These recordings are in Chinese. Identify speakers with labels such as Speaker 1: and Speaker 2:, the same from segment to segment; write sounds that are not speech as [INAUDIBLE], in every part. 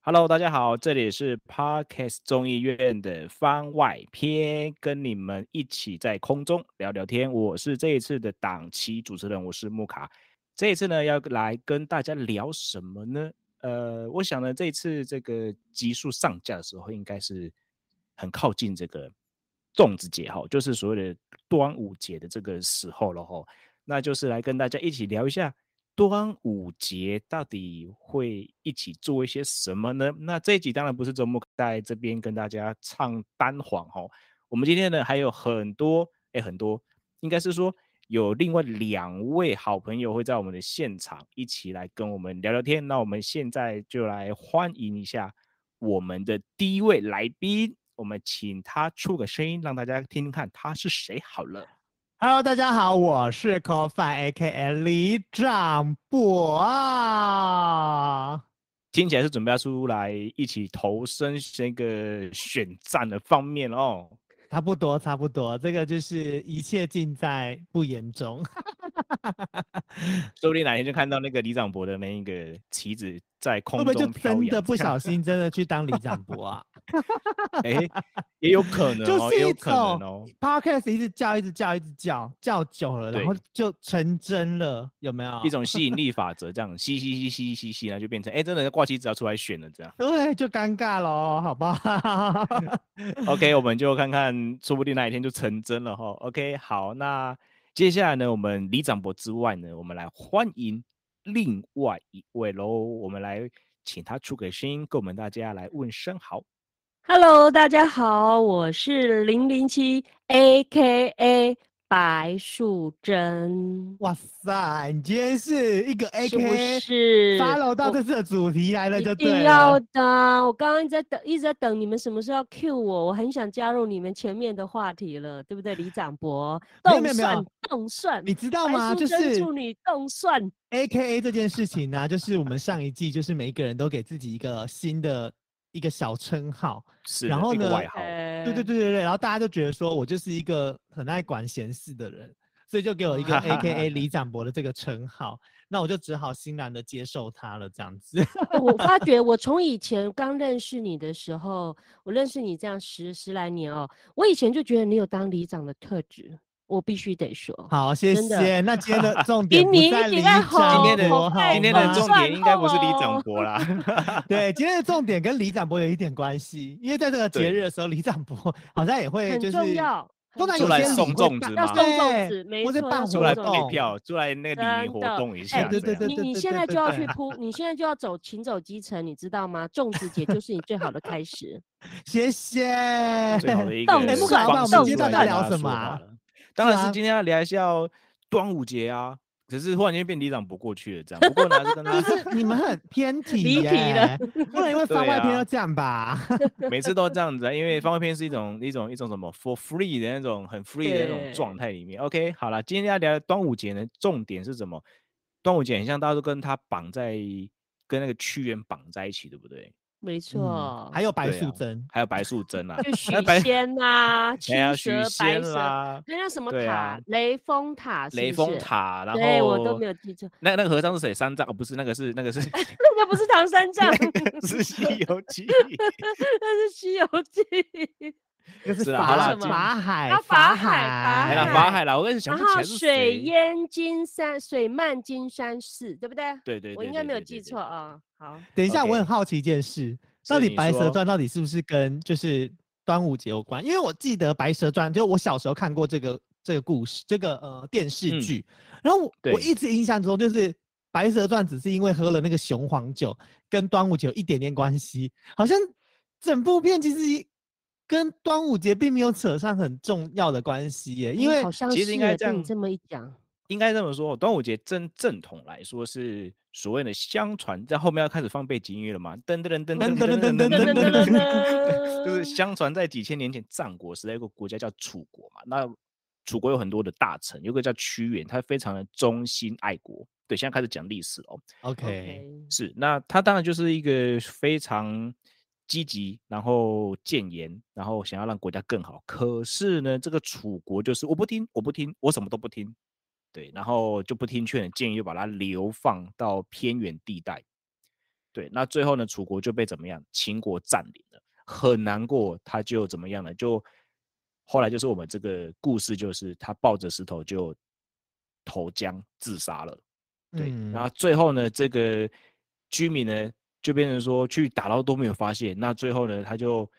Speaker 1: Hello，大家好，这里是 Podcast 众议院的番外篇，跟你们一起在空中聊聊天。我是这一次的档期主持人，我是木卡。这一次呢，要来跟大家聊什么呢？呃，我想呢，这一次这个集数上架的时候，应该是很靠近这个粽子节哈，就是所谓的端午节的这个时候了哈。那就是来跟大家一起聊一下端午节到底会一起做一些什么呢？那这一集当然不是周末在这边跟大家唱单簧哦，我们今天呢还有很多哎很多，应该是说有另外两位好朋友会在我们的现场一起来跟我们聊聊天。那我们现在就来欢迎一下我们的第一位来宾，我们请他出个声音，让大家听听看他是谁好了。
Speaker 2: Hello，大家好，我是 Ko Fan A.K.A 李长博啊。
Speaker 1: 听起来是准备要出来一起投身那个选战的方面哦。
Speaker 2: 差不多，差不多，这个就是一切尽在不言中。
Speaker 1: 说不定哪天就看到那个李长博的那一个旗子在
Speaker 2: 会
Speaker 1: 空
Speaker 2: 不会就
Speaker 1: 中飘
Speaker 2: 真的
Speaker 1: 扬，
Speaker 2: 不小心真的去当李长博啊
Speaker 1: 哎，也有可能
Speaker 2: 就
Speaker 1: 哦，
Speaker 2: 是
Speaker 1: 也有
Speaker 2: 一
Speaker 1: 可能
Speaker 2: 种
Speaker 1: 哦。
Speaker 2: [LAUGHS] ？Podcast 一直叫，一直叫，一直叫，叫久了，然后
Speaker 1: 对
Speaker 2: 就成真了，有没有？。
Speaker 1: 一种吸引力法则，这样吸吸吸吸吸吸，然后就变成哎，真的挂旗子要出来选了这样
Speaker 2: 对，就尴尬喽，好不好？
Speaker 1: [LAUGHS] OK，我们就看看，说不定哪一天就成真了哈。OK，好，那接下来呢，我们李长博之外呢，我们来欢迎另外一位喽。我们来请他出个声音，跟我们大家来问声好。
Speaker 3: Hello，大家好，我是零零七 A.K.A 白素贞，
Speaker 2: 哇塞，你今天是一个
Speaker 3: 是不
Speaker 2: A.K.A
Speaker 3: 是？
Speaker 2: follow 到
Speaker 3: 我
Speaker 2: 这次的主题来了，就
Speaker 3: 一
Speaker 2: 对
Speaker 3: 定
Speaker 2: 了。
Speaker 3: 要的啊。我刚刚一直在等，一直在等你们什么时候要 cue 我，我很想加入你们前面的话题了，对不对，李长博？
Speaker 2: 没有
Speaker 3: 动
Speaker 2: 没有没有
Speaker 3: 算，动算，
Speaker 2: 你知道
Speaker 3: 白
Speaker 2: 吗？
Speaker 3: 素
Speaker 2: 就
Speaker 3: 贞
Speaker 2: 是
Speaker 3: 祝你动算，
Speaker 2: A K A 这件事情呢、啊就是我们上一季就是每一个人都给自己一个新的一个小称号，
Speaker 1: 是
Speaker 2: 然
Speaker 1: 的
Speaker 2: 后
Speaker 1: 一个
Speaker 2: 呢
Speaker 1: 外号，
Speaker 3: 对
Speaker 2: 对对对对对，然后大家就觉得说我就是一个很爱管闲事的人，所以就给我一个 A K A
Speaker 3: [LAUGHS]
Speaker 2: 李展博的这个称号，那我就只好欣然的接受他了，这样子。 [LAUGHS]
Speaker 3: 欸我发觉我从以前刚认识你的时候，我认识你这样十十来年哦，我以前就觉得你有当里长的特质，我必须得说。
Speaker 2: 好，谢
Speaker 3: 真的
Speaker 2: 谢。那今天的
Speaker 3: [LAUGHS]
Speaker 2: 重点不
Speaker 3: 你一
Speaker 2: 在
Speaker 3: 点
Speaker 2: 李
Speaker 3: 爱
Speaker 2: 展
Speaker 3: 好
Speaker 1: 今天的
Speaker 2: 博，好
Speaker 1: 今天的
Speaker 2: 吗
Speaker 1: 重
Speaker 3: 算
Speaker 1: 点应该不是李
Speaker 3: 后
Speaker 1: 长
Speaker 3: 哦
Speaker 1: 博啦，
Speaker 2: [LAUGHS]
Speaker 1: [LAUGHS]
Speaker 2: 对，今天的重点跟李展博有一点关系，因为在这个节
Speaker 1: 对
Speaker 2: 日的时候，李展博 [LAUGHS] 好像也会
Speaker 3: 很
Speaker 2: 就是
Speaker 3: 重要，
Speaker 2: 通常
Speaker 1: 出
Speaker 3: 很
Speaker 2: 有
Speaker 3: 重
Speaker 1: 来
Speaker 2: 些
Speaker 3: 要
Speaker 1: 送
Speaker 2: 礼会
Speaker 1: 粽子
Speaker 2: 办
Speaker 3: 要
Speaker 1: 嘛
Speaker 3: 送
Speaker 2: 对
Speaker 3: 粽子，没
Speaker 2: 或者
Speaker 3: 错，
Speaker 2: 办
Speaker 3: 要
Speaker 1: 出
Speaker 3: 送
Speaker 2: 活
Speaker 1: 来
Speaker 3: 粽
Speaker 1: 配
Speaker 2: 动
Speaker 3: 子
Speaker 1: 票，出来那个礼仪
Speaker 3: 真
Speaker 1: 活
Speaker 3: 的
Speaker 1: 动一
Speaker 3: 哎
Speaker 1: 下，
Speaker 2: 对
Speaker 1: 这
Speaker 2: 对
Speaker 1: 样
Speaker 2: 对
Speaker 3: 你你
Speaker 2: 对
Speaker 3: 现
Speaker 2: 对
Speaker 3: 在
Speaker 2: 对
Speaker 3: 就要
Speaker 2: 对
Speaker 3: 去铺，你现在就要走行走基层，你知道吗？粽子节就是你最好的开始。
Speaker 2: [LAUGHS] 谢谢。
Speaker 1: [LAUGHS] 最好的一个
Speaker 3: 动
Speaker 1: 方式
Speaker 3: 物老板我们今天
Speaker 1: 来
Speaker 3: 到
Speaker 1: 跟
Speaker 3: 底
Speaker 2: 聊
Speaker 1: 大家
Speaker 2: 什
Speaker 1: 说
Speaker 2: 么
Speaker 1: 话
Speaker 2: 啊
Speaker 1: 了？当然
Speaker 2: 是
Speaker 1: 是
Speaker 2: 啊
Speaker 1: 今天要聊一下端午节啊，只是忽然间变里长博过去了这样。不过呢，还是跟大
Speaker 2: [LAUGHS] 就
Speaker 1: 家
Speaker 2: 是你们很偏题
Speaker 3: 离
Speaker 2: 耶、
Speaker 3: 题了
Speaker 2: 不能因为番
Speaker 1: 对
Speaker 2: 外
Speaker 1: 啊
Speaker 2: 篇要这样吧？
Speaker 1: 每次都这样子啊，因为方便片是一种一种一种什么 for free 的那种很 free 的那种状
Speaker 3: 对
Speaker 1: 态里面。OK，好了，今天要聊的端午节呢，重点是什么？端午节很像大家都跟它绑在跟那个屈原绑在一起，对不对？
Speaker 2: [LAUGHS]
Speaker 3: 没错，
Speaker 2: 嗯还有白
Speaker 1: 对啊
Speaker 2: 素贞，
Speaker 1: 还有白素贞啊，
Speaker 3: 就
Speaker 2: [LAUGHS]
Speaker 3: 许
Speaker 1: 那白
Speaker 3: 仙呐、啊，
Speaker 1: 哎呀，
Speaker 3: 青蛇
Speaker 1: 许、
Speaker 3: 白
Speaker 1: 仙
Speaker 3: 蛇，
Speaker 1: 啦，
Speaker 3: 那叫什么
Speaker 1: 对啊
Speaker 3: 塔？雷峰塔是
Speaker 1: 雷
Speaker 3: 不
Speaker 1: 峰
Speaker 3: 是
Speaker 1: 塔，然后
Speaker 3: 对我都没有记住，
Speaker 1: 那那个和尚是谁？三藏？哦，不是，那个是那
Speaker 3: [LAUGHS]
Speaker 1: 个是
Speaker 3: [LAUGHS] 那个不是唐
Speaker 2: [LAUGHS]
Speaker 3: 三藏，
Speaker 1: 那
Speaker 3: [LAUGHS]
Speaker 1: 个是《西游记》
Speaker 3: 那是《西游记》。 [LAUGHS]
Speaker 2: 就是是
Speaker 1: 啦啊好啦
Speaker 2: 法海
Speaker 1: 今
Speaker 2: 法海
Speaker 3: 啊，法海法
Speaker 1: 哎呀，
Speaker 3: 海
Speaker 1: 法海啦，我开始想
Speaker 3: 然
Speaker 1: 不起
Speaker 3: 后
Speaker 1: 来是
Speaker 3: 水
Speaker 1: 谁。
Speaker 3: 淹金山，水漫金山寺，对不对？
Speaker 1: 对对对，
Speaker 3: 我应该
Speaker 1: 对
Speaker 3: 没有
Speaker 1: 对对
Speaker 3: 记
Speaker 1: 对
Speaker 3: 错啊。好，
Speaker 2: 等一下，我
Speaker 1: OK
Speaker 2: 很好奇一件事，
Speaker 1: 是
Speaker 2: 到底
Speaker 1: 你
Speaker 2: 《白蛇
Speaker 1: 说
Speaker 2: 传》到底是不是跟就是端午节有关？因为我记得《白蛇传》，就我小时候看过这个这个故事，这个呃电视
Speaker 1: 嗯
Speaker 2: 剧，然后我
Speaker 1: 对
Speaker 2: 我一直印象中就是。白蛇传只是因为喝了那个雄黄酒，跟端午节有一点点关系，好像整部片其实跟端午节并没有扯上很重要的关系耶，因
Speaker 3: 哎
Speaker 2: 为
Speaker 3: 好像
Speaker 1: 其实
Speaker 3: 是
Speaker 1: 应该
Speaker 3: 耶
Speaker 1: 这
Speaker 3: 被你
Speaker 1: 样
Speaker 3: 这么一讲，
Speaker 1: 应该这么说，端午节真正统来说是所谓的相传，在后面要开始放背景音乐了嘛？噔噔噔噔噔
Speaker 2: 噔
Speaker 1: 噔噔噔噔
Speaker 2: 噔噔噔噔
Speaker 1: 噔
Speaker 2: 噔
Speaker 1: 噔
Speaker 2: 噔
Speaker 1: 噔，就是
Speaker 3: 噔
Speaker 1: 相传在几千年前战国时代有个国家叫楚国嘛，那楚国有很多的大臣，有个叫屈原，他非常的忠心爱国。对，现在开始讲历史哦。
Speaker 3: 嗯
Speaker 2: OK，
Speaker 1: 是，那他当然就是一个非常积极，然后谏言，然后想要让国家更好。可是呢，这个楚国就是我不听，我不听，我什么都不听，对，然后就不听劝的建议，就把他流放到偏远地带。对，那最后呢，楚国就被怎么样？秦国占领了，很难过，他就怎么样呢？就后来就是我们这个故事，就是他抱着石头就投江自杀了。对，
Speaker 2: 嗯
Speaker 1: 然后最后呢，这个居民呢就变成说去打捞都没有发现，那最后呢，他就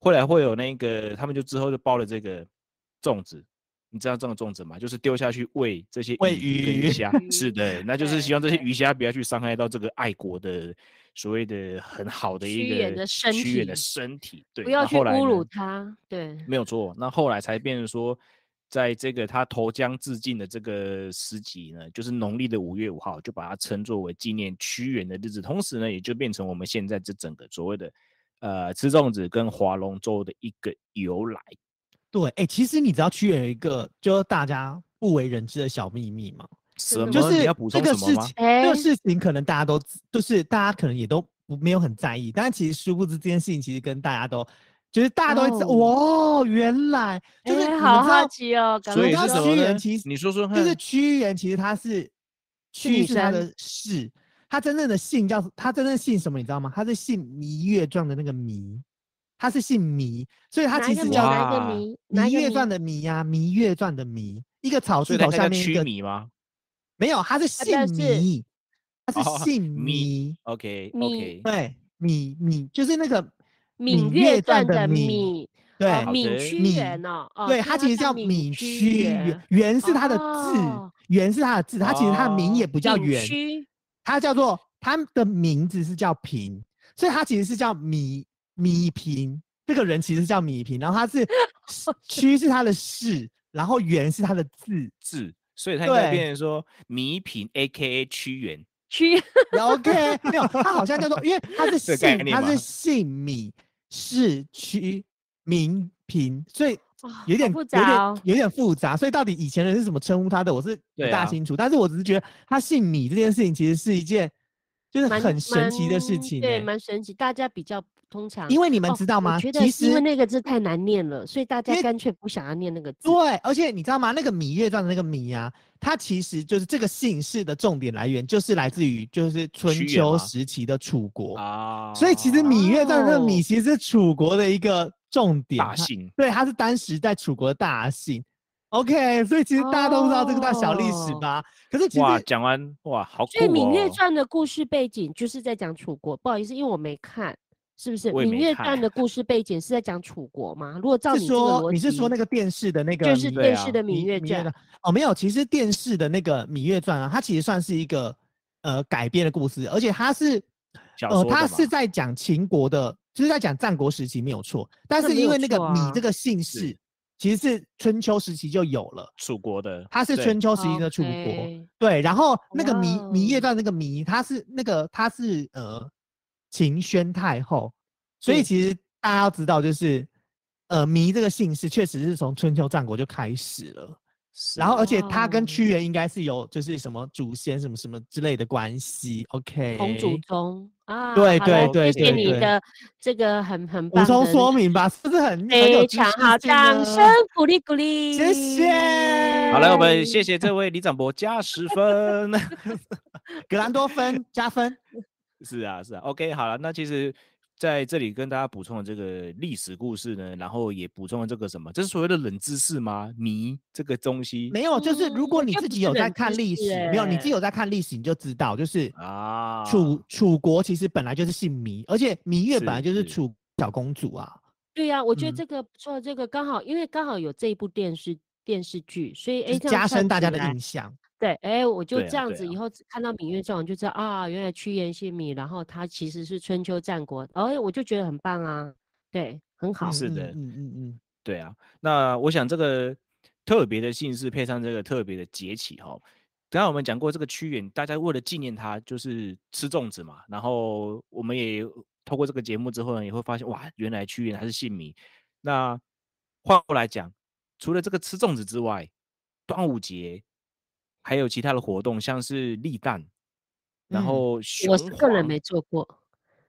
Speaker 1: 后来会有那个，他们就之后就包了这个粽子，你知道这种粽子吗？就是丢下去喂这些
Speaker 2: 喂
Speaker 1: 跟
Speaker 2: 鱼 [LAUGHS]
Speaker 1: 虾，是的，那就是希望这些鱼虾不要去伤害到这个爱国的所谓的很好的一
Speaker 3: 屈
Speaker 1: 个
Speaker 3: 原的身
Speaker 1: 屈原的
Speaker 3: 体
Speaker 1: 身体，对，
Speaker 3: 不要
Speaker 1: 那
Speaker 3: 去
Speaker 1: 后来
Speaker 3: 侮
Speaker 1: 呢嗯
Speaker 3: 辱他，对，
Speaker 1: 没有错。那后来才变成说，在这个他投江自尽的这个时期呢，就是农历的五月五号，就把它称作为纪念屈原的日子。同时呢，也就变成我们现在这整个所谓的呃吃粽子跟划龙舟的一个由来。
Speaker 2: 对，哎、其实你知道屈原有一个就是大家不为人知的小秘密吗？
Speaker 1: 什
Speaker 3: 的
Speaker 1: 么？
Speaker 3: 吗
Speaker 2: 就是
Speaker 1: 你要补
Speaker 2: 这
Speaker 1: 充
Speaker 2: 个
Speaker 1: 什么
Speaker 2: 事
Speaker 1: 吗
Speaker 2: 情？，
Speaker 3: 哎
Speaker 2: 这个事情可能大家都知就是大家可能也都不没有很在意，但其实殊不知这件事情其实跟大家都就是大家都会知道，哦，原来就是你
Speaker 3: 哎
Speaker 2: 们知
Speaker 3: 好好
Speaker 2: 道，
Speaker 3: 奇哦，赶
Speaker 1: 所
Speaker 3: 快
Speaker 1: 以
Speaker 3: 说
Speaker 1: 是
Speaker 2: 刚
Speaker 1: 什
Speaker 2: 刚
Speaker 1: 么
Speaker 2: 屈
Speaker 1: 呢
Speaker 2: 原其？实
Speaker 1: 你说说看，
Speaker 2: 就是屈原其实他是屈
Speaker 3: 女
Speaker 2: 是他
Speaker 3: 生
Speaker 2: 的氏，他真正的姓叫他真正姓什么你知道吗？他是姓芈月传的那个芈，他是姓芈，所以他
Speaker 3: 哪
Speaker 2: 其
Speaker 3: 一个
Speaker 2: 实
Speaker 3: 谜
Speaker 2: 叫
Speaker 1: 哇
Speaker 3: 哪一个谜，
Speaker 2: 《
Speaker 3: 哪
Speaker 2: 芈
Speaker 3: 一个
Speaker 2: 月
Speaker 3: 谜
Speaker 2: 传》的芈呀，《芈月传》的芈，一个草
Speaker 1: 所
Speaker 2: 字
Speaker 1: 以他
Speaker 2: 头
Speaker 1: 叫
Speaker 2: 下面一
Speaker 1: 屈
Speaker 2: 个
Speaker 1: 迷吗
Speaker 2: 没有，他是
Speaker 3: 它
Speaker 2: 姓
Speaker 3: 叫啊是
Speaker 2: 芈，他
Speaker 1: 哦
Speaker 2: 是姓
Speaker 1: 芈
Speaker 2: 芈，
Speaker 1: ？OK
Speaker 3: 迷
Speaker 1: OK，
Speaker 2: 对，芈芈就是那
Speaker 3: 哦
Speaker 2: 个
Speaker 3: 芈
Speaker 2: 月
Speaker 3: 月传
Speaker 2: 传的芈，
Speaker 3: 芈，
Speaker 2: 对
Speaker 3: 哦
Speaker 1: 好
Speaker 3: 芈
Speaker 1: 的
Speaker 3: 屈
Speaker 2: 芈
Speaker 3: 原哦，哦
Speaker 2: 对，
Speaker 3: 所以
Speaker 2: 他其实叫
Speaker 3: 芈
Speaker 2: 芈
Speaker 3: 屈
Speaker 2: 屈原，原是他的字
Speaker 3: 哦，
Speaker 2: 原是他的字，他其实他的名也不叫
Speaker 3: 芈
Speaker 2: 原，
Speaker 3: 屈
Speaker 2: 他叫做他的名字是叫平，所以他其实是叫米米平，这个人其实叫米平，然后他
Speaker 3: [LAUGHS]
Speaker 2: 是
Speaker 3: 哦
Speaker 2: 屈是他的氏，然后原是他的字，
Speaker 1: 字，所以他应该
Speaker 2: 对
Speaker 1: 变成说弥平 A.K.A 屈原。
Speaker 3: 屈
Speaker 2: OK，没有，他好像叫做，因为他是
Speaker 1: 这个概
Speaker 2: 姓，
Speaker 1: 念
Speaker 2: 他
Speaker 1: 吗
Speaker 2: 是姓米市区名平，所以
Speaker 3: 哇
Speaker 2: 有
Speaker 3: 哦好
Speaker 2: 点、
Speaker 3: 复
Speaker 2: 有
Speaker 3: 杂哦
Speaker 2: 点有点复杂，所以到底以前人是怎么称呼他的，我是不
Speaker 1: 对
Speaker 2: 大
Speaker 1: 啊
Speaker 2: 清楚。但是我只是觉得他姓米这件事情其实是一件就是
Speaker 3: 蛮
Speaker 2: 很神奇的事
Speaker 3: 蛮
Speaker 2: 情欸、
Speaker 3: 对，蛮神奇，大家比较通常
Speaker 2: 因为你们
Speaker 3: 哦
Speaker 2: 知道
Speaker 3: 我
Speaker 2: 吗？
Speaker 3: 觉得
Speaker 2: 其
Speaker 3: 是因为
Speaker 2: 实
Speaker 3: 那个字太难念了，所以大家
Speaker 2: 为
Speaker 3: 干脆不想要念那个字。
Speaker 2: 对，而且你知道吗？那个《芈月传》的那个芈啊，它其实就是这个姓氏的重点来源，就是来自于就是
Speaker 1: 屈
Speaker 2: 春
Speaker 1: 原
Speaker 2: 秋
Speaker 1: 吗
Speaker 2: 时期的楚国
Speaker 1: 啊，
Speaker 2: 所以其实芈月传这个
Speaker 3: 哦
Speaker 2: 芈其实是楚国的一个重点，
Speaker 1: 大
Speaker 2: 它
Speaker 1: 姓
Speaker 2: 对，它是当时在楚国的大姓。OK，所以其实大家都知道这个段小历史
Speaker 3: 哦
Speaker 2: 吧？可是其
Speaker 1: 哇，
Speaker 2: 实
Speaker 1: 讲完哇，好酷
Speaker 3: 所以《芈月
Speaker 1: 哦
Speaker 3: 传》的故事背景就是在讲楚国，不好意思，因为我没看，是不是？《
Speaker 1: 我也
Speaker 3: 芈
Speaker 1: 没
Speaker 3: 月
Speaker 1: 看
Speaker 3: 传》的故事背景是在讲楚国吗？如果照
Speaker 2: 是
Speaker 3: 你这个
Speaker 2: 说
Speaker 3: 逻
Speaker 2: 你
Speaker 3: 辑，
Speaker 2: 是说那个电视的那个
Speaker 3: 就是
Speaker 2: 芈
Speaker 3: 电
Speaker 1: 啊
Speaker 3: 视的《芈月传》
Speaker 2: 传哦，没有，其实电视的那个《芈月传》啊，它其实算是一个呃改编的故事，而且它是
Speaker 1: 小
Speaker 2: 呃
Speaker 1: 说
Speaker 2: 它
Speaker 1: 的
Speaker 2: 是
Speaker 1: 嘛
Speaker 2: 在讲秦国的，就是在讲战国时期没有错，但
Speaker 3: 那
Speaker 2: 是
Speaker 3: 没
Speaker 2: 因
Speaker 3: 有
Speaker 2: 为那个
Speaker 3: 错啊
Speaker 2: 芈这个姓氏其实是春秋时期就有了。
Speaker 1: 楚国的，
Speaker 2: 它是
Speaker 1: 对
Speaker 2: 春秋时期的楚国，
Speaker 3: OK
Speaker 2: 对，然后那个芈芈
Speaker 3: 哇
Speaker 2: 月
Speaker 3: 哦
Speaker 2: 传那个芈，她是那个她是呃秦宣太后，所以
Speaker 3: 对
Speaker 2: 其实大家要知道，就是呃芈这个姓氏确实是从春秋战国就开始了，然后而且她跟
Speaker 3: 哦
Speaker 2: 屈原应该是有就是什么祖先什么什么之类的关系，OK？
Speaker 3: 同祖宗啊，
Speaker 2: 对
Speaker 3: 好
Speaker 2: 对
Speaker 3: 了
Speaker 2: 对
Speaker 3: 谢谢
Speaker 2: 对
Speaker 3: 你
Speaker 2: 对
Speaker 3: 的这个很很
Speaker 2: 补
Speaker 3: 棒的
Speaker 2: 充
Speaker 3: 那
Speaker 2: 说
Speaker 3: 个
Speaker 2: 明吧，是不是
Speaker 3: [LAUGHS]
Speaker 2: 很很有
Speaker 3: 非
Speaker 2: 知
Speaker 3: 常
Speaker 2: 识
Speaker 3: 好，
Speaker 2: 性
Speaker 3: 掌
Speaker 2: 呢
Speaker 3: 声鼓励鼓励，
Speaker 2: 谢谢
Speaker 1: 好来，我们谢谢这位李长博加十分。 [LAUGHS]
Speaker 2: 格兰多芬加分，
Speaker 1: 是啊，是啊。OK，好了，那其实在这里跟大家补充了这个历史故事呢，然后也补充了这个什么，这是所谓的冷知识吗？迷这个东西
Speaker 2: 没有，就是如
Speaker 3: 嗯
Speaker 2: 果
Speaker 3: 我
Speaker 2: 你
Speaker 3: 觉得
Speaker 2: 自
Speaker 3: 不
Speaker 2: 己
Speaker 3: 是
Speaker 2: 有在
Speaker 3: 冷
Speaker 2: 看
Speaker 3: 知
Speaker 2: 历
Speaker 3: 识
Speaker 2: 史，没有，你自己
Speaker 3: 欸
Speaker 2: 有在看历史，你就知道，就是
Speaker 1: 啊，
Speaker 2: 楚楚国其实本来就是姓芈，而且芈月本
Speaker 1: 是
Speaker 2: 来就是
Speaker 1: 是
Speaker 2: 楚小公主啊。
Speaker 3: 对呀、我觉得
Speaker 2: 嗯
Speaker 3: 这个不错，这个刚好，因为刚好有这一部电视电视剧，所以
Speaker 2: 就是
Speaker 3: 哎，这样
Speaker 2: 加
Speaker 3: 串
Speaker 2: 深大
Speaker 3: 起
Speaker 2: 家的
Speaker 3: 来
Speaker 2: 印象。
Speaker 3: 对，哎，我就
Speaker 1: 对啊
Speaker 3: 这样
Speaker 1: 对
Speaker 3: 子，以
Speaker 1: 啊
Speaker 3: 后只看到《芈月传》，我就知道啊，原来屈原姓芈，然后他其实是春秋战国，哎，我就觉得很棒啊，对，很好
Speaker 2: 嗯，
Speaker 1: 是
Speaker 2: 嗯
Speaker 1: 的
Speaker 2: 嗯嗯嗯，
Speaker 1: 对啊，那我想这个特别的姓氏配上这个特别的节气哈、刚刚我们讲过这个屈原，大家为了纪念他，就是吃粽子嘛。然后我们也透过这个节目之后呢，也会发现哇，原来屈原他是姓芈。那换过来讲，除了这个吃粽子之外，端午节还有其他的活动，像是立蛋，然
Speaker 2: 嗯
Speaker 1: 后
Speaker 3: 我
Speaker 1: 雄
Speaker 3: 是个人
Speaker 1: 黄
Speaker 3: 没做过，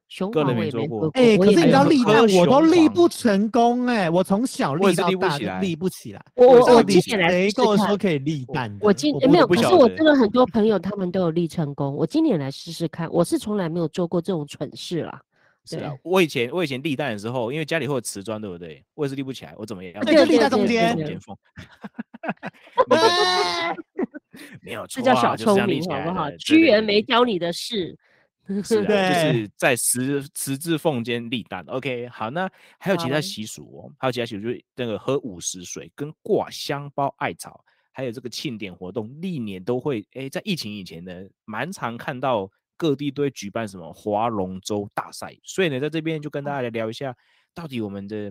Speaker 3: 雄
Speaker 1: 个
Speaker 3: 黄
Speaker 1: 人
Speaker 3: 我
Speaker 1: 没
Speaker 3: 也
Speaker 1: 做
Speaker 3: 没
Speaker 1: 过
Speaker 3: 做过。
Speaker 2: 哎、
Speaker 3: 我
Speaker 2: 可
Speaker 3: 也
Speaker 2: 是你
Speaker 3: 没
Speaker 2: 知道
Speaker 3: 有
Speaker 2: 立
Speaker 1: 喝
Speaker 2: 蛋我都
Speaker 1: 雄
Speaker 2: 立
Speaker 1: 黄
Speaker 2: 不成功哎、我从小
Speaker 1: 我也
Speaker 2: 立
Speaker 1: 是
Speaker 2: 到
Speaker 1: 立不
Speaker 2: 大
Speaker 1: 起
Speaker 2: 就
Speaker 1: 来
Speaker 2: 立不起来。
Speaker 3: 我
Speaker 1: 我也
Speaker 3: 我
Speaker 1: 是
Speaker 3: 我
Speaker 1: 立不
Speaker 3: 今
Speaker 1: 起
Speaker 3: 年
Speaker 1: 来
Speaker 3: 来
Speaker 2: 谁
Speaker 3: 试
Speaker 2: 跟我
Speaker 3: 看
Speaker 2: 说可以立蛋的？
Speaker 3: 我今
Speaker 2: 我
Speaker 3: 诶
Speaker 1: 不
Speaker 3: 没有，
Speaker 1: 不
Speaker 3: 可是
Speaker 1: 晓
Speaker 3: 我
Speaker 1: 得
Speaker 3: 真的很多朋友他们都有立成功，我今年来试试看，我是从来没有做过这种蠢事啦。
Speaker 1: 是
Speaker 3: 对
Speaker 1: 啊，我以前我以前立蛋的时候，因为家里会有瓷砖，对不对？我也是立不起来，我怎么也要
Speaker 2: 对
Speaker 1: 把
Speaker 2: 就立
Speaker 1: 它
Speaker 2: 在中
Speaker 1: 缝中
Speaker 2: 间
Speaker 3: 啊对
Speaker 1: 间缝。 [LAUGHS]
Speaker 2: [LAUGHS]
Speaker 1: 没有
Speaker 3: [LAUGHS]
Speaker 1: 没有
Speaker 3: 这
Speaker 1: 错
Speaker 3: 叫
Speaker 1: 啊，
Speaker 3: 小
Speaker 1: 就
Speaker 3: 聪
Speaker 1: 这样立
Speaker 3: 明
Speaker 1: 起
Speaker 3: 好不
Speaker 1: 来
Speaker 3: 好？
Speaker 1: 的
Speaker 3: 屈原。
Speaker 1: 对对
Speaker 3: 没
Speaker 1: 对
Speaker 3: 教你的事。 [LAUGHS]
Speaker 1: 是啊，就
Speaker 2: 对
Speaker 1: 是在十十字缝间立蛋。OK，好，那还有其他
Speaker 3: 好
Speaker 1: 习俗哦，还有其他习俗就是那个喝午时水、跟挂香包、艾草，还有这个庆典活动，历年都会。哎，在疫情以前呢，蛮常看到各地都会举办什么划龙舟大赛。所以呢，在这边就跟大
Speaker 2: 哦
Speaker 1: 家来聊一下，到底我们的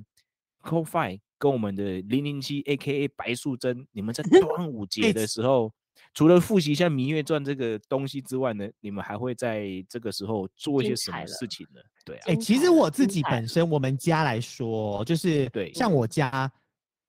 Speaker 1: c o f i 跟我们的零零七 A.K.A 白素贞，你
Speaker 2: [LAUGHS]
Speaker 1: 们在端午节的时候。除了复习一下《芈月传》这个东西之外呢，你们还会在这个时候做一些
Speaker 3: 精
Speaker 1: 什
Speaker 3: 彩
Speaker 1: 么
Speaker 3: 了
Speaker 1: 事情呢？对啊，
Speaker 2: 哎、
Speaker 3: 精
Speaker 2: 其
Speaker 3: 彩
Speaker 2: 实
Speaker 3: 了
Speaker 2: 我自
Speaker 3: 精
Speaker 2: 己
Speaker 3: 彩
Speaker 2: 本身，我们家来说，就是
Speaker 1: 对
Speaker 2: 像我家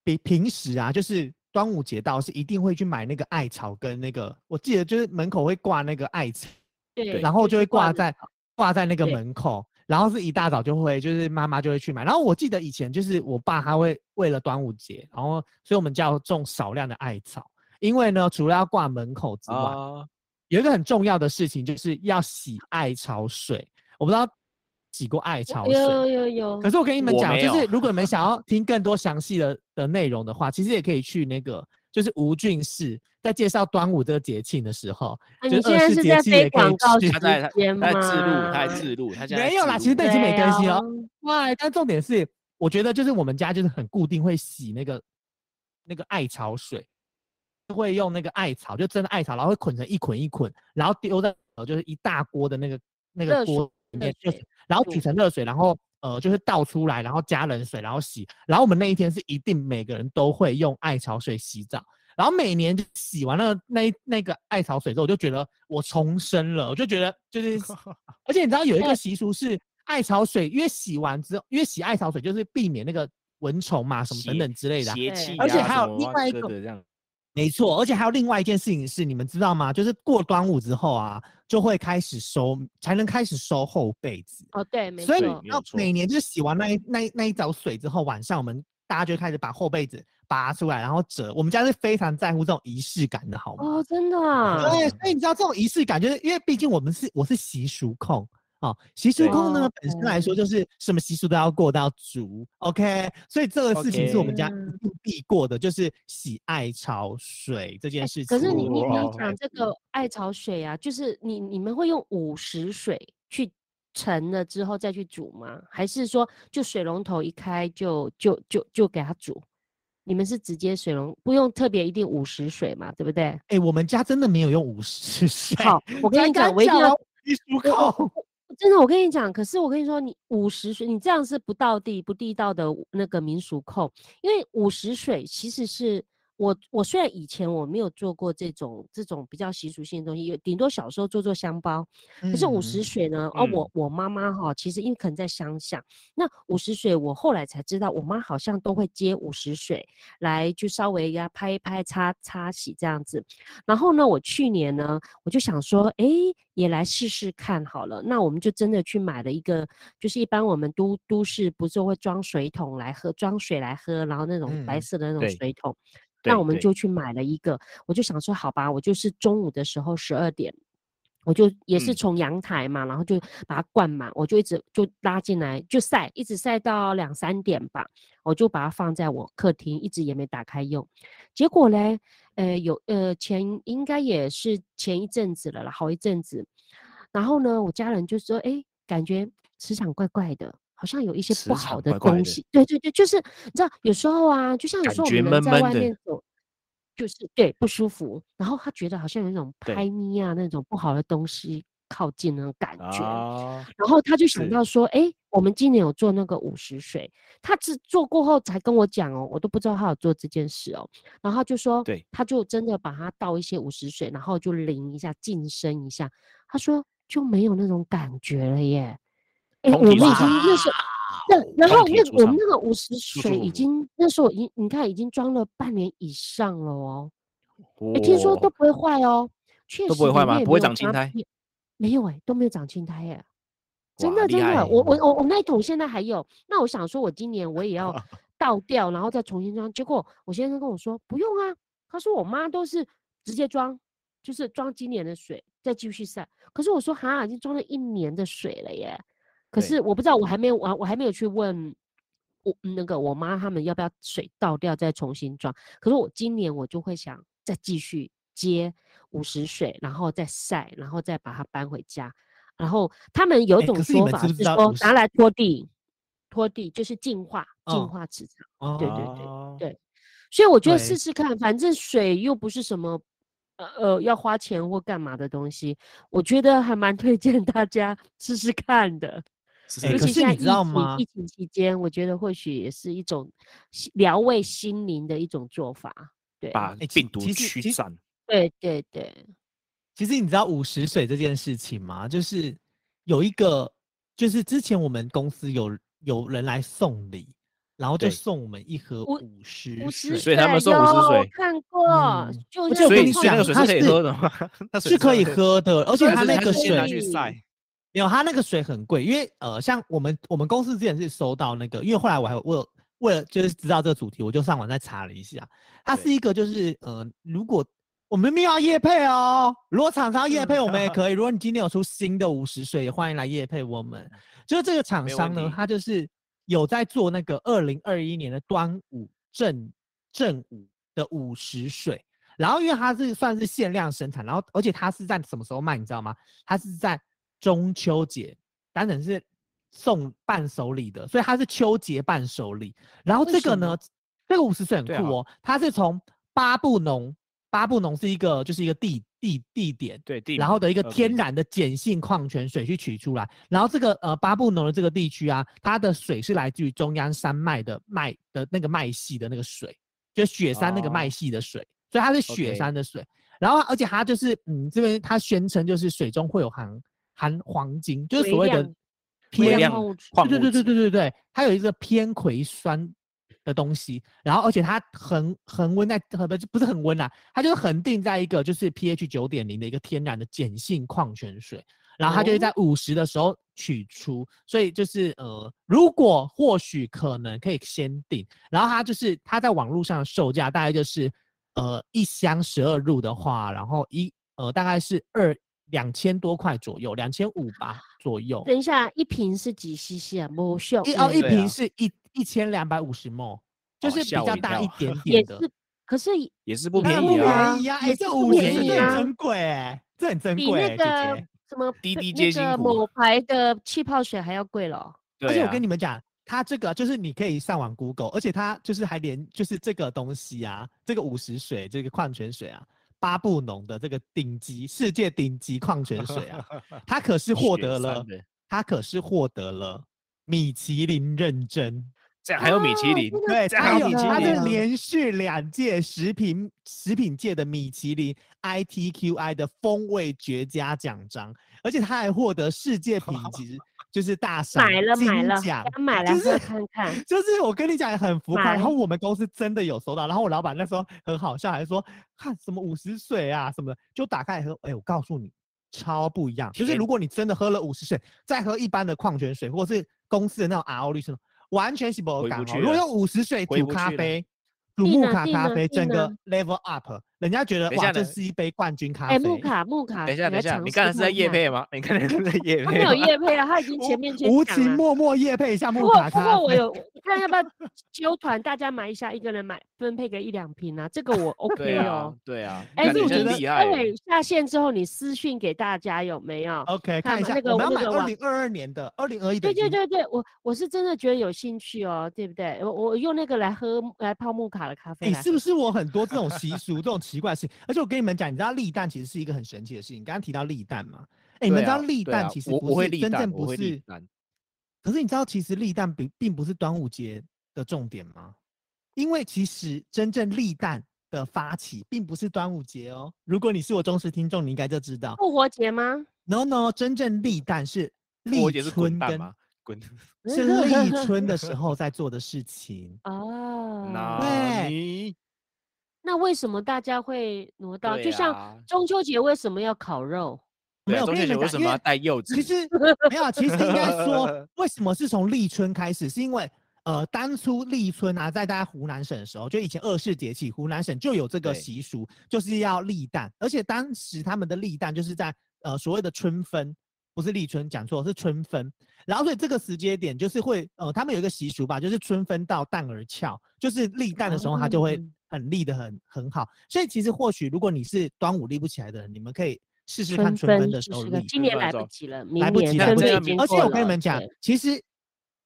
Speaker 2: 比平时啊，就是端午节到是一定会去买那个艾草跟那个，我记得就是门口会挂那个艾草，
Speaker 3: 对，
Speaker 2: 然后就会
Speaker 3: 是
Speaker 2: 挂
Speaker 3: 门
Speaker 2: 在
Speaker 3: 口
Speaker 2: 挂在那个
Speaker 3: 对
Speaker 2: 门口，然后是一大早就会，就是妈妈就会去买。然后我记得以前就是我爸他会为了端午节，然后所以我们家有种少量的艾草，因为呢，除了要挂门口之外，
Speaker 1: 啊，
Speaker 2: 有一个很重要的事情就是要洗艾草水。我不知道洗过艾草水。
Speaker 3: 有有有，啊
Speaker 2: 可是我跟你们
Speaker 1: 我
Speaker 2: 讲，
Speaker 1: 没
Speaker 2: 就是
Speaker 1: 有
Speaker 2: 如果你们想要听更多详细的的内容的话，其实也可以去那个，就是吴俊士在介绍端午这个节庆的时候，
Speaker 3: 啊
Speaker 2: 就是
Speaker 3: 你现
Speaker 2: 二
Speaker 3: 在
Speaker 2: 十
Speaker 3: 是
Speaker 2: 节
Speaker 3: 在
Speaker 2: 气
Speaker 3: 飞
Speaker 2: 也可以
Speaker 3: 广告
Speaker 2: 去
Speaker 3: 时
Speaker 1: 他在他
Speaker 3: 间吗？
Speaker 1: 他在自录，他在自录，他现在
Speaker 2: 没有啦
Speaker 1: 自
Speaker 2: 其实
Speaker 1: 录
Speaker 2: 那已经没
Speaker 3: 对
Speaker 2: 更新
Speaker 3: 啊
Speaker 1: 哦
Speaker 2: 了哇！但重点是，我觉得就是我们家就是很固定会洗那个那个艾草水，会用那个艾草，就真的艾草，然后会捆成一捆一捆，然后丢在呃就是一大锅的那个那个
Speaker 3: 热水
Speaker 2: 锅里
Speaker 3: 热
Speaker 2: 面，就
Speaker 3: 水
Speaker 2: 是然后取
Speaker 3: 煮
Speaker 2: 成热水，然后呃就是倒出来，然后加冷水，然后洗。然后我们那一天是一定每个人都会用艾草水洗澡。然后每年就洗完了那一那个艾草水之后，我就觉得我重生了，我就觉得
Speaker 1: [LAUGHS]
Speaker 2: 就是，而且你知道有一个
Speaker 3: 哎
Speaker 2: 习俗是艾草水，因为洗完之后，因为洗艾草水就是避免那个蚊虫嘛什么等
Speaker 1: 邪
Speaker 2: 等之类的啊、
Speaker 1: 邪
Speaker 3: 对
Speaker 1: 气啊，
Speaker 2: 而且还有
Speaker 1: 什么
Speaker 2: 另
Speaker 1: 哇
Speaker 2: 外一
Speaker 1: 哥
Speaker 2: 个
Speaker 1: 的这样，
Speaker 2: 没错，而且还有另外一件事情是，你们知道吗？就是过端午之后啊，就会开始收，才能开始收厚被子。
Speaker 3: 哦，对，没
Speaker 2: 所以
Speaker 1: 对
Speaker 3: 错
Speaker 1: 没
Speaker 2: 你
Speaker 1: 有
Speaker 2: 要
Speaker 1: 错
Speaker 2: 每年就是洗完那一那一那一澡水之后，晚上我们大家就开始把厚被子拔出来，然后折。我们家是非常在乎这种仪式感的，好吗？
Speaker 3: 哦，真的啊，
Speaker 1: 嗯
Speaker 2: 对，所以你知道这种仪式感，就是因为毕竟我们是我是习俗控哦，习俗控呢
Speaker 3: 哦
Speaker 2: 本身来说就是什么习俗都要过到足，OK，所以这个事情是我们家
Speaker 3: 嗯
Speaker 2: 一定必过的，就是洗艾潮水这件
Speaker 3: 哎
Speaker 2: 事情。
Speaker 3: 可是你你
Speaker 1: 哦
Speaker 3: 刚
Speaker 1: 哦
Speaker 3: 讲这个艾草水啊，就是你你们会用午时水去盛了之后再去煮吗？还是说就水龙头一开就就就就给它煮？你们是直接水龙不用特别一定午时水嘛，对
Speaker 2: [LAUGHS]
Speaker 3: 不对？
Speaker 2: 哎、我们家真的没有用五十 [LAUGHS] 水，
Speaker 3: 好，我跟你
Speaker 2: 刚
Speaker 3: 讲，我一定
Speaker 2: 讲
Speaker 3: 要
Speaker 2: 完习俗控。
Speaker 3: 真的，我跟你讲，可是我跟你说，你午时水，你这样是不到地不地道的那个民俗控，因为午时水其实是我我虽然以前我没有做过这种这种比较习俗性的东西，有顶多小时候做做香包，可是午时
Speaker 2: 嗯
Speaker 3: 水呢，哦，我我妈妈哈，其实因为可能在乡下，那午时水我后来才知道，我妈好像都会接午时水来就稍微呀拍一拍、擦擦洗这样子，然后呢，我去年呢，我就想说，诶，也来试试看好了。那我们就真的去买了一个，就是一般我们都都市不是会装水桶来喝，装水来喝，然后那种白
Speaker 2: 嗯
Speaker 3: 色的那种
Speaker 1: 对
Speaker 3: 水桶。
Speaker 1: 对
Speaker 3: 那我们
Speaker 1: 对
Speaker 3: 就去买了一个，我就想说，好吧，我就是中午的时候十二点。我就也是
Speaker 1: 嗯
Speaker 3: 从阳台嘛，然后就把它灌满，我就一直就拉进来就晒，一直晒到两三点吧，我就把它放在我客厅，一直也没打开用。结果嘞，呃，有呃前应该也是前一阵子了啦，好一阵子。然后呢，我家人就说，哎，感觉磁场怪怪的，好像有一些
Speaker 1: 磁
Speaker 3: 不好
Speaker 1: 场
Speaker 3: 的
Speaker 1: 怪怪
Speaker 3: 东
Speaker 1: 的
Speaker 3: 西。对对对，就是你知道，有时候啊，就像有
Speaker 1: 感
Speaker 3: 时候我
Speaker 1: 觉
Speaker 3: 们
Speaker 1: 闷
Speaker 3: 人在
Speaker 1: 闷
Speaker 3: 外
Speaker 1: 的
Speaker 3: 面走。就是对不舒服，然后他觉得好像有一种
Speaker 1: 对
Speaker 3: 拍咪啊那种不好的东西靠近那种感觉，
Speaker 1: 啊，
Speaker 3: 然后他就想
Speaker 1: 是
Speaker 3: 到说，哎，我们今年有做那个午时水，他只做过后才跟我讲哦，我都不知道他有做这件事哦。然后他就说，
Speaker 1: 对，
Speaker 3: 他就真的把它倒一些午时水，然后就淋一下，晋升一下。他说就没有那种感觉了耶。哎，
Speaker 1: 同
Speaker 3: 我们
Speaker 1: 体
Speaker 3: 已
Speaker 1: 舒
Speaker 3: 经
Speaker 1: 畅
Speaker 3: 那时候，对，然
Speaker 1: 钢
Speaker 3: 后
Speaker 1: 铁
Speaker 3: 那
Speaker 1: 出
Speaker 3: 我
Speaker 1: 厂
Speaker 3: 们那个五十
Speaker 1: 舒
Speaker 3: 水
Speaker 1: 舒
Speaker 3: 已
Speaker 1: 服
Speaker 3: 经那时候已经你看已经装了半年以上了哦，
Speaker 1: 我
Speaker 3: 哎，听说都不会坏哦，确实
Speaker 1: 都不会坏
Speaker 3: 里
Speaker 1: 吗
Speaker 3: 面也
Speaker 1: 不会
Speaker 3: 没有
Speaker 1: 长青
Speaker 3: 发
Speaker 1: 苔
Speaker 3: 片，没有哎，都没有长青苔哎，真
Speaker 1: 哇
Speaker 3: 的
Speaker 1: 厉
Speaker 3: 真
Speaker 1: 害
Speaker 3: 的，我我我我那一桶现在还有，那我想说我今年我也
Speaker 1: [LAUGHS]
Speaker 3: 要倒掉，然后再重新装，结果我先生跟我说不用啊，他说我妈都是直接装，就是装今年的水再继续晒，可是我说哈已经装了一年的水了耶，可
Speaker 1: 对
Speaker 3: 是我不知道我还没有我我还没有去问。我那个我妈他们要不要水倒掉再重新装？可是我今年我就会想再继续接
Speaker 2: 嗯
Speaker 3: 五十水，然后再晒，然后再把它搬回家。然后他们有
Speaker 2: 哎
Speaker 3: 种
Speaker 2: 可是你
Speaker 3: 说
Speaker 2: 们
Speaker 3: 法
Speaker 2: 知不
Speaker 3: 是
Speaker 2: 知道
Speaker 3: 说
Speaker 2: 50
Speaker 3: 拿来拖地，拖地就是净化，净
Speaker 2: 哦
Speaker 3: 化磁场。
Speaker 2: 哦
Speaker 3: 对对
Speaker 1: 哦
Speaker 3: 对所以我觉得
Speaker 2: 对
Speaker 3: 试试看，反正水又不是什么。呃呃，要花钱或干嘛的东西，我觉得还蛮推荐大家试试看的。
Speaker 2: 哎
Speaker 3: 尤
Speaker 2: 可
Speaker 3: 其
Speaker 2: 是
Speaker 3: 现在
Speaker 2: 你知道
Speaker 3: 疫情
Speaker 2: 吗
Speaker 3: 疫情期间，我觉得或许也是一种心疗慰心灵的一种做法。对，
Speaker 1: 把
Speaker 2: 哎其
Speaker 1: 病毒
Speaker 2: 其实
Speaker 1: 驱
Speaker 2: 其实
Speaker 1: 散，
Speaker 3: 对对对，
Speaker 2: 其实你知道五十水这件事情吗？就是有一个，就是之前我们公司有有人来送礼，然后就
Speaker 1: 对
Speaker 2: 送我们一盒
Speaker 3: 五
Speaker 2: 五十
Speaker 3: 五十
Speaker 2: 水，
Speaker 1: 所以他们送50
Speaker 3: 有
Speaker 1: 水
Speaker 3: 看过，
Speaker 2: 嗯
Speaker 3: 就
Speaker 2: 而且
Speaker 3: 像
Speaker 2: 我
Speaker 1: 所
Speaker 2: 跟
Speaker 1: 以
Speaker 2: 你
Speaker 1: 所以那
Speaker 2: 讲
Speaker 1: 个水
Speaker 2: 它
Speaker 1: 可以
Speaker 2: 是
Speaker 1: 喝的吗？那水
Speaker 2: 是可以
Speaker 1: 喝的，
Speaker 2: 喝的，而且
Speaker 1: 但
Speaker 2: 它
Speaker 1: 是
Speaker 2: 那
Speaker 1: 它
Speaker 2: 个
Speaker 1: 是先拿
Speaker 2: 水
Speaker 1: 去晒，
Speaker 2: 没有，它那个水很贵，因为呃，像我们我们公司之前是收到那个，因为后来我还有我有为了就是知道这个主题，我就上网再查了一下，它是
Speaker 1: 对
Speaker 2: 一个就是呃，如果我们没有要业配哦，如果厂商业配
Speaker 1: 嗯
Speaker 2: 我们
Speaker 1: [LAUGHS]
Speaker 2: 也可以，如果你今天有出新的五十水，也欢迎来业配我们。就是这个厂
Speaker 1: 嗯没有
Speaker 2: 商
Speaker 1: 问
Speaker 2: 呢
Speaker 1: 题，
Speaker 2: 它就是有在做那个二零二一年的端午正正午的午时水，然后因为它是算是限量生产，然后而且它是在什么时候卖，你知道吗？它是在中秋节，当然是送伴手礼的，所以它是秋节伴手礼。然后
Speaker 3: 为
Speaker 2: 这
Speaker 3: 什
Speaker 2: 个呢
Speaker 3: 么，
Speaker 2: 这个五十水很
Speaker 1: 对
Speaker 2: 酷
Speaker 1: 啊
Speaker 2: 哦，它是从巴布农，巴布农是一个就是一个地地地点，
Speaker 1: 对，地
Speaker 2: 然
Speaker 1: 名
Speaker 2: 后的一个
Speaker 1: OK
Speaker 2: 天然的碱性矿泉水去取出来。然后这个呃巴布农的这个地区啊，它的水是来自于中央山脉的脉的那个脉系的那个水，就是雪山那个脉
Speaker 1: 哦
Speaker 2: 系的水，所以它是雪
Speaker 1: OK
Speaker 2: 山的水。然后而且它就是嗯这边它宣称就是水中会有含含黄金，就是
Speaker 3: 微
Speaker 2: 所谓的
Speaker 3: 量
Speaker 1: 微
Speaker 2: 偏
Speaker 1: 量
Speaker 3: 矿物质
Speaker 1: 矿
Speaker 2: 对对
Speaker 1: 物
Speaker 2: 对
Speaker 1: 质
Speaker 2: 对对对对，它有一个偏葵酸的东西，然后而且它恒恒温在呃不是不是恒温啦，它就是恒定在一个就是 pH 九点零的一个天然的碱性矿泉水，然后它就会在五十的时候取出，所以就是呃，如果或许可能可以先定，然后它就是它在网络上的售价大概就是呃一箱十二入的话，然后一呃大概是二两千多块左右，两千五吧左右，
Speaker 3: 等一下，一瓶是几 CC 啊？没秀
Speaker 2: 一哦一
Speaker 1: 对
Speaker 2: 瓶
Speaker 1: 啊
Speaker 2: 是一一千两百五十 ml，就
Speaker 1: 哦
Speaker 2: 是比
Speaker 1: 吓我
Speaker 2: 较
Speaker 1: 一
Speaker 2: 大
Speaker 1: 跳
Speaker 2: 一
Speaker 1: [LAUGHS]
Speaker 2: 点
Speaker 3: 也
Speaker 2: 点的，
Speaker 3: 是，可是
Speaker 1: 也是不
Speaker 3: 那
Speaker 1: 便
Speaker 3: 不
Speaker 1: 宜啊
Speaker 3: 便宜。
Speaker 2: 呀，
Speaker 3: 也
Speaker 2: 哎，这
Speaker 3: 是
Speaker 2: 五
Speaker 3: 不
Speaker 2: 十
Speaker 3: 便宜
Speaker 2: 这
Speaker 3: 啊
Speaker 2: 很珍贵哎，这很珍
Speaker 3: 比
Speaker 2: 贵
Speaker 3: 那
Speaker 2: 哎，姐
Speaker 3: 个
Speaker 2: 姐。
Speaker 3: 什么
Speaker 1: 滴
Speaker 3: 被
Speaker 1: 滴
Speaker 3: 那
Speaker 1: 接
Speaker 3: 个
Speaker 1: 辛苦
Speaker 3: 某牌的气泡水还要贵了。
Speaker 1: 对
Speaker 2: 而且我
Speaker 1: 啊
Speaker 2: 跟你们讲，它这个就是你可以上网 Google，而且它就是还连就是这个东西啊，这个五十水这个矿泉水啊，巴布农的这个顶级世界顶级矿泉
Speaker 1: [LAUGHS]
Speaker 2: 水啊，它可是获
Speaker 1: 雪
Speaker 2: 得
Speaker 1: 山
Speaker 2: 了，
Speaker 1: 的
Speaker 2: 它可是获得了米其林认证。
Speaker 1: 这样还有米其
Speaker 3: 啊
Speaker 1: 林
Speaker 3: 真，的
Speaker 2: 对，
Speaker 1: 这样
Speaker 2: 它
Speaker 1: 还
Speaker 2: 有
Speaker 1: 米其
Speaker 2: 它
Speaker 1: 林
Speaker 2: 是
Speaker 1: 啊
Speaker 2: 连续两届食品食品界的米其林 ITQI 的风味绝佳奖章，而且它还获得世
Speaker 3: [LAUGHS]
Speaker 2: 界品质就是大赏
Speaker 3: 买了买
Speaker 2: 金
Speaker 3: 了
Speaker 2: 奖，
Speaker 3: 要买来
Speaker 2: 就
Speaker 3: 喝
Speaker 2: 是
Speaker 3: 看
Speaker 2: [LAUGHS]
Speaker 3: 看。
Speaker 2: 就是我跟你讲很浮夸，然
Speaker 3: 买
Speaker 2: 后我们公司真的有收到，然后我老板那时候很好笑，还说看什么五十水啊什么的，就打开来喝，哎、我告诉你，超不一样。就是
Speaker 1: 天
Speaker 2: 如果你真的喝了五十水，再喝一般的矿泉水或是公司的那种 RO 绿色，完全是不
Speaker 1: 回
Speaker 2: 敢
Speaker 1: 不
Speaker 2: 哦。
Speaker 1: 去
Speaker 2: 如果
Speaker 1: 了
Speaker 2: 用五十水
Speaker 1: 回
Speaker 2: 煮
Speaker 1: 不
Speaker 2: 咖
Speaker 1: 去了
Speaker 2: 啡。煮
Speaker 3: 定
Speaker 2: 木
Speaker 3: 了
Speaker 2: 卡
Speaker 3: 定
Speaker 2: 咖
Speaker 3: 了
Speaker 2: 啡，
Speaker 3: 定
Speaker 2: 整个
Speaker 3: 了
Speaker 2: level up，人家觉得
Speaker 1: 等一
Speaker 2: 哇，
Speaker 1: 下
Speaker 2: 这
Speaker 1: 呢
Speaker 2: 是一杯冠军咖
Speaker 3: 哎，
Speaker 2: 啡。
Speaker 3: 木卡木卡，
Speaker 1: 等一下，等
Speaker 3: 你来
Speaker 1: 一下，
Speaker 3: 尝
Speaker 1: 你
Speaker 3: 试
Speaker 1: 刚才是在
Speaker 3: 看
Speaker 1: 夜
Speaker 3: 看
Speaker 1: 配吗？你刚才是在夜
Speaker 3: 他
Speaker 1: 配
Speaker 3: 没
Speaker 1: 吗？
Speaker 3: 有夜配啊，他已经前
Speaker 2: 无
Speaker 3: 面先
Speaker 2: 无
Speaker 3: 讲
Speaker 2: 情
Speaker 3: 了
Speaker 2: 默默夜配一下
Speaker 3: 不
Speaker 2: 木
Speaker 3: 过
Speaker 2: 卡
Speaker 3: 不
Speaker 2: 咖啡。
Speaker 3: 过我有看要不要揪团，大家买一下，一个人买分配个一两瓶啊，这个我
Speaker 1: 对
Speaker 3: OK
Speaker 1: 啊
Speaker 3: 哦。，
Speaker 1: 对啊。
Speaker 3: 哎，
Speaker 1: 看
Speaker 2: 可
Speaker 1: 你
Speaker 2: 是
Speaker 3: 陆
Speaker 2: 我
Speaker 1: 真
Speaker 2: 觉
Speaker 3: 军，
Speaker 2: 得
Speaker 1: 厉害
Speaker 3: 待
Speaker 1: 欸，
Speaker 3: 会下线之后你私讯给大家有没有？
Speaker 2: OK，看一
Speaker 3: 看嘛
Speaker 2: 下，
Speaker 3: 那个
Speaker 2: 我们要
Speaker 3: 那
Speaker 2: 买
Speaker 3: 个
Speaker 2: 二
Speaker 3: 网
Speaker 2: 零二二年的，二零二一的
Speaker 3: 对
Speaker 2: 已经。
Speaker 3: 对对对，我我是真的觉得有兴趣哦，对不对？我我用那个来喝来泡木卡的咖啡
Speaker 2: 你
Speaker 3: 来
Speaker 2: 哎是
Speaker 3: 喝
Speaker 2: 不是我很多这种习
Speaker 1: [LAUGHS]
Speaker 2: 俗、这种奇怪的事情？而且我跟你们讲，你知道立蛋其实是一个很神奇的事情。你刚刚提到立蛋
Speaker 1: [LAUGHS]
Speaker 2: 嘛？哎、你们
Speaker 1: 对
Speaker 2: 知道
Speaker 1: 啊
Speaker 2: 立
Speaker 1: 对
Speaker 2: 蛋
Speaker 1: 啊
Speaker 2: 其实
Speaker 1: 我我
Speaker 2: 不
Speaker 1: 会
Speaker 2: 是
Speaker 1: 立
Speaker 2: 真
Speaker 1: 蛋
Speaker 2: 正
Speaker 1: 我
Speaker 2: 不
Speaker 1: 会立
Speaker 2: 是
Speaker 1: 蛋，
Speaker 2: 可是你知道其实立蛋并并不是端午节的重点吗？因为其实真正立蛋的发起并不是端午节哦。如果你是我忠实听众，你应该就知道。
Speaker 3: 复活节吗？。
Speaker 2: No No，真正立蛋是
Speaker 1: 我
Speaker 2: 立
Speaker 1: 也是滚
Speaker 2: 春
Speaker 1: 蛋
Speaker 2: 跟
Speaker 1: 嘛。滚。
Speaker 2: 是立春的时候在做的事情
Speaker 3: [LAUGHS] 哦，
Speaker 1: 那你
Speaker 3: 那为什么大家会挪到？
Speaker 1: 对
Speaker 3: 就
Speaker 1: 啊
Speaker 3: 像中秋节为什么要烤肉？
Speaker 1: 对
Speaker 2: 没
Speaker 1: 啊
Speaker 2: 有
Speaker 1: 中秋
Speaker 2: 跟你
Speaker 1: 节
Speaker 2: 们
Speaker 1: 为
Speaker 2: 讲
Speaker 1: 什
Speaker 2: 因
Speaker 1: 么
Speaker 2: 为
Speaker 1: 要戴柚子？
Speaker 2: 其实没有，啊其实应该说，为什么是从立春开始？是因为呃，当初立春啊，在大家湖南省的时候，就以前二世节气，湖南省就有这个
Speaker 1: 对
Speaker 2: 习俗，就是要立蛋，而且当时他们的立蛋就是在呃所谓的春分，不是立春，讲错是春分。然后所以这个时间点就是会呃，他们有一个习俗吧，就是春分到蛋儿俏，就是立蛋的时候它就会
Speaker 3: 哦
Speaker 2: 很立的很很好。所以其实或许如果你是端午立不起来的人，你们可以试试看
Speaker 3: 春
Speaker 2: 春分的
Speaker 3: 就
Speaker 2: 时候
Speaker 3: 是个
Speaker 2: 立。
Speaker 1: 春
Speaker 3: 今年
Speaker 1: 分的
Speaker 3: 来
Speaker 1: 时
Speaker 3: 不
Speaker 1: 候
Speaker 3: 及了，
Speaker 2: 来
Speaker 3: 明
Speaker 2: 不及
Speaker 3: 年
Speaker 2: 了，
Speaker 1: 来
Speaker 3: 春
Speaker 1: 不
Speaker 3: 分已
Speaker 1: 及
Speaker 3: 经
Speaker 1: 了
Speaker 2: 而且
Speaker 3: 过
Speaker 2: 我跟你
Speaker 3: 了
Speaker 2: 们讲
Speaker 3: 对，
Speaker 2: 其实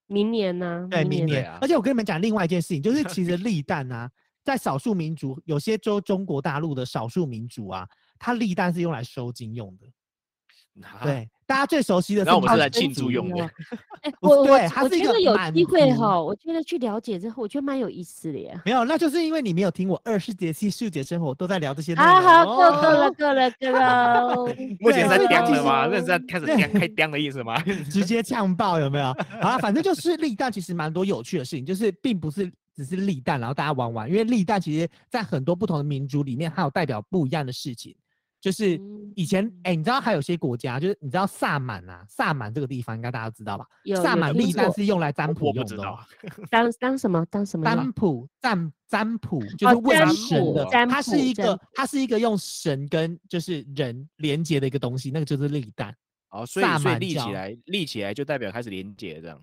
Speaker 3: 明年呢？
Speaker 2: 对明
Speaker 1: 对
Speaker 2: 年
Speaker 1: 啊，
Speaker 2: 而且我跟你们讲另外一件事情，就是其实立蛋啊，在少数民族，有些州中国大陆的少数民族啊，它立蛋是用来收金用的。 [LAUGHS]
Speaker 1: 啊，
Speaker 2: 对，大家最熟悉的，
Speaker 1: 然后我们是来
Speaker 3: 好神
Speaker 1: 庆祝
Speaker 3: 奇
Speaker 1: 用的
Speaker 3: 哦。哎，
Speaker 2: [LAUGHS] 不
Speaker 3: 我
Speaker 2: 对
Speaker 3: 我
Speaker 2: 它
Speaker 3: 我
Speaker 2: 是一
Speaker 3: 觉
Speaker 2: 个嗯
Speaker 3: 得有
Speaker 2: 满
Speaker 3: 机会
Speaker 2: 足
Speaker 3: 哈，我觉得去了解之后，我觉得蛮有意思的耶。
Speaker 2: 没有，那就是因为你没有听我二十节气、数节生活都在聊这些内容。哦
Speaker 3: 啊，好，够够了，够了，够
Speaker 2: [LAUGHS]
Speaker 3: 了。
Speaker 1: 目前是在
Speaker 2: 对
Speaker 1: 叼
Speaker 2: 啊
Speaker 1: 了吗？那是在开始
Speaker 2: 对
Speaker 1: 叼开叼的意思吗？
Speaker 2: [LAUGHS] 直接呛爆有没有？ [LAUGHS] 啊，反正就是立蛋，其实蛮多有趣的事情，就是并不是只是立蛋，然后大家玩玩，因为立蛋其实在很多不同的民族里面，它有代表不一样的事情。就是
Speaker 3: 嗯
Speaker 2: 以前，哎、你知道还有些国家，就是你知道萨满啊，萨满这个地方应该大家知道吧？
Speaker 3: 有
Speaker 2: 萨
Speaker 3: 有
Speaker 2: 满
Speaker 3: 听
Speaker 2: 立蛋
Speaker 3: 过
Speaker 2: 是用来占
Speaker 1: 我
Speaker 2: 卜
Speaker 1: 不
Speaker 2: 用
Speaker 1: 知
Speaker 2: 的哦、
Speaker 1: 道，
Speaker 3: 当当什么当什么用
Speaker 2: 占卜占占卜就是
Speaker 3: 哦
Speaker 2: 问
Speaker 3: 占
Speaker 2: 神
Speaker 1: 卜
Speaker 2: 的，
Speaker 3: 占
Speaker 2: 它是
Speaker 3: 卜
Speaker 2: 一
Speaker 3: 占
Speaker 2: 个
Speaker 3: 卜
Speaker 2: 它是一个用神跟就是人连接的一个东西，那个就是立蛋。
Speaker 1: 哦，所以
Speaker 2: 萨
Speaker 1: 所以
Speaker 2: 满
Speaker 1: 立
Speaker 2: 教
Speaker 1: 起来，立起来就代表开始连接这样。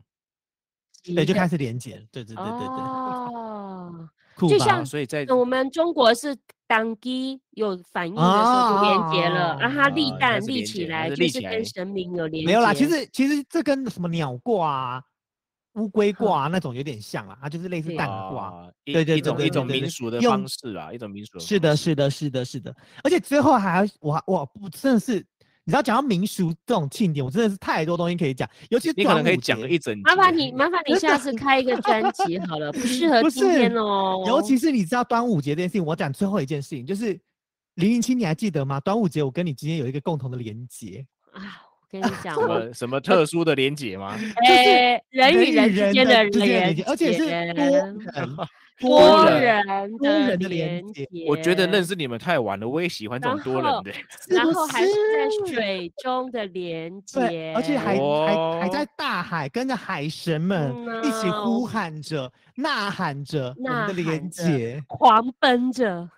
Speaker 3: 鸡
Speaker 2: 对，就
Speaker 3: 蛋
Speaker 2: 开始连接 [LAUGHS] 了，对对对对对，
Speaker 3: 哦，
Speaker 2: 酷
Speaker 3: 就
Speaker 2: 吧
Speaker 1: 啊
Speaker 3: 像
Speaker 1: 所以在
Speaker 3: 那我们中国是当机有反应的时候就连接了，让它立
Speaker 1: 哦它
Speaker 3: 蛋
Speaker 1: 是
Speaker 3: 立
Speaker 1: 连
Speaker 3: 起
Speaker 1: 结它
Speaker 3: 来，
Speaker 1: 是
Speaker 3: 就
Speaker 1: 立
Speaker 3: 是
Speaker 1: 起来
Speaker 3: 跟神明有连接。
Speaker 2: 没有啦，其实其实这跟什么鸟卦啊、乌龟卦啊那种有点像啦，它就是类似
Speaker 3: 对
Speaker 2: 蛋卦。
Speaker 1: 啊，一
Speaker 2: 对对
Speaker 1: 一种
Speaker 3: 对
Speaker 1: 一
Speaker 3: 对
Speaker 1: 种
Speaker 2: 对对
Speaker 1: 民俗的
Speaker 2: 用
Speaker 1: 方式啊啦，一种民俗的
Speaker 2: 是的，
Speaker 1: 方式
Speaker 2: 是的，是的，是的。而且最后还要我我不真的是，你知道讲到民俗这种庆典，我真的是太多东西可以讲，尤其
Speaker 1: 你可能
Speaker 2: 端
Speaker 1: 可以
Speaker 2: 午
Speaker 1: 讲
Speaker 2: 节
Speaker 1: 一整集。
Speaker 3: 麻
Speaker 2: [LAUGHS]
Speaker 3: 烦你，麻烦你
Speaker 2: 真
Speaker 3: 下
Speaker 2: 的
Speaker 3: 次开一个专辑好
Speaker 2: [LAUGHS]
Speaker 3: 了，不适合
Speaker 2: 不
Speaker 3: 今天
Speaker 2: 是
Speaker 3: 哦。
Speaker 2: 尤其是你知道端午节这件事情，我讲最后一件事情就是。零零七，你还记得吗？端午节，我跟你之间有一个共同的连结，
Speaker 3: 啊，我跟你
Speaker 2: [LAUGHS]
Speaker 3: 讲，
Speaker 1: 什
Speaker 3: 我
Speaker 1: 么什么
Speaker 3: [LAUGHS]
Speaker 1: 特殊的连结吗？
Speaker 3: 哎，人
Speaker 2: 人
Speaker 3: 与人之间的
Speaker 2: 之间
Speaker 3: 连
Speaker 2: 连
Speaker 3: 接
Speaker 2: 接，，而且是多人
Speaker 3: 多
Speaker 2: 人
Speaker 3: 人
Speaker 2: 多人的连
Speaker 3: 连
Speaker 2: 接
Speaker 1: 我觉得认
Speaker 3: 接
Speaker 1: 识你们太晚了，我也喜欢这种
Speaker 3: 然
Speaker 1: 多
Speaker 3: 后
Speaker 1: 人的。
Speaker 2: 是
Speaker 3: 然
Speaker 2: 不
Speaker 3: 后还是在
Speaker 2: 是
Speaker 3: 水中的连接
Speaker 2: 对，，而且还、还还在
Speaker 1: 哦
Speaker 2: 大海跟着海神们
Speaker 3: 嗯
Speaker 2: 一起
Speaker 3: 呐
Speaker 2: 呼喊着、呐喊着我们
Speaker 3: 呐
Speaker 2: 的连
Speaker 3: 喊着
Speaker 2: 接，
Speaker 3: 狂奔着，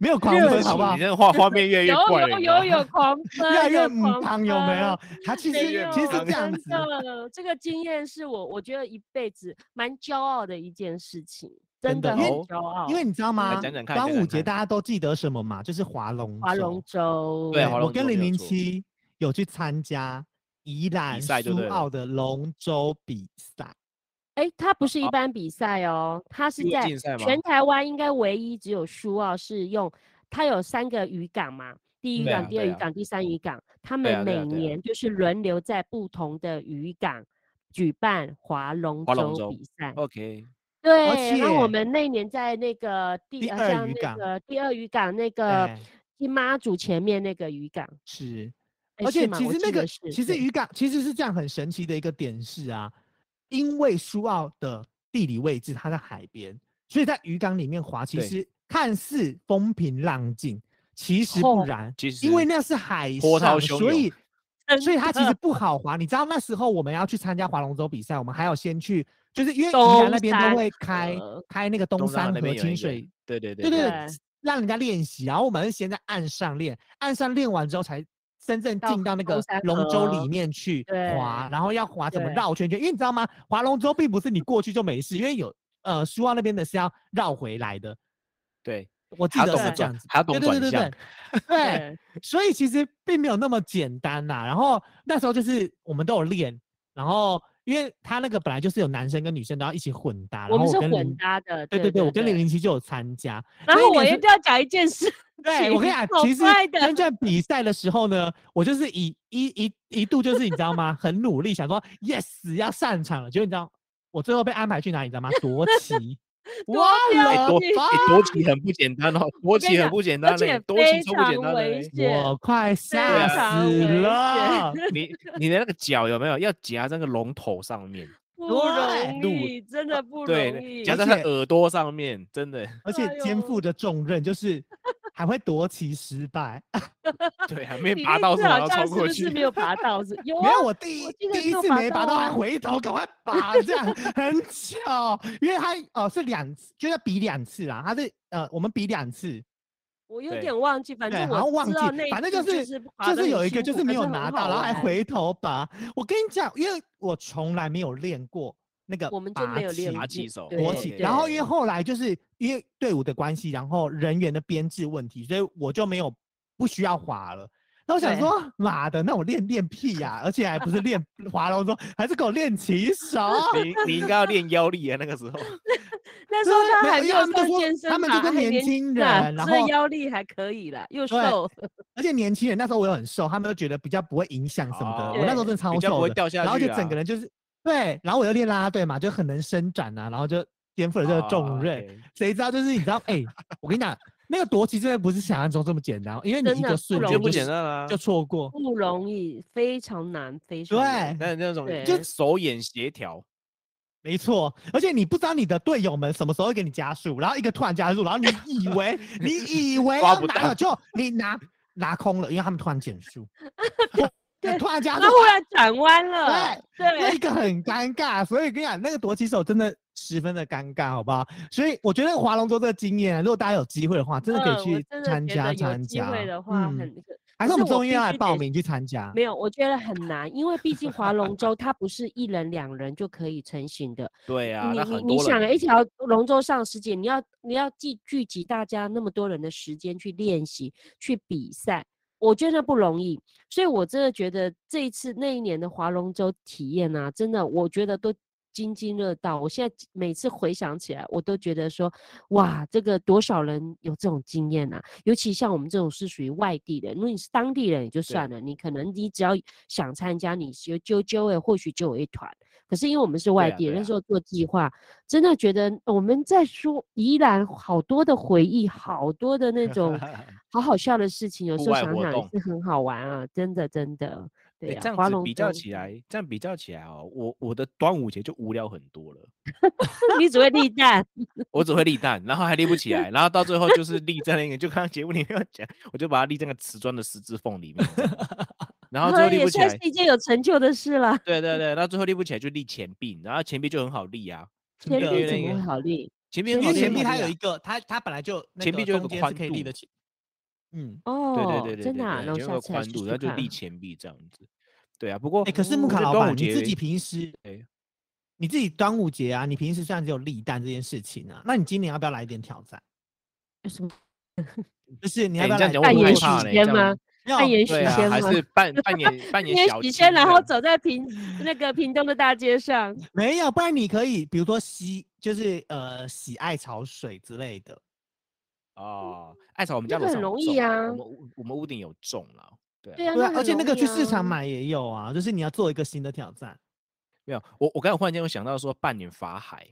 Speaker 2: 没有狂
Speaker 3: 热
Speaker 2: 奔
Speaker 3: 情
Speaker 2: 好不好
Speaker 1: 你？这画画面越来越
Speaker 3: 有
Speaker 1: 怪了，
Speaker 3: 有
Speaker 1: 你知道
Speaker 3: 有
Speaker 1: 吗
Speaker 3: 有
Speaker 1: [LAUGHS]
Speaker 3: 狂奔，
Speaker 2: 越来越
Speaker 1: 嗯
Speaker 3: 母
Speaker 2: 母汤有没有？？它其实
Speaker 3: 没有，
Speaker 2: 其实是这样
Speaker 3: 真
Speaker 2: 子，
Speaker 3: 的，这个经验是我我觉得一辈子蛮骄傲的一件事情，真
Speaker 2: 真的
Speaker 3: 的很
Speaker 1: 哦因为
Speaker 3: 骄傲。
Speaker 2: 因为你知道吗？
Speaker 1: 讲讲看
Speaker 2: 端
Speaker 1: 讲讲
Speaker 2: 午节
Speaker 1: 看
Speaker 2: 大家都记得什么嘛？就是划龙
Speaker 3: 划龙
Speaker 2: 舟。
Speaker 3: 舟，
Speaker 1: 对哦划
Speaker 2: 我
Speaker 1: 龙
Speaker 2: 跟
Speaker 1: 舟
Speaker 2: 零
Speaker 1: 没有
Speaker 2: 零
Speaker 1: 错
Speaker 2: 七有去参加宜兰
Speaker 1: 赛就
Speaker 2: 苏
Speaker 1: 对了
Speaker 2: 澳的龙舟比赛。
Speaker 3: 哎，它不是一
Speaker 1: 好
Speaker 3: 般比赛哦，它是
Speaker 1: 是
Speaker 3: 在
Speaker 1: 竞赛吗
Speaker 3: 全台湾应该唯一只有苏澳是用，它有三个渔港嘛，第一渔
Speaker 1: 对
Speaker 3: 港、
Speaker 1: 啊
Speaker 3: 第二
Speaker 1: 对
Speaker 3: 渔
Speaker 1: 啊
Speaker 3: 港、第三渔港，他
Speaker 1: 对
Speaker 3: 们
Speaker 1: 啊对啊
Speaker 3: 每
Speaker 1: 对啊
Speaker 3: 年就是轮流在不同的渔港举办划龙
Speaker 1: 划龙
Speaker 3: 舟
Speaker 1: 舟
Speaker 3: 比赛。
Speaker 1: OK，
Speaker 3: 对，然后我
Speaker 2: 且
Speaker 3: 们那一年在那个第
Speaker 2: 第
Speaker 3: 呃
Speaker 2: 二
Speaker 3: 像
Speaker 2: 渔
Speaker 3: 那
Speaker 2: 港
Speaker 3: 个第二渔港那个
Speaker 2: 对，
Speaker 3: 金妈祖前面那个渔港，
Speaker 2: 是。
Speaker 3: 哎
Speaker 2: 而
Speaker 3: 是
Speaker 2: 且
Speaker 3: 吗
Speaker 2: 其
Speaker 3: 我
Speaker 2: 实
Speaker 3: 记
Speaker 2: 那
Speaker 3: 得
Speaker 2: 个
Speaker 3: 是
Speaker 2: 其实
Speaker 3: 对
Speaker 2: 渔港其实是这样很神奇的一个点是啊，因为苏澳的地理位置它在海边，所以在渔港里面划，其
Speaker 1: 对
Speaker 2: 实看似风平浪静，其实
Speaker 3: 哦
Speaker 2: 不然，
Speaker 1: 其
Speaker 2: 因为
Speaker 1: 实
Speaker 2: 那是海
Speaker 1: 波涛
Speaker 2: 上，
Speaker 1: 汹
Speaker 2: 所
Speaker 1: 涌
Speaker 2: 以所以它其
Speaker 3: 真
Speaker 2: 实
Speaker 3: 的
Speaker 2: 不好划。你知道那时候我们要去参加划龙舟比赛，我们还要先去，就是因为宜
Speaker 3: 东
Speaker 2: 兰那边
Speaker 3: 山
Speaker 2: 都会开
Speaker 3: 河
Speaker 2: 开那个东
Speaker 1: 山
Speaker 2: 山
Speaker 1: 那
Speaker 2: 河
Speaker 1: 边有一
Speaker 2: 清
Speaker 1: 个
Speaker 2: 水，
Speaker 1: 对对对
Speaker 2: 对对
Speaker 3: 对，
Speaker 2: 让人家练习，然后我们是先在岸上练，岸上练完之后才真正
Speaker 3: 到
Speaker 2: 进到那
Speaker 3: 东
Speaker 2: 个
Speaker 3: 山
Speaker 2: 龙舟
Speaker 3: 河
Speaker 2: 里面去划
Speaker 3: 对，
Speaker 2: 然后要划怎么
Speaker 3: 对
Speaker 2: 绕圈圈，因为你知道吗？划龙舟并不是你过去就没事，因为有呃苏澳那边的是要绕回来的，
Speaker 1: 对，
Speaker 2: 我记
Speaker 1: 还要
Speaker 2: 得
Speaker 1: 懂
Speaker 2: 是
Speaker 1: 得
Speaker 2: 这样
Speaker 1: 转
Speaker 2: 子，。
Speaker 1: 还要懂
Speaker 2: 对
Speaker 1: 得
Speaker 2: 对
Speaker 1: 转
Speaker 2: 对对
Speaker 1: 向
Speaker 2: 对，对，所以其实并没有那么简单呐、然后那时候就是我们都有练，然后因为他那个本来就是有男生跟女生都要一起混搭，然
Speaker 3: 我
Speaker 2: 后
Speaker 3: 们是
Speaker 2: 跟
Speaker 3: 混
Speaker 2: 零，
Speaker 3: 搭的，
Speaker 2: 对
Speaker 3: 对
Speaker 2: 对对，我跟零零七就有参加，
Speaker 3: 然
Speaker 2: 那
Speaker 3: 后
Speaker 2: 一
Speaker 3: 我
Speaker 2: 年
Speaker 3: 一
Speaker 2: 是
Speaker 3: 定要讲一件事，
Speaker 2: 对，我跟你讲，
Speaker 3: 好
Speaker 2: 其实
Speaker 3: 快的
Speaker 2: 真正比赛的时候呢，我就是一一一一度就是你知道吗？很
Speaker 3: [LAUGHS]
Speaker 2: 努力想说 yes 要上场了，结果你知道我最后被安排去哪里，你知道吗？夺旗。哇
Speaker 1: 哎
Speaker 2: 了
Speaker 1: 夺
Speaker 3: 你
Speaker 2: 吧
Speaker 1: 哎夺旗很不简单哦，夺
Speaker 3: 跟
Speaker 1: 旗
Speaker 3: 你
Speaker 1: 很
Speaker 3: 讲
Speaker 1: 不简单
Speaker 3: 而
Speaker 1: 嘞
Speaker 3: 且，
Speaker 1: 夺
Speaker 3: 非
Speaker 1: 旗超不简
Speaker 3: 常
Speaker 1: 单
Speaker 3: 危
Speaker 1: 嘞。
Speaker 3: 险
Speaker 2: 我快吓
Speaker 3: 常
Speaker 2: 死
Speaker 3: 危险
Speaker 2: 了！
Speaker 1: 你你的那个脚有没有要夹在那个龙头上面？
Speaker 3: 不
Speaker 2: 对
Speaker 3: 容
Speaker 1: 路
Speaker 3: 易，真的不容易。
Speaker 1: 对，夹在他耳朵上面，真的，
Speaker 2: 而且
Speaker 3: 哎
Speaker 2: 肩负
Speaker 3: 呦
Speaker 2: 着重任，就是还会夺旗失败。 [LAUGHS]
Speaker 1: 对，还没
Speaker 3: 你
Speaker 1: 拔
Speaker 3: 那
Speaker 1: 到
Speaker 3: 次
Speaker 1: 手，然
Speaker 3: 好
Speaker 1: 后
Speaker 3: 像
Speaker 1: 冲
Speaker 3: 是
Speaker 1: 过
Speaker 3: 不是
Speaker 1: 去。
Speaker 3: 没有拔到，是有
Speaker 2: 没
Speaker 3: 啊
Speaker 2: 有，，我第一
Speaker 3: 我记得
Speaker 2: 第
Speaker 3: 你
Speaker 2: 一
Speaker 3: 有
Speaker 2: 次
Speaker 3: 拔
Speaker 2: 没
Speaker 3: 到
Speaker 2: 拔到，还
Speaker 3: 啊
Speaker 2: 回头赶快拔，这样很巧，因为他哦是两次，就要比两次啦，他是呃我们比两次，
Speaker 3: 我有
Speaker 1: 对
Speaker 3: 点忘记，反
Speaker 2: 对，
Speaker 3: 正
Speaker 2: 好像
Speaker 3: 我
Speaker 2: 忘
Speaker 3: 知
Speaker 2: 记
Speaker 3: 道那，一
Speaker 2: 反正是
Speaker 3: 次是
Speaker 2: 就
Speaker 3: 就是
Speaker 2: 有一个就是没有拿到，然后还。回头拔。我跟你讲，因为我从来没有练过那个
Speaker 3: 我们就
Speaker 2: 拔
Speaker 3: 没有练
Speaker 2: 旗
Speaker 1: 拔
Speaker 3: 过
Speaker 1: 旗手
Speaker 2: 国
Speaker 3: 对
Speaker 2: 旗。
Speaker 3: 对
Speaker 2: 然后因为后来就是因为队伍的关系，然后人员的编制问题，所以我就没有不需要滑了。那我想
Speaker 3: 对
Speaker 2: 说，妈的，那我练练屁呀、而且还不是练滑龙舟，还是给我练骑手。
Speaker 1: 你你应该要练腰力啊，那个时候
Speaker 3: [LAUGHS] 那时候他还没有
Speaker 2: 他们就
Speaker 3: 上
Speaker 2: 说
Speaker 3: 健身
Speaker 2: 他们就
Speaker 3: 房
Speaker 2: 跟
Speaker 3: 还
Speaker 2: 年轻
Speaker 3: 啊
Speaker 2: 人然
Speaker 3: 所以
Speaker 2: 后
Speaker 3: 腰力还可以啦，又
Speaker 2: 对
Speaker 3: 瘦，
Speaker 2: 而且年轻人那时候我又很瘦，他们都觉得比较不会影响什么的。
Speaker 1: 哦
Speaker 2: 我那时候真的超
Speaker 1: 比较不
Speaker 2: 瘦
Speaker 1: 会
Speaker 2: 的，
Speaker 1: 掉下去。啊
Speaker 2: 然后就整个，人就是对，然后我又练啦啦队嘛，就很能伸展啊，然后就肩负了这个重任。
Speaker 1: 啊，OK
Speaker 2: 谁知道就是你知道，哎、我跟你讲，那个夺旗真的不是想象中这么简单，哦因为你
Speaker 3: 真
Speaker 2: 一
Speaker 3: 的
Speaker 2: 个
Speaker 3: 不
Speaker 2: 瞬
Speaker 3: 容
Speaker 2: 间
Speaker 1: 就
Speaker 3: 易
Speaker 1: 不
Speaker 2: 就
Speaker 1: 简
Speaker 2: 是
Speaker 1: 单啊。
Speaker 2: 就错过。
Speaker 3: 不容易，非常难，非常难
Speaker 2: 对，
Speaker 1: 但是那种
Speaker 3: 对
Speaker 1: 就手眼协调，
Speaker 2: 没错，而且你不知道你的队友们什么时候会给你加速，然后一个突然加速，然后你以为你以为
Speaker 1: 抓
Speaker 2: 要
Speaker 1: 不
Speaker 2: 拿
Speaker 1: 到
Speaker 2: 了就你拿拿空了，因为他们突然减速，[LAUGHS]
Speaker 3: 对
Speaker 2: 突然加
Speaker 3: 他
Speaker 2: 速，
Speaker 3: 忽然转弯了，
Speaker 2: 那
Speaker 3: 对
Speaker 2: 一个很尴尬， [LAUGHS] 所以跟你讲，那个夺旗手真的十分的尴尬，好不好？所以我觉得划龙舟这个经验啊，如果大家有机会的话，真的可
Speaker 3: 嗯
Speaker 2: 以
Speaker 3: 我
Speaker 2: 去
Speaker 3: 真的
Speaker 2: 参
Speaker 3: 觉
Speaker 2: 加
Speaker 3: 得有
Speaker 2: 参
Speaker 3: 机
Speaker 2: 加。
Speaker 3: 会的话
Speaker 2: 嗯啊
Speaker 3: 很。
Speaker 2: 还是
Speaker 3: 可
Speaker 2: 我
Speaker 3: 是
Speaker 2: 们
Speaker 3: 我
Speaker 2: 终于
Speaker 3: 必
Speaker 2: 要来
Speaker 3: 须
Speaker 2: 报
Speaker 3: 得
Speaker 2: 名去参加。
Speaker 3: 没有，我觉得很难，因为毕竟划龙舟它不是一人两人就可以成型的，
Speaker 1: 对啊，
Speaker 3: 你
Speaker 1: 那
Speaker 3: 你
Speaker 1: 很
Speaker 3: 你
Speaker 1: 多
Speaker 3: 想啊，
Speaker 1: 人
Speaker 3: 一条龙舟上十姐，你要你要聚聚集大家那么多人的时间去练习、去比赛，我觉得不容易。所以我真的觉得这一次那一年的划龙舟体验啊，真的我觉得都津津乐道。我现在每次回想起来，我都觉得说，哇，这个多少人有这种经验啊？尤其像我们这种是属于外地人，如果你是当地人也就算了，你可能你只要想参加，你就就就会或许就有一团。可是因为我们是外
Speaker 1: 啊
Speaker 3: 地人，
Speaker 1: 对
Speaker 3: 那
Speaker 1: 啊
Speaker 3: 时候做计划，真的觉得我们在说宜兰好多的回忆，好多的
Speaker 1: [LAUGHS]
Speaker 3: 那种好好笑的事情，有时
Speaker 1: 户
Speaker 3: 候
Speaker 1: 外
Speaker 3: 想
Speaker 1: 活
Speaker 3: 想也
Speaker 1: 动
Speaker 3: 是很好玩啊，真的真的。对
Speaker 1: 哎
Speaker 3: 呀、
Speaker 1: 这
Speaker 3: 划
Speaker 1: 样子
Speaker 3: 龙
Speaker 1: 比较
Speaker 3: 舟 [LAUGHS]
Speaker 1: 起，来，这样比较起来哦，我我的端午节就无聊很多了。
Speaker 3: 你只会立蛋，
Speaker 1: 我只会立蛋，然后还立不起来，然后到最后就是立在那个，就刚刚节目里面有讲，我就把它立在那个瓷砖的十字缝里面这
Speaker 2: [LAUGHS]
Speaker 1: 样，然后最后立
Speaker 3: 也
Speaker 1: 不起
Speaker 3: 算
Speaker 1: 来
Speaker 3: 是，一件有成就的事了。
Speaker 1: 对
Speaker 2: 嗯
Speaker 1: 对对，那最后立不起来就立钱币，然后钱币就很好立啊，
Speaker 3: 天
Speaker 1: 的
Speaker 3: 地
Speaker 1: 那
Speaker 3: 怎么
Speaker 1: 个
Speaker 3: 会好立？
Speaker 1: 钱币
Speaker 2: 因
Speaker 1: 很好
Speaker 2: 为
Speaker 3: 好
Speaker 1: 立
Speaker 2: 钱
Speaker 1: 啊
Speaker 2: 币它
Speaker 1: 对
Speaker 2: 有
Speaker 1: 啊
Speaker 2: 一个，它它本来就那
Speaker 1: 钱
Speaker 2: 个
Speaker 1: 币就有一
Speaker 2: 中
Speaker 1: 个
Speaker 2: 间
Speaker 1: 宽
Speaker 2: 是可以立
Speaker 1: 度
Speaker 2: 得起。嗯，
Speaker 3: 哦，
Speaker 1: 对对对对对
Speaker 3: 真的、啊，
Speaker 1: 对，
Speaker 3: 那我
Speaker 1: 就有
Speaker 3: 下
Speaker 1: 个
Speaker 3: 次来
Speaker 1: 宽
Speaker 3: 试
Speaker 1: 度，
Speaker 3: 试
Speaker 1: 然后就
Speaker 3: 看。
Speaker 1: 立钱币这样子，对啊，不过
Speaker 2: 哎、可是木
Speaker 1: 我觉
Speaker 2: 卡
Speaker 1: 得
Speaker 2: 老
Speaker 1: 端午
Speaker 2: 板，你自
Speaker 1: 节
Speaker 2: 己平时
Speaker 1: 对
Speaker 2: 你自己端午节啊，你平时虽然只有立蛋这件事情啊，那你今年要不要来一点挑战？
Speaker 3: 有 [LAUGHS] 什么
Speaker 2: 就是你
Speaker 1: 哎
Speaker 2: 要不要
Speaker 1: 你这
Speaker 2: 来
Speaker 1: 样讲我很
Speaker 3: 扮
Speaker 1: 害
Speaker 2: 扮演
Speaker 3: 演许
Speaker 1: 怕嘞
Speaker 3: 仙
Speaker 1: 这样
Speaker 3: 吗？
Speaker 2: 要
Speaker 3: 扮演许
Speaker 1: 对啊，
Speaker 3: 仙
Speaker 1: 还
Speaker 3: 吗？
Speaker 1: 是扮扮演扮
Speaker 2: [LAUGHS]
Speaker 1: 演
Speaker 3: 扮演
Speaker 1: 小
Speaker 3: 许
Speaker 1: 鸡
Speaker 3: 仙，然
Speaker 1: 这
Speaker 3: 后
Speaker 1: 样
Speaker 3: 走在平那个屏东的大街上。
Speaker 2: 没有，不然你可以比如说喜，就是呃喜爱潮水之类的。
Speaker 1: 哦，艾草我们
Speaker 3: 那
Speaker 1: 家楼
Speaker 3: 个
Speaker 1: 上
Speaker 3: 很
Speaker 1: 有
Speaker 3: 容易
Speaker 1: 种
Speaker 3: 啊
Speaker 1: 我们屋我们屋顶有种了，对啊
Speaker 3: 对啊，
Speaker 2: 对、啊，
Speaker 3: 很
Speaker 2: 而且那
Speaker 3: 容
Speaker 2: 个
Speaker 3: 易
Speaker 2: 去市
Speaker 3: 啊
Speaker 2: 场买也有啊，就是你要做一个新的挑战。
Speaker 1: 没有，我我刚才忽然间有想到说扮演法海，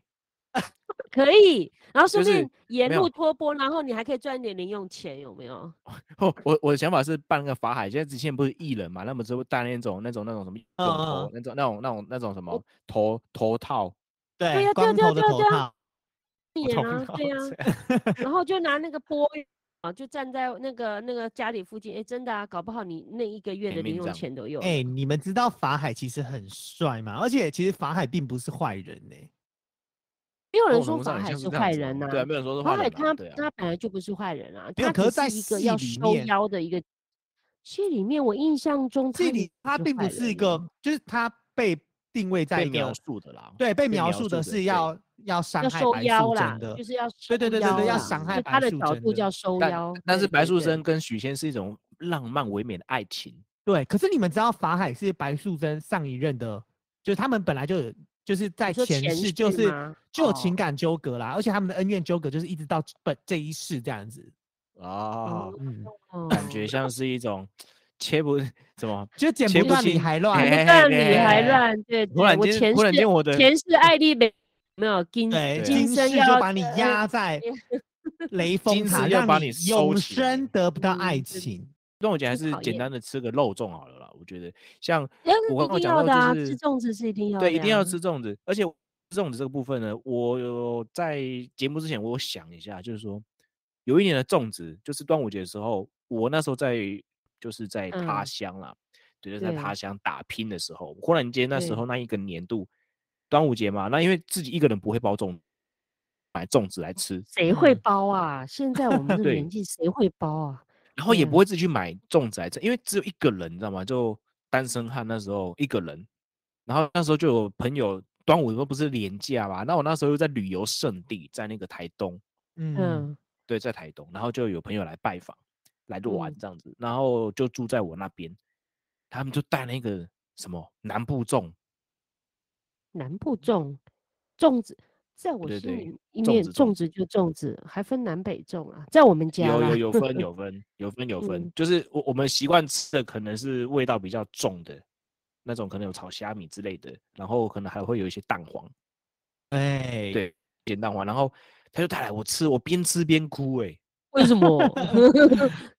Speaker 3: 可以，然后顺
Speaker 1: 就
Speaker 3: 便
Speaker 1: 是
Speaker 3: 沿
Speaker 1: 没
Speaker 3: 路
Speaker 1: 有
Speaker 3: 托钵，然后你还可以赚一点零用钱，有没有？
Speaker 1: 我哦我我的想法是扮那个法海，现在之前不是艺人嘛，那么就戴那种那种那种什么
Speaker 2: 嗯
Speaker 1: 泳
Speaker 2: 嗯
Speaker 1: 头
Speaker 2: 嗯，
Speaker 1: 那种那种那种那种什么头头套，
Speaker 2: 对，
Speaker 3: 对啊对啊
Speaker 2: 光
Speaker 3: 对啊
Speaker 2: 头的
Speaker 3: 对啊
Speaker 2: 头
Speaker 3: 对啊
Speaker 2: 套。
Speaker 3: 演啊，对啊，然后就拿那个钵啊，就站在那个那个家里附近，哎，真的啊，搞不好你那一个月
Speaker 1: 哎
Speaker 3: 的
Speaker 1: 命
Speaker 3: 零用
Speaker 1: 账
Speaker 3: 钱都有了。
Speaker 2: [LAUGHS] 哎、你们知道法海其实很帅吗？而且其实法海并不是坏人呢、
Speaker 3: 没有
Speaker 1: 有
Speaker 3: 人说法海是坏人呐、
Speaker 1: 对啊，没有人说是
Speaker 3: 法
Speaker 1: 坏
Speaker 3: 海
Speaker 1: 人
Speaker 3: 他
Speaker 1: 啊，对啊，
Speaker 3: 他本来就不是坏人啊，
Speaker 2: 没有
Speaker 3: 他
Speaker 2: 可
Speaker 3: 只
Speaker 2: 是在
Speaker 3: 是一个要
Speaker 2: 戏里
Speaker 3: 收
Speaker 2: 面
Speaker 3: 腰的一个。戏里面我印象中他
Speaker 2: 这
Speaker 3: 也
Speaker 2: 里他并不
Speaker 3: 坏
Speaker 2: 是一
Speaker 3: 人
Speaker 2: 个
Speaker 3: 啊，
Speaker 2: 就是他被定位在
Speaker 1: 被
Speaker 2: 一
Speaker 1: 描
Speaker 2: 个
Speaker 1: 述的啦，
Speaker 2: 对被
Speaker 1: 被
Speaker 2: 描
Speaker 1: 描
Speaker 2: 述
Speaker 1: 述
Speaker 2: 的
Speaker 1: 的
Speaker 2: 是
Speaker 1: 对
Speaker 2: 要要伤
Speaker 3: 要
Speaker 2: 害
Speaker 3: 收
Speaker 2: 白
Speaker 3: 腰
Speaker 2: 素
Speaker 3: 啦
Speaker 2: 贞的，，
Speaker 3: 就是要
Speaker 2: 对对对
Speaker 3: 收
Speaker 2: 对对，
Speaker 3: 腰
Speaker 2: 要
Speaker 3: 啦
Speaker 2: 伤
Speaker 3: 就
Speaker 2: 害
Speaker 3: 他
Speaker 2: 白
Speaker 3: 的
Speaker 2: 素
Speaker 3: 角
Speaker 2: 贞
Speaker 3: 度
Speaker 2: 的
Speaker 3: 叫。收腰
Speaker 1: 但，但是
Speaker 3: 对
Speaker 1: 白
Speaker 3: 对
Speaker 1: 素
Speaker 3: 对
Speaker 1: 贞跟许仙是一种浪漫唯美的爱情，
Speaker 2: 对，可是你们知道法海是白素贞上一任的，就是他们本来就有，就是在
Speaker 3: 你说
Speaker 2: 前
Speaker 3: 前
Speaker 2: 世就
Speaker 3: 世
Speaker 2: 是
Speaker 3: 吗
Speaker 2: 就有
Speaker 3: 哦
Speaker 2: 情感纠葛啦，而且他们的恩怨纠葛就是一直到本这一世这样子，
Speaker 1: 啊，
Speaker 2: 嗯，
Speaker 1: 感觉
Speaker 3: 哦
Speaker 1: 像是一种切不 [LAUGHS] 什么，
Speaker 2: 就剪
Speaker 1: 切
Speaker 2: 不
Speaker 1: 不
Speaker 2: 断理
Speaker 1: 清
Speaker 2: 还
Speaker 3: 不
Speaker 2: 乱，
Speaker 1: 哎
Speaker 3: 但你还
Speaker 2: 对
Speaker 3: 乱，对，
Speaker 1: 忽
Speaker 3: 对
Speaker 1: 然
Speaker 3: 我
Speaker 1: 间
Speaker 3: 前
Speaker 1: 忽然
Speaker 3: 世
Speaker 1: 间我的
Speaker 3: 前世艾丽美没有今
Speaker 1: 啊
Speaker 2: 对，
Speaker 3: 今
Speaker 2: 今世
Speaker 3: 生
Speaker 2: 就
Speaker 3: 要
Speaker 2: 把你
Speaker 3: 呃 [LAUGHS]
Speaker 2: 压在雷峰
Speaker 1: 今
Speaker 2: 塔，
Speaker 1: 世要
Speaker 2: 让
Speaker 1: 把你
Speaker 2: 你
Speaker 1: 收
Speaker 2: 永
Speaker 1: 起来
Speaker 2: 生得不到
Speaker 3: 嗯
Speaker 2: 爱
Speaker 3: 对
Speaker 2: 情。
Speaker 1: 端午节还是
Speaker 3: 讨
Speaker 1: 简
Speaker 3: 厌
Speaker 1: 单的吃个肉粽好了啦。我觉得像
Speaker 3: 哎
Speaker 1: 我刚刚
Speaker 3: 那一定
Speaker 1: 讲
Speaker 3: 要的
Speaker 1: 到
Speaker 3: 啊，
Speaker 1: 就是
Speaker 3: 吃粽子是一定要的、啊
Speaker 1: 对，一定要。吃粽子。而且粽子这个部分呢，我有在节目之前我有想一下，就是说有一年的粽子，就是端午节的时候，我那时候在就是在他
Speaker 3: 嗯
Speaker 1: 乡啦，对，就是在他
Speaker 3: 对
Speaker 1: 乡打拼的时候，忽然间那时
Speaker 3: 对
Speaker 1: 候那一个年度端午节嘛，那因为自己一个人不会包粽，买粽子来吃，
Speaker 3: 谁会
Speaker 2: 嗯
Speaker 3: 包啊？现在我们这个
Speaker 1: 对
Speaker 3: 年纪，谁会包啊？
Speaker 1: 然后也
Speaker 3: 对
Speaker 1: 不会自己去买粽子来吃，因为只有一个人，你知道吗？就单身汉那时候一个人，然后那时候就有朋友端午都不是廉价嘛，那我那时候又在旅游胜地，在那个台东，
Speaker 2: 嗯，
Speaker 3: 嗯，
Speaker 1: 对，在台东，然后就有朋友来拜访来玩
Speaker 3: 嗯
Speaker 1: 这样子，然后就住在我那边，他们就带那个什么南部粽，
Speaker 3: 南部粽，粽子，在我
Speaker 1: 对
Speaker 3: 心
Speaker 1: 对
Speaker 3: 里里
Speaker 1: 粽
Speaker 3: 面，
Speaker 1: 子粽
Speaker 3: 粽子就粽子，还分南北粽啊，在我们家
Speaker 1: 有
Speaker 3: 啦
Speaker 1: 有有分有分有分有分
Speaker 3: 嗯，
Speaker 1: 就是我我们习惯吃的可能是味道比较重的那种，可能有炒虾米之类的，然后可能还会有一些蛋黄。
Speaker 2: 对
Speaker 1: 对简蛋黄，然后他就带来我吃，我边吃边哭、欸，
Speaker 3: 为什么？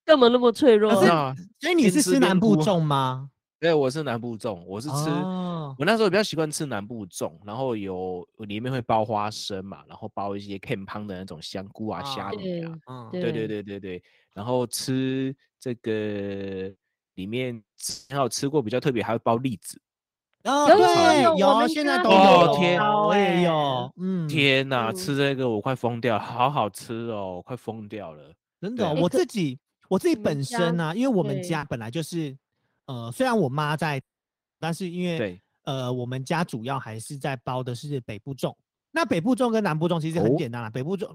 Speaker 3: 干嘛那么脆弱
Speaker 1: 哎，
Speaker 2: 是？
Speaker 1: 那
Speaker 2: 哦所以你
Speaker 1: 边
Speaker 2: 是
Speaker 1: 吃
Speaker 2: 吃
Speaker 1: 边
Speaker 2: 南部
Speaker 1: 哭
Speaker 2: 粽吗？
Speaker 1: 对，我是南部粽，我是吃，
Speaker 2: 哦
Speaker 1: 我那时候比较习惯吃南部粽，然后有里面会包花生嘛，然后包一些 c a n 的那种香菇啊、虾
Speaker 2: 啊
Speaker 1: 米
Speaker 3: 对
Speaker 1: 啊，
Speaker 2: 嗯，
Speaker 3: 对
Speaker 1: 对对对对对，然后吃这个里面吃还有吃过比较特别，还会包栗子，
Speaker 2: 哦，
Speaker 3: 有
Speaker 2: 对，
Speaker 3: 有有我们
Speaker 2: 现在
Speaker 3: 家
Speaker 2: 都
Speaker 1: 也
Speaker 2: 有
Speaker 1: 有哦天
Speaker 3: 包
Speaker 2: 我也
Speaker 3: 哎
Speaker 2: 有，嗯，
Speaker 1: 天呐，
Speaker 3: 嗯
Speaker 1: 吃这个我快疯掉了，好好吃哦，快疯掉了，
Speaker 2: 真的
Speaker 1: 对
Speaker 2: 哦，
Speaker 1: 哎
Speaker 2: 我
Speaker 3: 可
Speaker 2: 自己我自己
Speaker 3: 你们
Speaker 2: 本
Speaker 3: 家
Speaker 2: 身呢、啊，因为我们
Speaker 3: 对
Speaker 2: 家本来就是，呃，虽然我妈在，但是因为
Speaker 1: 对，
Speaker 2: 呃，我们家主要还是在包的是北部粽。那北部粽跟南部粽其实很
Speaker 1: 哦
Speaker 2: 简单啦，北部粽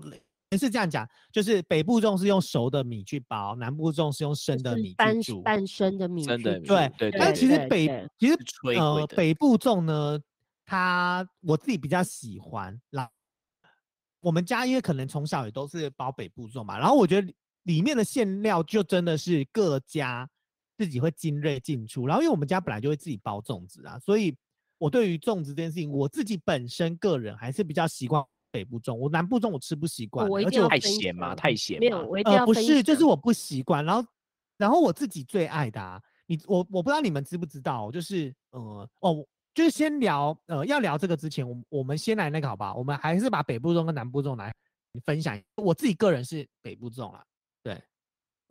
Speaker 2: 是这样讲，就是北部粽是用熟的米去包，南部粽是用生的
Speaker 3: 就是
Speaker 2: 米
Speaker 3: 半
Speaker 2: 去煮。
Speaker 3: 半生的米
Speaker 1: 真的
Speaker 3: 去
Speaker 1: 对
Speaker 2: 对
Speaker 1: 对
Speaker 2: 但其实
Speaker 3: 对
Speaker 2: 北
Speaker 3: 对
Speaker 2: 其实
Speaker 1: 是吹
Speaker 2: 呃
Speaker 1: 鬼的，
Speaker 2: 北部粽呢，它我自己比较喜欢啦。我们家因为可能从小也都是包北部粽嘛，然后我觉得里里面的馅料就真的是各家自己会精锐进出，然后因为我们家本来就会自己包粽子啊，所以我对于粽子这件事情，我自己本身个人还是比较习惯北部粽，我南部粽我吃不习惯，
Speaker 3: 我一
Speaker 2: 而
Speaker 3: 定
Speaker 2: 且
Speaker 3: 要
Speaker 2: 我
Speaker 1: 太
Speaker 3: 分
Speaker 1: 咸嘛，
Speaker 3: 享
Speaker 1: 太咸
Speaker 3: 没
Speaker 1: 嘛
Speaker 3: 有，，我一定
Speaker 2: 呃
Speaker 3: 要
Speaker 2: 不
Speaker 3: 分
Speaker 2: 是，就是
Speaker 3: 享
Speaker 2: 我不习惯，然后然后我自己最爱的、啊，你我我不知道你们知不知道，就是呃哦。就是先聊，呃，要聊这个之前，我们我们先来那个好不好？我们还是把北部粽跟南部粽来分享。我自己个人是北部粽啦，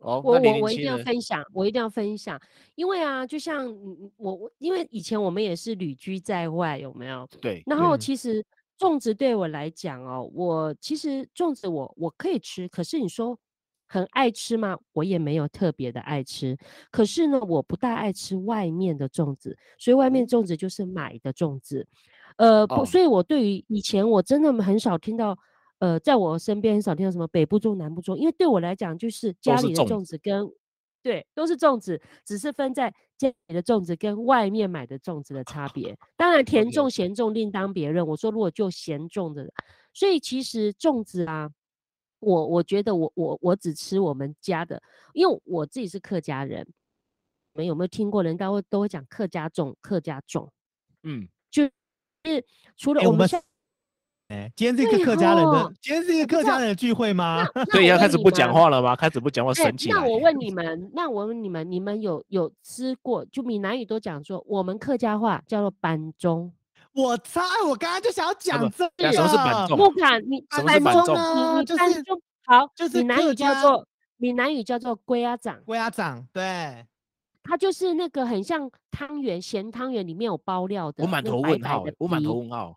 Speaker 1: 哦，
Speaker 3: 我
Speaker 1: 那零
Speaker 3: 我
Speaker 1: 零
Speaker 3: 我一
Speaker 1: 七
Speaker 3: 定要
Speaker 1: 呢
Speaker 3: 分享，我一定要分享，因为啊，就像嗯我我，因为以前我们也是旅居在外，有没有？
Speaker 1: 对，
Speaker 3: 然后
Speaker 2: 嗯
Speaker 3: 其实粽子对我来讲哦，我其实粽子我我可以吃，可是你说很爱吃吗？我也没有特别的爱吃，可是呢，我不大爱吃外面的粽子，所以外面粽子就是买的粽子。呃，不，
Speaker 1: 嗯哦
Speaker 3: 所以我对于以前我真的很少听到，呃，在我身边很少听到什么北部粽、南部粽，因为对我来讲就是家
Speaker 1: 是
Speaker 3: 里的
Speaker 1: 粽
Speaker 3: 粽子跟。对，都是粽子，只是分在家里的粽子跟外面买的粽子的差别。当然，甜
Speaker 1: OK
Speaker 3: 粽、咸粽另当别论。我说，如果就咸粽的，所以其实粽子啊，我我觉得我我我只吃我们家的，因为我自己是客家人。你们有没有听过人家会都会讲客家粽？客家粽
Speaker 1: 嗯，
Speaker 3: 就是除了
Speaker 2: 哎
Speaker 3: 我
Speaker 2: 我
Speaker 3: 们
Speaker 2: 们
Speaker 3: 现在、
Speaker 2: 哎，今天是一个
Speaker 3: 对哦
Speaker 2: 客家人的
Speaker 3: 吼，
Speaker 2: 今天是一个客家人的聚会吗？
Speaker 3: 那
Speaker 1: 所以啊
Speaker 3: 我
Speaker 1: 要开
Speaker 3: 问
Speaker 1: 始
Speaker 3: 你
Speaker 1: 不讲
Speaker 3: 们
Speaker 1: 话了吗？开始不讲话，
Speaker 3: 哎
Speaker 1: 神起来
Speaker 3: 那
Speaker 1: 欸。
Speaker 3: 我问你们，那我问你们，你们有有吃过？就闽南语都讲说，我们客家话叫做板粽。
Speaker 2: 我操！我刚刚就想要讲
Speaker 1: 不
Speaker 2: 这
Speaker 1: 那
Speaker 2: 个。
Speaker 1: 什么是板粽
Speaker 3: 木卡，你
Speaker 1: 什么
Speaker 3: 板
Speaker 1: 是板
Speaker 3: 中
Speaker 1: 粽
Speaker 2: 呢
Speaker 3: 你
Speaker 2: 啊就
Speaker 3: 你板
Speaker 2: 是
Speaker 3: 中好，
Speaker 2: 就
Speaker 3: 闽
Speaker 2: 是
Speaker 3: 南
Speaker 2: 客
Speaker 3: 语叫
Speaker 2: 家
Speaker 3: 做闽南语叫做龟啊掌，
Speaker 2: 龟鸭掌，
Speaker 3: 啊
Speaker 2: 对，
Speaker 3: 它就是那个很像汤圆，咸汤圆里面有包料的，
Speaker 1: 我满
Speaker 3: 那
Speaker 1: 头
Speaker 3: 白
Speaker 1: 问
Speaker 3: 白
Speaker 1: 号
Speaker 3: 的
Speaker 1: 欸，我满头
Speaker 3: 皮
Speaker 1: 问号。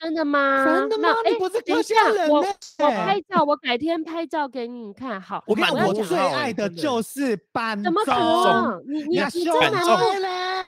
Speaker 3: 真的吗？
Speaker 2: 真的
Speaker 3: 那
Speaker 2: 吗？你
Speaker 3: 哎
Speaker 2: 不是
Speaker 3: 等
Speaker 2: 客
Speaker 3: 一
Speaker 2: 家
Speaker 3: 下
Speaker 2: 人
Speaker 3: 我
Speaker 2: 呢
Speaker 3: 我拍照，我改天拍照给你看。好，
Speaker 2: 我跟
Speaker 1: 满
Speaker 2: 你
Speaker 3: 我
Speaker 2: 讲，我
Speaker 3: 要
Speaker 1: 头
Speaker 3: 讲哦
Speaker 2: 最
Speaker 1: 问号
Speaker 2: 爱
Speaker 1: 欸
Speaker 2: 的
Speaker 1: 真的
Speaker 2: 就是板
Speaker 3: 怎么可
Speaker 2: 粽。
Speaker 3: 能？你你
Speaker 2: 呀
Speaker 3: 你
Speaker 2: 秀
Speaker 3: 真的
Speaker 1: 板
Speaker 3: 吗
Speaker 1: 粽
Speaker 2: 嘞！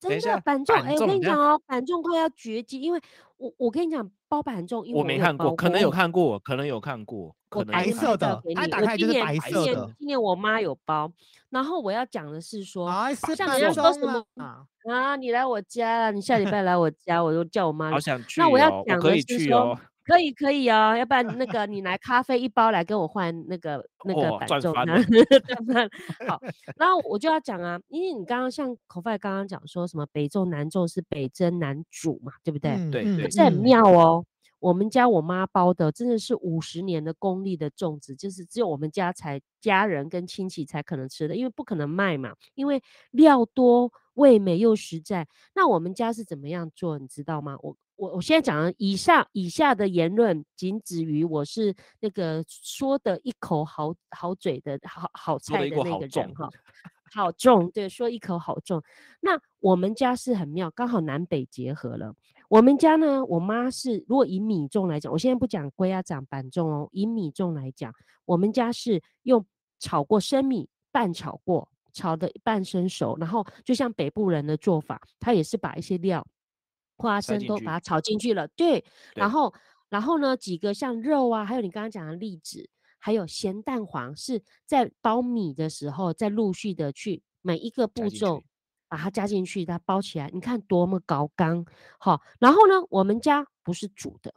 Speaker 3: 真
Speaker 1: 等一
Speaker 3: 的
Speaker 1: 下
Speaker 3: 板粽，
Speaker 1: 板
Speaker 3: 哎，我
Speaker 1: 粽
Speaker 3: 跟你
Speaker 1: 你看
Speaker 3: 讲哦，板粽快要绝迹，因为我我跟你讲，包板粽，因为
Speaker 1: 我没
Speaker 3: 有
Speaker 1: 看过，
Speaker 3: 包
Speaker 1: 可能有
Speaker 3: 我
Speaker 1: 看过，可能有看过，可
Speaker 3: 我
Speaker 1: 能
Speaker 3: 打
Speaker 1: 有
Speaker 2: 白
Speaker 3: 一
Speaker 1: 看过
Speaker 2: 色
Speaker 3: 张
Speaker 2: 的
Speaker 3: 照给
Speaker 2: 它
Speaker 3: 你
Speaker 2: 打
Speaker 3: 我
Speaker 2: 开
Speaker 3: 今
Speaker 2: 就是
Speaker 3: 年
Speaker 2: 白
Speaker 3: 今
Speaker 1: 色
Speaker 3: 年
Speaker 1: 的
Speaker 3: 今年我妈有包，然后我要讲的是说
Speaker 2: 哎，是
Speaker 3: 像
Speaker 2: 板
Speaker 3: 人家说什
Speaker 2: 粽啊！
Speaker 3: 啊，你来我家啦，你下礼
Speaker 2: [LAUGHS]
Speaker 3: 拜来我家，我就叫我妈来
Speaker 1: 好。想去
Speaker 3: 那我要
Speaker 1: 哦，我
Speaker 3: 讲
Speaker 1: 可
Speaker 3: 的
Speaker 1: 以
Speaker 3: 是
Speaker 1: 去
Speaker 3: 说
Speaker 1: 哦。
Speaker 3: 可以可以哦，要不然那个你来咖啡一包来跟我换那个那个
Speaker 2: 哦
Speaker 1: 哇
Speaker 3: 板
Speaker 1: 赚
Speaker 3: 重
Speaker 1: 翻
Speaker 3: 呢
Speaker 1: 了
Speaker 3: [LAUGHS] 赚翻了
Speaker 2: [LAUGHS]
Speaker 3: 好，然后我就要讲啊，因为你刚刚像口饭刚刚讲说什么北粽南粽是北蒸南煮嘛，对不对？
Speaker 2: 嗯
Speaker 1: 对
Speaker 2: 嗯
Speaker 1: 对
Speaker 3: 可是很
Speaker 2: 嗯
Speaker 3: 妙哦，我们家我妈包的真的是五十年的功力的粽子，就是只有我们家才家人跟亲戚才可能吃的，因为不可能卖嘛，因为料多味美又实在。那我们家是怎么样做，你知道吗？我我我现在讲的以上以下的言论，仅止于我是那个说的一口好好嘴的好好
Speaker 1: 说得
Speaker 3: 菜
Speaker 1: 一
Speaker 3: 的
Speaker 1: 口
Speaker 3: 那
Speaker 1: 好
Speaker 3: 个人
Speaker 1: 粽 [LAUGHS]
Speaker 3: 哈。好重，对，说一口好重。那我们家是很妙，刚好南北结合了。我们家呢，我妈是如果以米重来讲，我现在不讲龟啊长板重哦，以米重来讲，我们家是用炒过生米，半炒过，炒的半生熟，然后就像北部人的做法，他也是把一些料、花
Speaker 1: 塞
Speaker 3: 生
Speaker 1: 进
Speaker 3: 都
Speaker 1: 去
Speaker 3: 把它炒进去了，对，
Speaker 1: 对
Speaker 3: 然后然后呢，几个像肉啊，还有你刚刚讲的栗子，还有咸蛋黄，是在包米的时候再陆续的去每一个步
Speaker 1: 进
Speaker 3: 骤
Speaker 1: 去
Speaker 3: 把它加进去，它包起来，你看多么高纲好。然后呢，我们家不是煮的，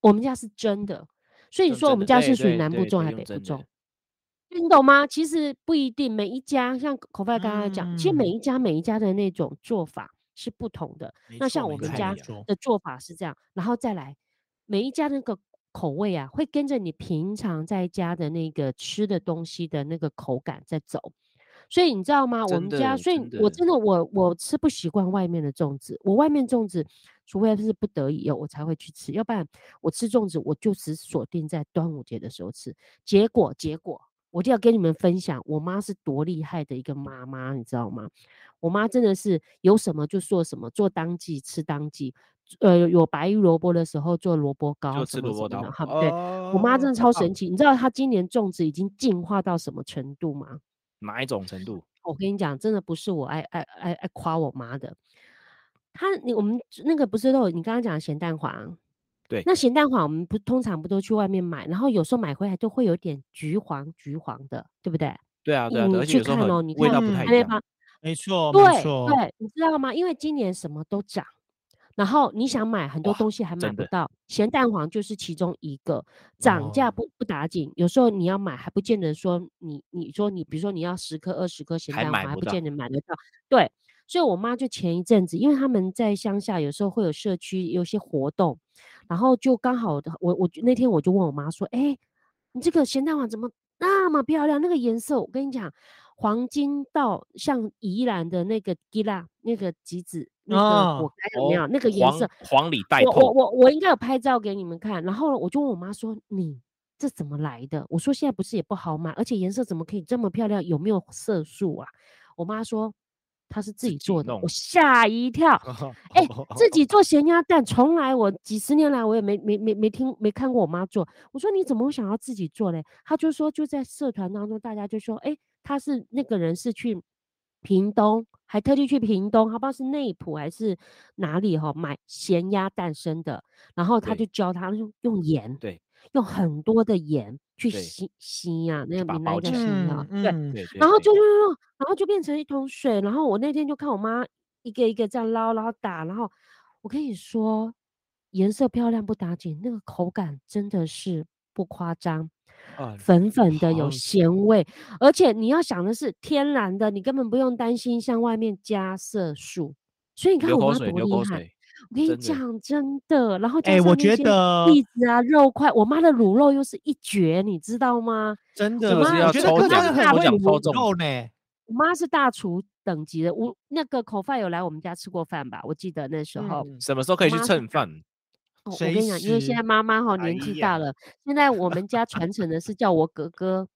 Speaker 3: 我们家是蒸的，所以你
Speaker 1: 用
Speaker 3: 说我
Speaker 1: 蒸的
Speaker 3: 们家
Speaker 1: 对
Speaker 3: 是属于
Speaker 1: 对
Speaker 3: 南部
Speaker 1: 对
Speaker 3: 重
Speaker 1: 对
Speaker 3: 还是
Speaker 1: 用
Speaker 3: 北部
Speaker 1: 蒸的
Speaker 3: 重？你懂吗？其实不一定，每一家像口饭刚刚讲，其实每
Speaker 2: 嗯
Speaker 3: 一家每一家的那种做法是不同的。
Speaker 2: 没
Speaker 3: 那
Speaker 2: 错
Speaker 3: 像
Speaker 2: 没
Speaker 3: 我们
Speaker 2: 错
Speaker 3: 家
Speaker 2: 没错
Speaker 3: 的做法是这样，然后再来每一家那个口味啊，会跟着你平常在家的那个吃的东西的那个口感在走。所以你知道吗？我
Speaker 1: 真
Speaker 3: 们家，
Speaker 1: 的
Speaker 3: 所以
Speaker 1: 真
Speaker 3: 我
Speaker 1: 的
Speaker 3: 真的我我吃不习惯外面的粽子，我外面粽子除非是不得已有哦我才会去吃，要不然我吃粽子我就只锁定在端午节的时候吃。结果结果，我就要跟你们分享，我妈是多厉害的一个妈妈，你知道吗？我妈真的是有什么就做什么，做当季吃当季，呃，有白玉萝卜的时候做萝卜糕
Speaker 1: 就
Speaker 3: 什
Speaker 1: 吃
Speaker 3: 么
Speaker 1: 萝卜哦
Speaker 3: 什么
Speaker 1: 刀
Speaker 3: 的，哈、对。我妈真的超神奇，你知道她今年粽子已经进化到什么程度吗？
Speaker 1: 哪一种程度？
Speaker 3: 我跟你讲，真的不是我爱爱爱爱夸我妈的。她，你我们那个不是都有你刚刚讲的咸蛋黄，
Speaker 1: 对
Speaker 3: 那咸蛋黄我们不通常不都去外面买，然后有时候买回来都会有点橘黄橘黄的，对不对？
Speaker 1: 对啊，对啊，对啊而
Speaker 3: 你
Speaker 1: 且
Speaker 3: 去
Speaker 1: 有时候
Speaker 3: 看
Speaker 1: 很
Speaker 3: 哦，你
Speaker 1: 味
Speaker 3: 看
Speaker 1: 道不太
Speaker 3: 还
Speaker 1: 一
Speaker 3: 没
Speaker 1: 样哦
Speaker 3: 发。
Speaker 2: 没错，没
Speaker 3: 对
Speaker 2: 错，
Speaker 3: 对，你知道吗？因为今年什么都涨，然后你想买很多
Speaker 1: 哇
Speaker 3: 东西还买
Speaker 1: 真
Speaker 3: 不
Speaker 1: 的
Speaker 3: 到，咸蛋黄就是其中一个。涨价
Speaker 2: 哦
Speaker 3: 不不打紧，有时候你要买还不见得说你你说你比如说你要十颗二十颗咸
Speaker 1: 还
Speaker 3: 蛋
Speaker 1: 买
Speaker 3: 黄还
Speaker 1: 不
Speaker 3: 不见
Speaker 1: 到
Speaker 3: 得买得到。对，所以我妈就前一阵子，因为他们在乡下有时候会有社区有些活动，然后就刚好我我那天我就问我妈说，哎、你这个咸蛋黄怎么那么漂亮？那个颜色，我跟你讲，黄金到像宜兰的那个吉拉那个橘子那个
Speaker 2: 哦
Speaker 3: 果干有没有、
Speaker 1: 哦
Speaker 3: 那个颜
Speaker 1: 黄
Speaker 3: 色？
Speaker 1: 黄里带
Speaker 3: 我我
Speaker 1: 透，
Speaker 3: 我我应该有拍照给你们看。然后我就问我妈说：“你这怎么来的？”我说：“现在不是也不好买，而且颜色怎么可以这么漂亮？有没有色素啊？”我妈说：“她是
Speaker 1: 自
Speaker 3: 自己
Speaker 1: 己
Speaker 3: 做的。”
Speaker 1: 弄
Speaker 3: 我吓一跳。
Speaker 1: [LAUGHS]
Speaker 3: 哎、自己做咸鸭蛋，从来我几十年来我也没没没没听没看过我妈做。我说你怎么会想要自己做嘞？她就说就在社团当中，大家就说，哎、她是那个人是去屏东，还特地去屏东，她不知道是内埔还是哪里哈、买咸鸭蛋生的，然后她
Speaker 1: 对
Speaker 3: 就教她用用盐，
Speaker 1: 对，
Speaker 3: 用很多的盐去
Speaker 1: 对
Speaker 3: 吸吸呀，那
Speaker 1: 就
Speaker 3: 个
Speaker 1: 把它
Speaker 3: 闽南
Speaker 1: 包
Speaker 3: 语叫
Speaker 1: 起
Speaker 3: 吸
Speaker 1: 来
Speaker 3: 呀，对。
Speaker 2: 嗯，
Speaker 1: 对对。
Speaker 3: 然后
Speaker 1: 对
Speaker 3: 就就就，然后就变成一桶水。然后我那天就看我妈一个一个这样捞，然后打，然后我跟你说，颜色漂亮不打紧，那个口感真的是不夸张，
Speaker 1: 啊
Speaker 3: 粉粉的有
Speaker 2: 好
Speaker 3: 咸味，而且你要想的是天然的，你根本不用担心像外面加色素。所以你看
Speaker 1: 流
Speaker 3: 我
Speaker 1: 口
Speaker 3: 妈
Speaker 1: 水，
Speaker 3: 多
Speaker 1: 流
Speaker 3: 厉
Speaker 1: 口
Speaker 3: 害，
Speaker 1: 水，
Speaker 3: 我跟你
Speaker 1: 真的
Speaker 3: 讲真的。然后加
Speaker 2: 哎，
Speaker 3: 上
Speaker 2: 我
Speaker 3: 那
Speaker 2: 觉
Speaker 3: 些
Speaker 2: 得
Speaker 3: 栗子啊、肉块，我妈的卤肉又是一绝，你知道吗？
Speaker 2: 真
Speaker 1: 这
Speaker 2: 的，
Speaker 1: 个
Speaker 3: 妈
Speaker 1: 是
Speaker 3: 我
Speaker 1: 要
Speaker 2: 我觉得
Speaker 1: 抽
Speaker 2: 客
Speaker 3: 妈
Speaker 2: 家
Speaker 3: 是
Speaker 2: 人
Speaker 1: 奖，
Speaker 2: 很
Speaker 3: 大
Speaker 1: 抽
Speaker 2: 会
Speaker 1: 奖
Speaker 3: 胃
Speaker 1: 抽
Speaker 3: 口
Speaker 1: 中
Speaker 2: 肉呢。
Speaker 3: 我妈是大厨等级的，我那个口饭有来我们家吃过饭吧？我记得那时候，
Speaker 2: 嗯
Speaker 1: 什么时候可以去
Speaker 3: 妈是
Speaker 1: 蹭饭？
Speaker 3: 哦、我
Speaker 2: 随
Speaker 3: 跟你讲，因为现
Speaker 2: 时
Speaker 3: 在妈妈哈
Speaker 2: 哎
Speaker 3: 年纪大
Speaker 2: 呀
Speaker 3: 了，现在我们家传承的是叫我哥哥，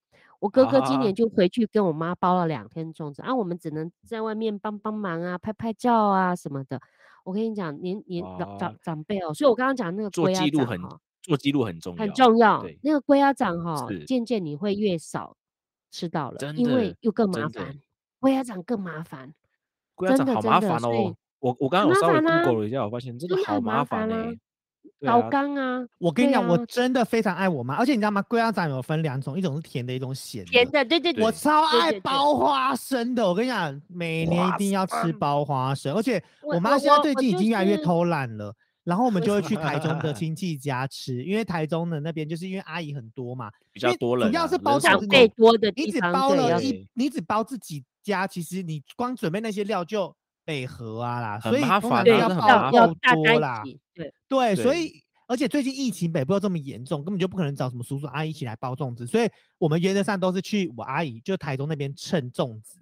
Speaker 3: 我哥哥今
Speaker 1: 啊
Speaker 3: 年就回去跟我妈包了两天粽子，啊，我们只能在外面帮帮忙啊，拍拍照啊什么的。我跟你讲，年年老
Speaker 1: 哇
Speaker 3: 长长辈哦，所以我刚刚讲那个
Speaker 1: 做
Speaker 3: 龟啊
Speaker 1: 记录
Speaker 3: 长
Speaker 1: 很
Speaker 3: 哈，
Speaker 1: 做记录很重要，
Speaker 3: 很重要
Speaker 1: 对。
Speaker 3: 那个龟鸭掌哈
Speaker 1: 是，
Speaker 3: 渐渐你会越少吃到了，
Speaker 1: 真
Speaker 3: 因为
Speaker 1: 的
Speaker 3: 又更麻
Speaker 1: 真的
Speaker 3: 烦。龟鸭掌更麻烦，
Speaker 1: 龟鸭
Speaker 3: 真
Speaker 1: 掌
Speaker 3: 的
Speaker 1: 好
Speaker 3: 真
Speaker 1: 麻
Speaker 3: 的
Speaker 1: 烦
Speaker 3: 所以
Speaker 1: 哦。我我刚刚
Speaker 3: 很
Speaker 1: 有稍
Speaker 3: 麻
Speaker 1: 微
Speaker 3: 烦啊
Speaker 1: Google 了一下，我发现真的
Speaker 3: 真的
Speaker 1: 好
Speaker 3: 很麻
Speaker 1: 烦
Speaker 3: 烦啊
Speaker 1: 哎。对
Speaker 3: 高
Speaker 1: 啊，
Speaker 3: 纲啊，
Speaker 2: 我跟你
Speaker 3: 对
Speaker 2: 讲，我
Speaker 3: 啊
Speaker 2: 真的非常爱我妈，而且你知道吗？龟鸭掌有分两种，一种是甜的，一种咸的。
Speaker 3: 甜的，对对对，
Speaker 2: 我超
Speaker 3: 对
Speaker 2: 爱
Speaker 3: 对对
Speaker 2: 包花生的，我跟你讲，每年一定要吃包花生，而且
Speaker 3: 我
Speaker 2: 我妈
Speaker 3: 我
Speaker 2: 现在
Speaker 3: 我
Speaker 2: 最
Speaker 3: 我
Speaker 2: 近已
Speaker 3: 就
Speaker 2: 经越来越
Speaker 3: 是
Speaker 2: 偷懒了。然后我们
Speaker 3: 为
Speaker 2: 就会
Speaker 3: 什
Speaker 2: 去台中的亲戚家吃，因为台中的那边就是因为阿姨很多嘛，
Speaker 1: 比较
Speaker 2: 因为
Speaker 1: 多人啊，
Speaker 2: 主要是
Speaker 1: 人
Speaker 2: 包粽
Speaker 1: 手
Speaker 3: 长
Speaker 2: 子
Speaker 1: 不
Speaker 2: 你
Speaker 3: 辈
Speaker 1: 够
Speaker 3: 多的
Speaker 2: 你
Speaker 3: 地
Speaker 2: 只
Speaker 3: 方，
Speaker 2: 包
Speaker 3: 对，
Speaker 2: 了
Speaker 3: 要
Speaker 1: 对
Speaker 2: 一，你只包自己家，其实你光准备那些料就北合啊啦，
Speaker 1: 很
Speaker 2: 所以
Speaker 1: 麻
Speaker 2: 通
Speaker 1: 烦啊真
Speaker 2: 常都
Speaker 3: 对
Speaker 2: 要
Speaker 1: 的很
Speaker 2: 包
Speaker 1: 麻
Speaker 3: 要要
Speaker 2: 够
Speaker 3: 大
Speaker 2: 多
Speaker 3: 家
Speaker 2: 啦
Speaker 3: 一。起，对，
Speaker 2: 对，所
Speaker 1: 对
Speaker 2: 以而且最近疫情北部又这么严重，根本就不可能找什么叔叔阿姨一起来包粽子，所以我们原则上都是去我阿姨就台中那边称粽子。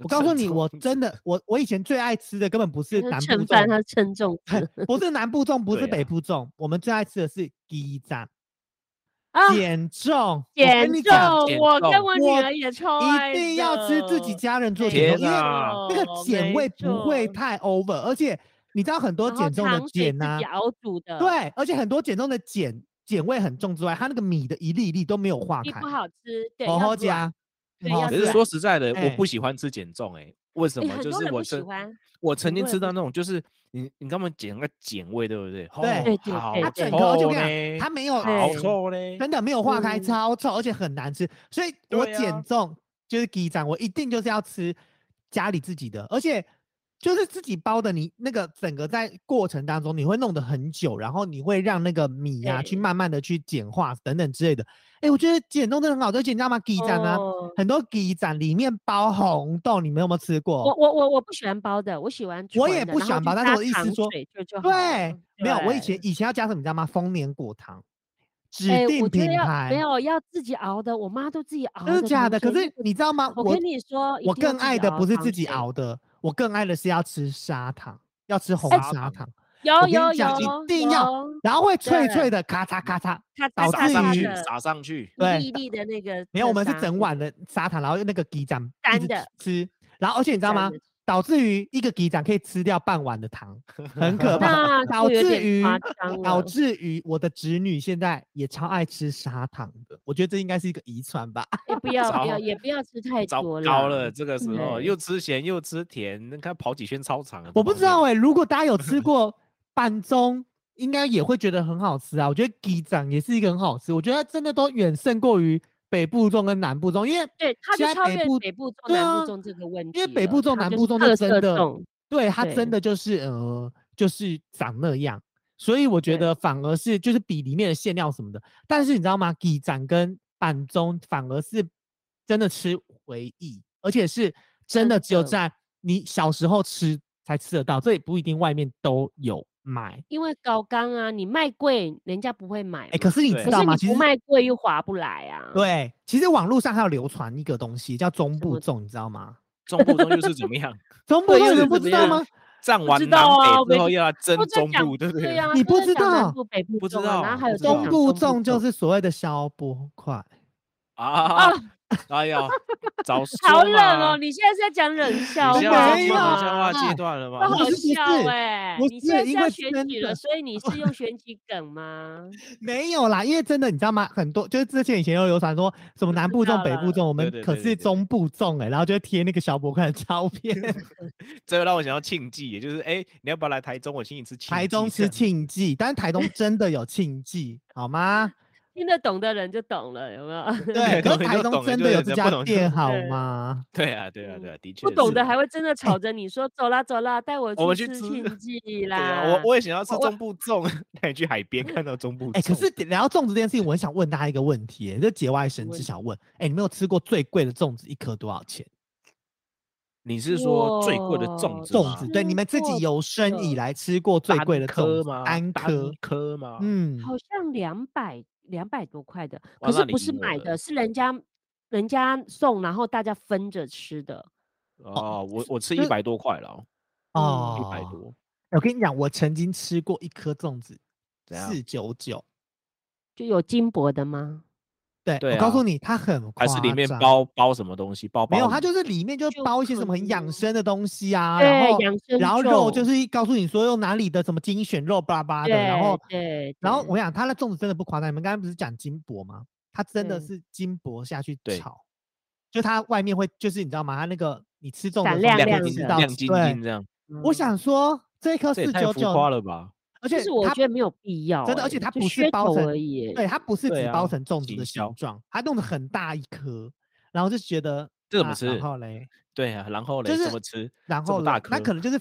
Speaker 2: 我告诉
Speaker 1: 称
Speaker 2: 你，
Speaker 1: 重
Speaker 2: 我真的我我以前最爱吃的根本不是南部
Speaker 3: 称饭，
Speaker 2: 粽
Speaker 3: 他称重
Speaker 2: 子，不是
Speaker 1: [LAUGHS]
Speaker 2: 南部粽，不是
Speaker 1: 对啊
Speaker 2: 北部粽，我们最爱吃的是鸡蛋
Speaker 3: 啊，
Speaker 2: 减重，我
Speaker 3: 减
Speaker 2: 跟你
Speaker 3: 重
Speaker 2: 讲，，
Speaker 3: 我跟
Speaker 1: 重
Speaker 3: 我女
Speaker 2: 我
Speaker 3: 儿也超爱
Speaker 2: 一定要吃自己
Speaker 3: 的
Speaker 2: 家人做
Speaker 3: 没
Speaker 1: 天
Speaker 2: 减重，因为
Speaker 1: 哪
Speaker 2: 那个
Speaker 3: 错
Speaker 2: 减
Speaker 3: 没
Speaker 2: 味不会
Speaker 3: 错
Speaker 2: 太 over，而且你知道很多
Speaker 3: 然后
Speaker 2: 减重的
Speaker 3: 糖水
Speaker 2: 减
Speaker 3: 自
Speaker 2: 呐、
Speaker 3: 己熬煮的，，
Speaker 2: 对，而且很多减重的减减味很重之外，它那个米的一粒一粒都没有化
Speaker 3: 并
Speaker 2: 开哦
Speaker 3: 不，好吃，对，
Speaker 2: 好啊
Speaker 3: 要
Speaker 2: 好
Speaker 3: 软
Speaker 2: 加。
Speaker 3: 对
Speaker 2: 好
Speaker 3: 要
Speaker 1: 可
Speaker 2: 吃
Speaker 1: 是
Speaker 3: 软
Speaker 1: 说实在的，
Speaker 2: 哎
Speaker 1: 我不喜欢吃减重，哎，为什
Speaker 3: 哎
Speaker 1: 么？
Speaker 3: 很
Speaker 1: 就
Speaker 3: 多
Speaker 1: 是
Speaker 3: 人
Speaker 1: 我
Speaker 3: 不喜
Speaker 1: 曾
Speaker 3: 欢，
Speaker 1: 我曾
Speaker 3: 很
Speaker 1: 经
Speaker 3: 多人
Speaker 1: 吃
Speaker 3: 不
Speaker 1: 到
Speaker 3: 喜
Speaker 1: 那种，就是你你刚刚讲那个碱味，对不对？
Speaker 2: 对
Speaker 3: 对
Speaker 1: 好
Speaker 3: 对
Speaker 2: 它整个，
Speaker 1: 臭
Speaker 2: 而且我跟你
Speaker 1: 嘞
Speaker 2: 讲，它没有
Speaker 1: 好
Speaker 3: 对
Speaker 1: 臭嘞，
Speaker 2: 真的没有化开，
Speaker 3: 嗯
Speaker 2: 超臭，而且很难吃。所以我
Speaker 1: 对啊
Speaker 2: 减重就是第一张，我一定就是要吃家里自己的，而且就是自己包的你，那个整个在过程当中，你会弄得很久，然后你会让那个米呀、去
Speaker 3: 对
Speaker 2: 慢慢的去碱化等等之类的。哎，我觉得减重真的很好，而且你知道吗？鸡蛋啊，
Speaker 3: 嗯哦
Speaker 2: 很多鸡蛋里面包红豆，你们有没有吃过？
Speaker 3: 我我我我不喜欢包的，我喜欢
Speaker 2: 我
Speaker 3: 纯
Speaker 2: 也
Speaker 3: 的
Speaker 2: 不
Speaker 3: 然
Speaker 2: 喜
Speaker 3: 后
Speaker 2: 欢
Speaker 3: 就
Speaker 2: 包但是
Speaker 3: 加
Speaker 2: 我的意思
Speaker 3: 糖
Speaker 2: 是说
Speaker 3: 水就就好
Speaker 2: 对
Speaker 3: 了，
Speaker 2: 没有，我以前
Speaker 3: 对
Speaker 2: 以前要加什么，你知道吗？丰年果糖，指
Speaker 3: 哎
Speaker 2: 定
Speaker 3: 我觉
Speaker 2: 品
Speaker 3: 得要
Speaker 2: 牌。
Speaker 3: 没有要自己熬的，我妈都自己熬
Speaker 2: 真的假的？
Speaker 3: 糖
Speaker 2: 可
Speaker 3: 水
Speaker 2: 是你知道吗？
Speaker 3: 我跟你说一
Speaker 2: 我
Speaker 3: 定要
Speaker 2: 更
Speaker 3: 自己
Speaker 2: 爱的
Speaker 3: 熬
Speaker 2: 不是
Speaker 3: 糖
Speaker 2: 自己
Speaker 3: 水
Speaker 2: 熬的，我更爱的是要吃砂糖，要吃红
Speaker 1: 砂
Speaker 2: 砂
Speaker 1: 糖
Speaker 2: 糖，
Speaker 3: 有
Speaker 2: 我跟
Speaker 3: 有
Speaker 2: 你讲一
Speaker 3: 有
Speaker 2: 定要
Speaker 3: 有
Speaker 2: 然后会脆
Speaker 3: 对
Speaker 2: 脆的，咔嚓咔嚓。
Speaker 3: 它
Speaker 2: 导
Speaker 1: 撒
Speaker 2: 致
Speaker 1: 上
Speaker 2: 于
Speaker 1: 去，
Speaker 2: 的
Speaker 1: 撒上去，
Speaker 2: 对
Speaker 3: 一粒的那个
Speaker 2: 没有，我们是
Speaker 3: 沙
Speaker 2: 整
Speaker 3: 子
Speaker 2: 碗的砂糖，然后用那个鸡掌一
Speaker 3: 干
Speaker 2: 直
Speaker 3: 的
Speaker 2: 吃，然后而且你知道
Speaker 3: 干
Speaker 2: 吗
Speaker 3: 的？
Speaker 2: 导致于一个鸡掌可以吃掉半碗的糖，很可怕。
Speaker 3: 那
Speaker 2: 导
Speaker 3: 就有
Speaker 2: 致
Speaker 3: 点
Speaker 2: 于
Speaker 3: 夸张
Speaker 2: 导
Speaker 3: 了
Speaker 2: 致于我的侄女现在也超爱吃砂糖的，我觉得这应该是一个遗传吧。
Speaker 3: 也不要不
Speaker 1: 糟
Speaker 3: 要也不要吃太
Speaker 1: 糟
Speaker 3: 多
Speaker 1: 糕
Speaker 3: 啦
Speaker 1: 了，，这个时候
Speaker 3: 对
Speaker 1: 又吃咸又吃甜，那看跑几圈操场了。
Speaker 2: 我不知道
Speaker 1: 哎，
Speaker 3: [LAUGHS]
Speaker 2: 哎、如果大家有吃过板中，应该也会觉得很好吃啊。我觉得鸡掌也是一个很好吃，我觉得真的都远胜过于北部粽跟南部粽，因为
Speaker 3: 对，它
Speaker 2: 现在
Speaker 3: 就超
Speaker 2: 北
Speaker 3: 越
Speaker 2: 部
Speaker 3: 北部粽
Speaker 2: 对
Speaker 3: 南
Speaker 2: 啊
Speaker 3: 部粽这个问题
Speaker 2: 因
Speaker 3: 了，
Speaker 2: 为北部粽、
Speaker 3: 它
Speaker 2: 南
Speaker 3: 就
Speaker 2: 部
Speaker 3: 是
Speaker 2: 粽
Speaker 3: 特
Speaker 2: 就真
Speaker 3: 色
Speaker 2: 的
Speaker 3: 粽，
Speaker 2: 对它真
Speaker 3: 对
Speaker 2: 的就是呃，就是长那样。所以我觉
Speaker 3: 对
Speaker 2: 得反而是就是比里面的馅料什么的，但是你知道吗？鸡掌跟板中反而是真的吃回忆，而且是真
Speaker 3: 真
Speaker 2: 的只有
Speaker 3: 的
Speaker 2: 在你小时候吃才吃得到，这也不一定外面都有卖。
Speaker 3: 因为高刚啊，你卖贵人家不会买
Speaker 2: 哎、
Speaker 3: 嘛，
Speaker 2: 可是你
Speaker 1: 对
Speaker 2: 知
Speaker 3: 可
Speaker 2: 道
Speaker 3: 是
Speaker 2: 吗？
Speaker 3: 你
Speaker 2: 其
Speaker 3: 不
Speaker 2: 实
Speaker 3: 卖贵又划不来啊，
Speaker 2: 对，其实网络上还有流传一个东西叫中部
Speaker 3: 么
Speaker 2: 粽，你知道吗？
Speaker 1: 中部中就是怎么样？
Speaker 2: 中部
Speaker 3: 对
Speaker 2: 粽
Speaker 3: 又
Speaker 2: 你
Speaker 3: 是
Speaker 2: 们不
Speaker 3: 怎
Speaker 2: 知
Speaker 3: 么
Speaker 2: 道
Speaker 3: 样
Speaker 2: 吗？
Speaker 1: 占完
Speaker 3: 知
Speaker 1: 南
Speaker 3: 道啊我
Speaker 1: 北
Speaker 3: 跟
Speaker 1: 之后
Speaker 3: 你
Speaker 1: 又要争
Speaker 3: 我在
Speaker 1: 中
Speaker 3: 讲
Speaker 1: 部，对不对？
Speaker 3: 啊，
Speaker 2: 你
Speaker 3: 都
Speaker 2: 不
Speaker 3: 在
Speaker 2: 知
Speaker 3: 讲
Speaker 2: 道
Speaker 3: 南部北部
Speaker 1: 不知
Speaker 3: 粽啊然
Speaker 1: 道
Speaker 3: 后还有
Speaker 1: 不知
Speaker 3: 在
Speaker 1: 道
Speaker 3: 讲
Speaker 2: 中部粽
Speaker 3: 粽
Speaker 2: 就是所谓的消波块，
Speaker 1: 啊
Speaker 3: 啊，，
Speaker 2: 嗯
Speaker 1: 哎呀，
Speaker 2: [LAUGHS]
Speaker 1: 早说
Speaker 3: 好冷
Speaker 1: 嘛
Speaker 3: 哦，！你现在是在讲冷笑
Speaker 1: 你
Speaker 3: 话
Speaker 1: 现在进
Speaker 2: 没有
Speaker 1: 入冷笑
Speaker 3: 吗
Speaker 2: 嗯
Speaker 1: 话？阶段
Speaker 2: [LAUGHS]
Speaker 1: 了
Speaker 3: 不
Speaker 2: 不
Speaker 1: 吗？
Speaker 3: 好
Speaker 2: 是不
Speaker 3: 笑
Speaker 2: 是
Speaker 3: 哎、
Speaker 2: 不
Speaker 3: 你
Speaker 2: 是
Speaker 3: 现在是
Speaker 2: 因
Speaker 3: 要
Speaker 2: 为
Speaker 3: 选
Speaker 2: 真
Speaker 3: 举
Speaker 2: 的
Speaker 3: 了，所以你是用选举梗吗？ [LAUGHS]
Speaker 2: 没有啦，因为真的你知道吗？很多就是之前以前有流传说什么
Speaker 3: 知
Speaker 2: 南部粽、
Speaker 3: 道
Speaker 2: 北部
Speaker 3: 啦
Speaker 2: 粽，
Speaker 1: 对
Speaker 2: 我们
Speaker 1: 对
Speaker 2: 可
Speaker 1: 对对
Speaker 2: 是
Speaker 1: 对
Speaker 2: 中部粽哎、然后就会贴那个消波块的照片，
Speaker 1: 这个让我想要庆忌，也就是哎，你要不要来台中？我请你吃庆忌。
Speaker 2: 台中
Speaker 1: 这
Speaker 2: 吃
Speaker 1: 样
Speaker 2: 庆记，但是台中真的有庆记好吗？
Speaker 3: 听得懂的人就懂了，有没有？
Speaker 2: 对，可
Speaker 1: 懂
Speaker 2: 是
Speaker 1: 了
Speaker 2: 台
Speaker 1: 就
Speaker 2: 中
Speaker 1: 懂了
Speaker 2: 真
Speaker 1: 就
Speaker 2: 的
Speaker 1: 是
Speaker 2: 有
Speaker 1: 人
Speaker 2: 这
Speaker 1: 不
Speaker 2: 家
Speaker 1: 懂就
Speaker 2: 店好
Speaker 3: 对
Speaker 2: 吗？
Speaker 1: 对啊，对啊，对
Speaker 2: 嗯
Speaker 1: 啊，的确
Speaker 3: 不懂
Speaker 1: 是
Speaker 3: 的
Speaker 1: 啊
Speaker 3: 还会真的吵着你说走啦走啦，带我
Speaker 1: 我们去吃
Speaker 3: 吃庆记
Speaker 1: 对
Speaker 3: 啦。
Speaker 1: 啊，我我也想要吃
Speaker 3: 我我
Speaker 1: 中部粽， [LAUGHS] 带你去海边看到中部粽。
Speaker 2: [LAUGHS] 哎、可是聊到粽子这件事情，我很想问大家一个问题、欸，就节外生枝
Speaker 3: 问
Speaker 2: 想问，哎、你没有吃过最贵的粽子一颗多少钱？
Speaker 1: 你是说最贵的粽
Speaker 3: 哇
Speaker 1: 子
Speaker 2: 粽
Speaker 1: 吗
Speaker 2: 子，对，你
Speaker 3: 吃
Speaker 2: 们自己
Speaker 3: 过
Speaker 2: 有生以
Speaker 3: 的
Speaker 2: 来吃过最
Speaker 1: 单
Speaker 2: 贵的粽
Speaker 1: 颗
Speaker 2: 子
Speaker 1: 吗？
Speaker 2: 单颗，
Speaker 1: 颗吗？
Speaker 2: 嗯，
Speaker 3: 好像两百两百多块的，
Speaker 1: 哇
Speaker 3: 可
Speaker 1: 那
Speaker 3: 是
Speaker 1: 你
Speaker 3: 不是
Speaker 1: 赢我
Speaker 3: 买的，
Speaker 1: 了
Speaker 3: 是人家人家送，然后大家分着吃的。
Speaker 1: 哦，我我吃
Speaker 2: 就
Speaker 1: 一百多块了哦，
Speaker 2: 哦，
Speaker 1: 一百多。
Speaker 2: 我跟你讲，我曾经吃过一颗粽子
Speaker 1: 怎样
Speaker 2: 四九九，
Speaker 3: 就有金箔的吗？
Speaker 2: 对
Speaker 1: 对
Speaker 2: 我告
Speaker 1: 啊
Speaker 2: 诉你，它很
Speaker 1: 还是里面
Speaker 2: 夸张
Speaker 1: 包包什么东西？包
Speaker 2: 没有，
Speaker 1: 鲍
Speaker 2: 它
Speaker 1: 鱼
Speaker 2: 就是里面就
Speaker 3: 就
Speaker 2: 包一些
Speaker 3: 可
Speaker 2: 什么很养
Speaker 3: 能
Speaker 2: 生的东西啊，
Speaker 3: 对
Speaker 2: 然，后
Speaker 3: 养生
Speaker 2: 然后肉
Speaker 3: 粽
Speaker 2: 就是告诉你说用哪里的什么精选肉巴拉巴拉的，
Speaker 3: 对
Speaker 2: 然后
Speaker 3: 对，
Speaker 2: 然后我
Speaker 3: 对
Speaker 2: 想它的粽子真的不夸张，你们刚才不是讲金箔吗？它真的
Speaker 3: 对
Speaker 2: 是金箔下去
Speaker 1: 嗯对
Speaker 2: 炒，就它外面会就是你知道吗？它那个你吃粽
Speaker 3: 闪
Speaker 2: 子
Speaker 3: 亮
Speaker 2: 的时
Speaker 1: 亮
Speaker 2: 候你会
Speaker 3: 亮
Speaker 1: 晶
Speaker 2: 吃
Speaker 3: 的
Speaker 2: 到
Speaker 1: 亮
Speaker 2: 几
Speaker 1: 晶
Speaker 2: 对
Speaker 1: 晶，这样，
Speaker 2: 我
Speaker 3: 嗯
Speaker 2: 想说这一颗
Speaker 1: 这也
Speaker 2: 四
Speaker 1: 太
Speaker 2: 九
Speaker 1: 浮夸
Speaker 2: 九，
Speaker 1: 了吧？
Speaker 2: 而且
Speaker 3: 就是我
Speaker 2: 它
Speaker 3: 觉得没有必要欸、
Speaker 2: 真的而且它
Speaker 3: 就
Speaker 2: 不是
Speaker 3: 噱
Speaker 2: 包
Speaker 3: 头
Speaker 2: 成
Speaker 3: 而已欸、
Speaker 2: 对，它不是
Speaker 1: 对
Speaker 2: 只
Speaker 1: 啊
Speaker 2: 包成粽子
Speaker 1: 行
Speaker 2: 的形
Speaker 1: 销
Speaker 2: 状，它弄得很大一颗，然后就觉得
Speaker 1: 这怎么
Speaker 2: 啊然
Speaker 1: 吃
Speaker 2: 后嘞，
Speaker 1: 对啊，然后嘞
Speaker 2: 就，是
Speaker 1: 怎么吃？
Speaker 2: 然
Speaker 1: 这么
Speaker 2: 后
Speaker 1: 大
Speaker 2: 嘞那
Speaker 1: 颗
Speaker 2: 可能就是，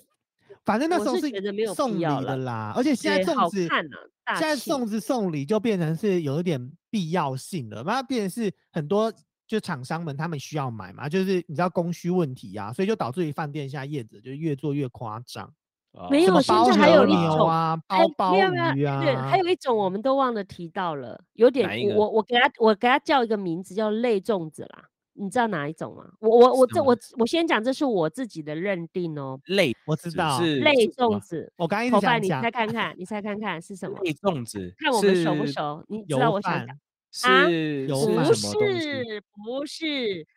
Speaker 2: 反正那
Speaker 3: 我
Speaker 2: 时候
Speaker 3: 是觉得没有必
Speaker 2: 送礼
Speaker 3: 要
Speaker 2: 的
Speaker 3: 啦
Speaker 2: 啦，而且现在
Speaker 3: 对
Speaker 2: 粽
Speaker 3: 好
Speaker 2: 子
Speaker 3: 看啊大
Speaker 2: 现在
Speaker 3: 气
Speaker 2: 粽子送礼就变成是有一点必要性了，那变成是很多就厂商们他们需要买嘛，就是你知道供需问题啊，所以就导致于饭店现在业者就越做越夸张。
Speaker 1: 哦
Speaker 3: 没
Speaker 2: 什
Speaker 3: 有
Speaker 2: 么
Speaker 3: 现
Speaker 2: 包
Speaker 3: 在还有
Speaker 2: 和
Speaker 3: 一
Speaker 2: 牛
Speaker 3: 种
Speaker 2: 啊，
Speaker 3: 还
Speaker 2: 包包
Speaker 3: 哎没有没有
Speaker 2: 鱼啊，
Speaker 3: 对，还有一种我们都忘了提到了，有点
Speaker 1: 哪一个
Speaker 3: 我我我给它我给它叫一个名字叫类粽子啦，你知道哪一种吗？我我我
Speaker 1: 什
Speaker 3: 这
Speaker 1: 么
Speaker 3: 我我先讲，这是我自己的认定哦，
Speaker 1: 类
Speaker 2: 我知
Speaker 1: 只
Speaker 2: 道。
Speaker 1: 是
Speaker 3: 类
Speaker 1: 是什
Speaker 3: 粽
Speaker 1: 么
Speaker 3: 子，
Speaker 2: 我
Speaker 1: 哎
Speaker 2: 刚刚一
Speaker 3: 头
Speaker 2: 直
Speaker 3: 发
Speaker 2: 想
Speaker 3: 你
Speaker 2: 讲
Speaker 3: 猜看看，你猜看看是什么？
Speaker 1: 类粽子，
Speaker 3: 看我们熟不
Speaker 1: 是
Speaker 3: 熟？你知道
Speaker 2: 油
Speaker 3: 我想
Speaker 2: 饭
Speaker 3: 讲，啊
Speaker 1: 是
Speaker 2: 有
Speaker 1: 是
Speaker 2: 吗
Speaker 3: 不
Speaker 1: 什么东西？
Speaker 3: 是不是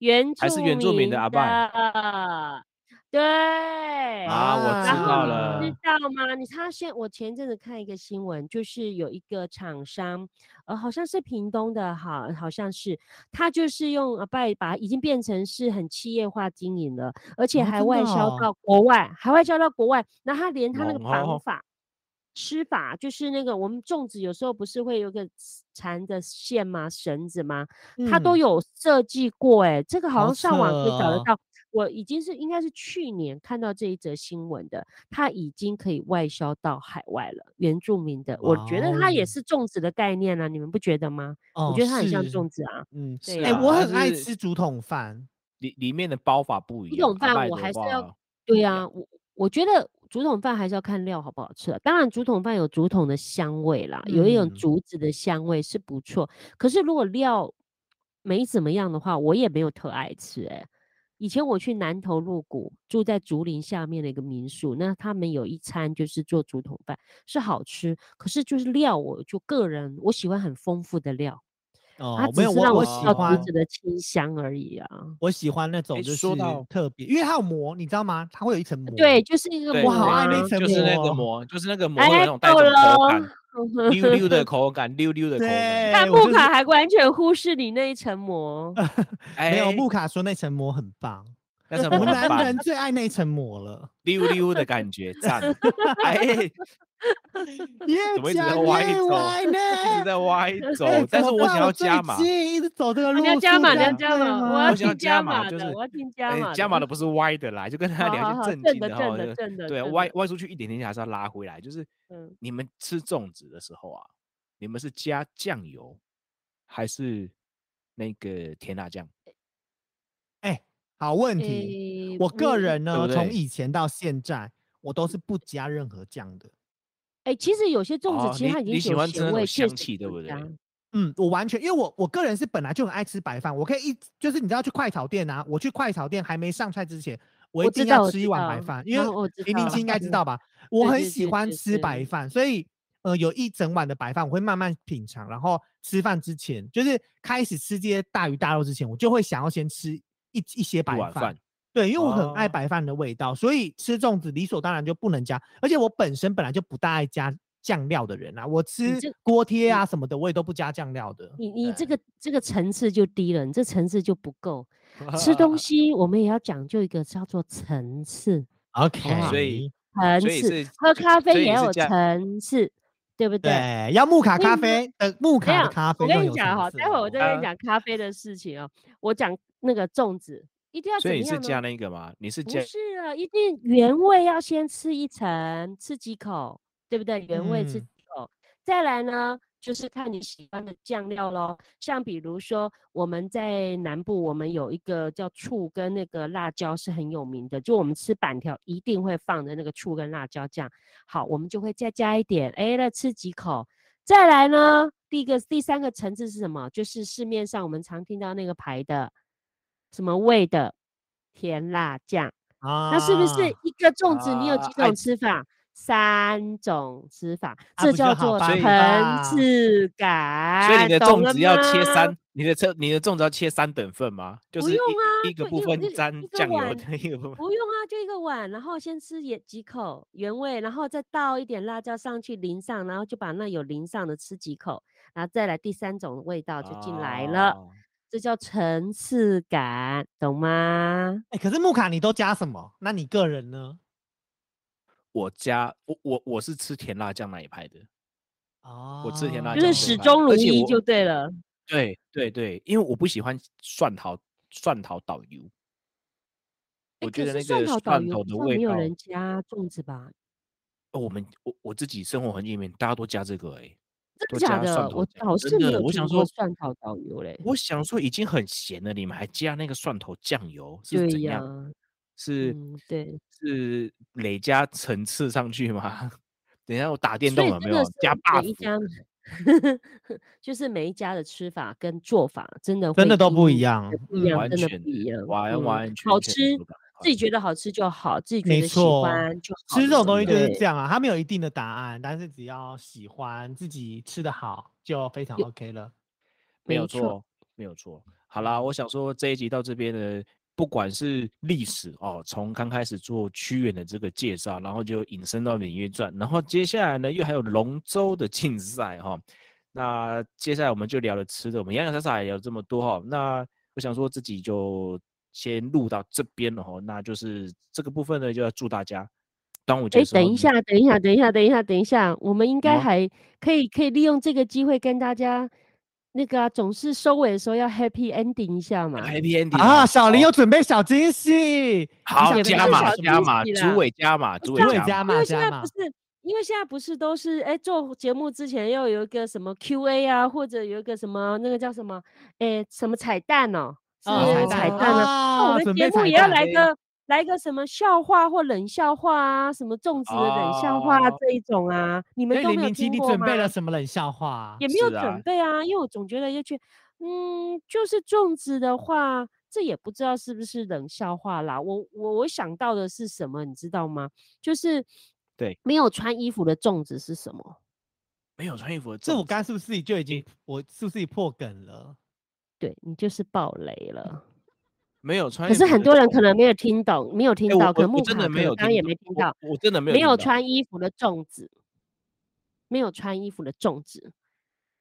Speaker 3: 原住
Speaker 1: 还是原住民的阿
Speaker 3: 爸
Speaker 1: 拜
Speaker 3: 对
Speaker 1: 啊，我知
Speaker 3: 哎然后
Speaker 1: 道了
Speaker 2: [LAUGHS]
Speaker 3: 知，道吗？你他现我前阵子看一个新闻，就是有一个厂商，呃，好像是屏东的哈，好像是他就是用呃拜把已经变成是很企业化经营了，而且
Speaker 2: 哦
Speaker 3: 还
Speaker 2: 真的
Speaker 3: 外销
Speaker 2: 哦
Speaker 3: 到国外，还外销到国外。那他连他那个
Speaker 1: 猛
Speaker 3: 绑
Speaker 1: 哦
Speaker 3: 法、吃法，就是那个我们粽子有时候不是会有个缠的线吗？绳子吗？他都
Speaker 2: 嗯哦
Speaker 3: 有设计过、欸，哎，这个好
Speaker 2: 好
Speaker 3: 像上网可以找得
Speaker 2: 扯
Speaker 3: 到。我已经是应该是去年看到这一则新闻的，它已经可以外销到海外了，原住民的，我觉得它
Speaker 2: 哇
Speaker 3: 也
Speaker 2: 哦
Speaker 3: 是粽子的概念啊，你们不觉得吗？
Speaker 2: 哦
Speaker 3: 我觉得它很像
Speaker 2: 是
Speaker 3: 粽子啊。
Speaker 2: 嗯，
Speaker 3: 对
Speaker 1: 是
Speaker 2: 哎、
Speaker 1: 啊
Speaker 2: 我
Speaker 1: 它
Speaker 2: 很爱
Speaker 1: 是
Speaker 2: 吃竹筒饭，
Speaker 1: 里里面的包法不一
Speaker 3: 竹
Speaker 1: 样。
Speaker 3: 筒
Speaker 1: 阿
Speaker 3: 饭
Speaker 1: 拜
Speaker 3: 我
Speaker 1: 的
Speaker 3: 还是要
Speaker 1: 话
Speaker 3: 对啊，我我觉得竹筒饭还是要看料好不好吃、啊。当然，竹筒饭有竹筒的香味啦，有一种
Speaker 2: 嗯
Speaker 3: 竹子的香味是不错。可是如果料没怎么样的话，我也没有特爱吃、欸。哎，以前我去南投鹿谷，住在竹林下面的一个民宿，那他们有一餐就是做竹筒饭，是好吃，可是就是料，我就个人我喜欢很丰富的料，它
Speaker 2: 哦，
Speaker 3: 只
Speaker 2: 没有
Speaker 3: 是让
Speaker 2: 我
Speaker 3: 我
Speaker 2: 我
Speaker 3: 吃
Speaker 2: 喜
Speaker 3: 到
Speaker 2: 欢
Speaker 3: 竹子的清香而已啊。
Speaker 2: 我喜欢那种
Speaker 1: 哎
Speaker 2: 就是
Speaker 1: 说到呃
Speaker 2: 特别，因为它有膜，你知道吗？它会有一层膜。
Speaker 3: 对，，就是一个
Speaker 1: 对
Speaker 2: 我
Speaker 3: 膜
Speaker 2: 好爱
Speaker 3: 啊
Speaker 2: 那层
Speaker 1: 就是那
Speaker 2: 膜
Speaker 1: 个膜，就是那个膜
Speaker 3: 哎
Speaker 1: 会有那种带
Speaker 3: 够
Speaker 1: 种口感，
Speaker 3: 了
Speaker 1: 溜溜的口感，溜溜的口感。
Speaker 2: 对，
Speaker 3: 但
Speaker 2: 我
Speaker 3: 木
Speaker 2: 就是
Speaker 3: 卡还完全忽视你那一层膜，
Speaker 1: 哎，
Speaker 2: 没有木卡说那层膜很棒，
Speaker 1: 那什
Speaker 2: 我
Speaker 1: 么
Speaker 2: 们
Speaker 1: 很
Speaker 2: 男
Speaker 1: 棒
Speaker 2: 人，最爱那层膜
Speaker 1: [LAUGHS]
Speaker 2: 了。
Speaker 1: 溜溜的感觉，赞。哎，一
Speaker 2: 耶，
Speaker 1: 怎么一直在
Speaker 2: 加
Speaker 1: 歪
Speaker 2: 耶
Speaker 1: 走
Speaker 2: 歪呢？
Speaker 1: 直
Speaker 2: [LAUGHS]
Speaker 1: 在歪走
Speaker 2: 哎，
Speaker 1: 但是
Speaker 2: 怎么
Speaker 1: 我想
Speaker 2: 办
Speaker 1: 要
Speaker 2: 最
Speaker 1: 加码，
Speaker 2: 近一直走这个
Speaker 3: 你
Speaker 2: 路
Speaker 3: 要
Speaker 2: 数这
Speaker 3: 加
Speaker 2: 样
Speaker 3: 码，
Speaker 2: 对吗，
Speaker 3: 你要加码，我要
Speaker 1: 我想要
Speaker 3: 听
Speaker 1: 加码
Speaker 3: 码
Speaker 1: 就是
Speaker 3: 的，我要听加码
Speaker 1: 哎，
Speaker 3: 的，
Speaker 1: 加码的不是歪的啦，就跟他
Speaker 3: 好
Speaker 1: 聊
Speaker 3: 好
Speaker 1: 一
Speaker 3: 好
Speaker 1: 些正
Speaker 3: 正
Speaker 1: 经
Speaker 3: 的
Speaker 1: 的
Speaker 3: 正
Speaker 1: 哈，
Speaker 3: 的
Speaker 1: 就
Speaker 3: 正的，
Speaker 1: 对，
Speaker 3: 正
Speaker 1: 歪
Speaker 3: 的
Speaker 1: 歪出去一点点还是要拉回来，就是
Speaker 3: 嗯，
Speaker 1: 你们吃粽子的时候啊，你们是加酱油还是那个甜辣酱？
Speaker 2: 好问题，
Speaker 3: 诶
Speaker 2: 我个人呢，
Speaker 1: 不
Speaker 2: 从
Speaker 1: 对
Speaker 2: 以前到现在，我都是不加任何酱的。
Speaker 3: 哎，其实有些粽
Speaker 1: 哦
Speaker 3: 子其实
Speaker 1: 你
Speaker 3: 它已
Speaker 1: 你
Speaker 3: 经
Speaker 1: 喜
Speaker 3: 是有
Speaker 1: 欢吃那
Speaker 3: 咸
Speaker 1: 种
Speaker 3: 味，
Speaker 1: 香
Speaker 3: 确实
Speaker 1: 气对
Speaker 3: 不
Speaker 1: 不对
Speaker 3: 加
Speaker 2: 嗯，我完全，因为我我个人是本来就很爱吃白饭，我可以一就是你知道去快炒店啊，我去快炒店还没上菜之前，我一
Speaker 3: 我知
Speaker 2: 定
Speaker 3: 道
Speaker 2: 要
Speaker 3: 我
Speaker 2: 吃
Speaker 3: 知
Speaker 2: 一碗白
Speaker 3: 道
Speaker 2: 饭，因
Speaker 3: 然
Speaker 2: 为
Speaker 3: 后我知
Speaker 2: 零零
Speaker 3: 道
Speaker 2: 七应该知
Speaker 3: 嗯
Speaker 2: 道
Speaker 3: [LAUGHS]
Speaker 2: 吧？我
Speaker 3: 对
Speaker 2: 很
Speaker 3: 对
Speaker 2: 喜
Speaker 3: 对
Speaker 2: 欢
Speaker 3: 对
Speaker 2: 吃
Speaker 3: 对
Speaker 2: 白饭，所以呃有一整碗的白饭我会慢慢品尝，然后吃饭之前就是开始吃这些大鱼大肉之前，我就会想要先吃一一些白
Speaker 1: 一碗
Speaker 2: 饭
Speaker 1: 饭。
Speaker 2: 对，因为我很爱
Speaker 1: 哦
Speaker 2: 白饭的味道，所以吃粽子理所当然就不能加。而且我本身本来就不大爱加酱料的人啊，我吃
Speaker 3: 这
Speaker 2: 锅贴
Speaker 3: 你
Speaker 2: 啊什么的，我也都不加酱料的。
Speaker 3: 你你这
Speaker 1: 对
Speaker 3: 个这个层次就低了，你这层次就不够。吃东西我们也要讲究一个叫做层次，
Speaker 2: [LAUGHS] OK，
Speaker 1: 所以
Speaker 3: 层
Speaker 1: 所以
Speaker 3: 次，
Speaker 1: 是
Speaker 3: 喝咖
Speaker 1: 所
Speaker 3: 啡
Speaker 1: 以
Speaker 3: 也
Speaker 1: 是
Speaker 3: 要有
Speaker 1: 这样
Speaker 3: 层次，对不对？
Speaker 2: 对要木卡
Speaker 3: 所以
Speaker 2: 咖
Speaker 3: 呢
Speaker 2: 啡的木
Speaker 3: 没
Speaker 2: 卡
Speaker 3: 有
Speaker 2: 的咖，啡
Speaker 3: 我
Speaker 2: 要
Speaker 3: 跟你
Speaker 2: 有
Speaker 3: 讲
Speaker 2: 层
Speaker 3: 哈，
Speaker 2: 次
Speaker 3: 待会儿我
Speaker 2: 哦
Speaker 3: 这边
Speaker 1: 啊
Speaker 3: 讲咖啡的事情哦，我讲那个粽子一定要怎
Speaker 1: 所
Speaker 3: 么
Speaker 1: 以你是
Speaker 3: 样
Speaker 1: 加
Speaker 3: 呢？
Speaker 1: 那个吗？你是
Speaker 3: 不
Speaker 1: 加
Speaker 3: 是啊，一定原味要先吃一层，吃几口，对不对？原味吃
Speaker 2: 嗯
Speaker 3: 几口，再来呢，就是看你喜欢的酱料咯。像比如说我们在南部，我们有一个叫醋跟那个辣椒是很有名的，就我们吃板条一定会放的那个醋跟辣椒酱。好，我们就会再加一点，哎，再吃几口。再来呢，第一个第三个层次是什么？就是市面上我们常听到那个牌的什么味的甜辣酱，
Speaker 2: 啊，
Speaker 3: 那是不是一个粽子你有几
Speaker 1: 啊哎
Speaker 3: 种吃法？三种吃法，
Speaker 2: 啊
Speaker 3: 这
Speaker 2: 不就
Speaker 3: 叫
Speaker 2: 好
Speaker 3: 做
Speaker 2: 办
Speaker 3: 层
Speaker 1: 了啊
Speaker 2: 吧
Speaker 3: 次感。
Speaker 1: 所以你的
Speaker 3: 啊懂
Speaker 1: 粽
Speaker 3: 了
Speaker 1: 子要切
Speaker 3: 吗
Speaker 1: 三，，你的粽你的粽子要切三等份吗？就
Speaker 3: 不
Speaker 1: 是一、
Speaker 3: 用啊
Speaker 1: 一个
Speaker 3: 不
Speaker 1: 部
Speaker 3: 一
Speaker 1: 分
Speaker 3: 一个
Speaker 1: 沾
Speaker 3: 一个
Speaker 1: 酱油
Speaker 3: 碗
Speaker 1: 的，一个部分
Speaker 3: 不用啊，就一个碗，然后先吃也几口原味，然后再倒一点辣椒上去淋上，然后就把那有淋上的吃几口，然后再来第三种味道啊就进来了，
Speaker 1: 哦
Speaker 3: 这叫层次感，懂吗？
Speaker 2: 哎、可是木卡你都加什么？那你个人呢？
Speaker 1: 我加我我我是吃甜辣酱那一派的，
Speaker 2: 哦
Speaker 1: 吃甜辣
Speaker 3: 就
Speaker 1: 椒这一
Speaker 3: 是始
Speaker 1: 派
Speaker 3: 终
Speaker 1: 而
Speaker 3: 如
Speaker 1: 且
Speaker 3: 一
Speaker 1: 我
Speaker 3: 就对了。
Speaker 1: 对对对，因为我不喜欢蒜头蒜头导游，我
Speaker 3: 诶可
Speaker 1: 觉得
Speaker 3: 是
Speaker 1: 那
Speaker 3: 蒜
Speaker 1: 个
Speaker 3: 头导
Speaker 1: 蒜头
Speaker 3: 游好
Speaker 1: 的
Speaker 3: 像
Speaker 1: 味
Speaker 3: 没有
Speaker 1: 道，
Speaker 3: 人加粽子吧？
Speaker 1: 哦我们我我自己生活环境里面大家都加这个哎、
Speaker 3: 真
Speaker 1: 都
Speaker 3: 的假
Speaker 1: 加蒜
Speaker 3: 的？
Speaker 1: 头
Speaker 3: 我
Speaker 1: 酱，
Speaker 3: 倒
Speaker 1: 真
Speaker 3: 是没
Speaker 1: 的，
Speaker 3: 有
Speaker 1: 我想
Speaker 3: 听过
Speaker 1: 说
Speaker 3: 蒜头导游嘞。
Speaker 1: 我想说已经很咸了，你们还加那个蒜头酱油是
Speaker 3: 对
Speaker 1: 怎
Speaker 3: 呀
Speaker 1: 样？，是、
Speaker 3: 嗯，对，
Speaker 1: 是累加层次上去吗？ [LAUGHS] 等一下我打电
Speaker 3: 所
Speaker 1: 动
Speaker 3: 以
Speaker 1: 了没
Speaker 3: 真
Speaker 1: 有啊
Speaker 3: 的是？
Speaker 1: 加
Speaker 3: 每
Speaker 1: buff
Speaker 3: 一家，就是每一家 [LAUGHS] 的吃法跟做法真的
Speaker 2: 真
Speaker 3: 会
Speaker 2: 的都
Speaker 3: 因
Speaker 2: 不
Speaker 3: 为
Speaker 2: 一样
Speaker 3: 对不
Speaker 2: 嗯
Speaker 3: 一样，
Speaker 1: 完
Speaker 3: 真的
Speaker 1: 全
Speaker 3: 不一样，
Speaker 1: 完
Speaker 3: 嗯
Speaker 1: 完全
Speaker 3: 好
Speaker 1: 全
Speaker 3: 吃
Speaker 1: 不同
Speaker 3: 自己觉得好吃就好，自己觉
Speaker 2: 没
Speaker 3: 得喜
Speaker 2: 错
Speaker 1: 啊
Speaker 3: 欢就好了。
Speaker 2: 吃这种东西就
Speaker 1: 真
Speaker 2: 是
Speaker 3: 对
Speaker 2: 这样啊，它没有一定的答案，但是只要喜欢自己吃的好就非常
Speaker 3: 有
Speaker 2: OK 了。
Speaker 1: 没有
Speaker 3: 没错
Speaker 1: 错，没有错。好啦，我想说这一集到这边呢，不管是历史哦，从刚开始做屈原的这个介绍，然后就引申到《芈月传》，然后接下来呢又还有龙舟的竞赛哈、那接下来我们就聊了吃的，我们洋洋洒洒也聊这么多哈、那我想说自己就先录到这边了哈、那就是这个部分呢，就要祝大家端午节
Speaker 3: 哎
Speaker 1: 的，时候
Speaker 3: 等一
Speaker 1: 你
Speaker 3: 下，等一下，等一下，等一下，等一下，我们应该
Speaker 1: 么
Speaker 3: 还可以可以利用这个机会跟大家那个啊、总是收尾的时候要 happy ending 一下嘛。
Speaker 1: happy ending
Speaker 2: 啊，
Speaker 1: 哦
Speaker 2: 小
Speaker 1: 哦
Speaker 2: 林有准备小惊
Speaker 3: [LAUGHS]
Speaker 2: 喜，
Speaker 1: 好
Speaker 2: 想
Speaker 1: 加
Speaker 2: 吃
Speaker 1: 码
Speaker 2: 小
Speaker 1: 加
Speaker 3: 惊
Speaker 1: 码，
Speaker 3: 喜
Speaker 1: 主
Speaker 3: 啦
Speaker 1: 委加码，主委
Speaker 3: 不是啊
Speaker 2: 主委
Speaker 1: 加码
Speaker 2: 加
Speaker 3: 因
Speaker 2: 码
Speaker 3: 为现在
Speaker 2: 码
Speaker 3: 不是，因为现在不是都是哎做节目之前要有一个什么 Q&A 啊，或者有一个什么那个叫什么哎什么彩蛋哦，是
Speaker 2: 啊
Speaker 1: 彩
Speaker 3: 彩
Speaker 1: 蛋
Speaker 3: 蛋啊。那我
Speaker 2: 啊，
Speaker 3: 们
Speaker 2: 准
Speaker 3: 节
Speaker 2: 备
Speaker 3: 目
Speaker 2: 彩
Speaker 3: 也要
Speaker 2: 蛋哎
Speaker 3: 来
Speaker 1: 对
Speaker 3: 个来个什么笑话或冷笑话啊，什么粽子的冷笑话啊
Speaker 1: 哦
Speaker 3: 这一种啊，你
Speaker 2: 所以
Speaker 3: 们都
Speaker 2: 零
Speaker 3: 没有
Speaker 2: 零七，
Speaker 3: 听
Speaker 2: 你
Speaker 3: 过
Speaker 2: 准
Speaker 3: 吗？
Speaker 2: 备了什么冷笑话啊？
Speaker 3: 也没有
Speaker 1: 是啊
Speaker 3: 准备啊，因为我总觉得要去，嗯，就是粽子的话，这也不知道是不是冷笑话啦。我我我想到的是什么，你知道吗？就是
Speaker 1: 对
Speaker 3: 没有穿衣服的粽子是什么？
Speaker 1: 没有穿衣服的粽子，
Speaker 2: 这我刚才是不是就已经，我是不是破梗了？
Speaker 3: 对你就是爆雷了。
Speaker 1: 没有穿衣
Speaker 3: 可
Speaker 1: 服的粽
Speaker 3: 是
Speaker 1: 子。
Speaker 3: 很多人可能没有听懂，没有
Speaker 1: 哎
Speaker 3: 听
Speaker 1: 我
Speaker 3: 到，
Speaker 1: 我
Speaker 3: 可能
Speaker 1: 我
Speaker 3: 木
Speaker 1: 真
Speaker 3: 卡
Speaker 1: 的
Speaker 3: 可
Speaker 1: 没
Speaker 3: 能
Speaker 1: 有
Speaker 3: 刚刚
Speaker 1: 听
Speaker 3: 也
Speaker 1: 到
Speaker 3: 没听到，，
Speaker 1: 我我真的没有
Speaker 3: 没
Speaker 1: 听到
Speaker 3: 有穿衣服的粽子，没有穿衣服的粽子，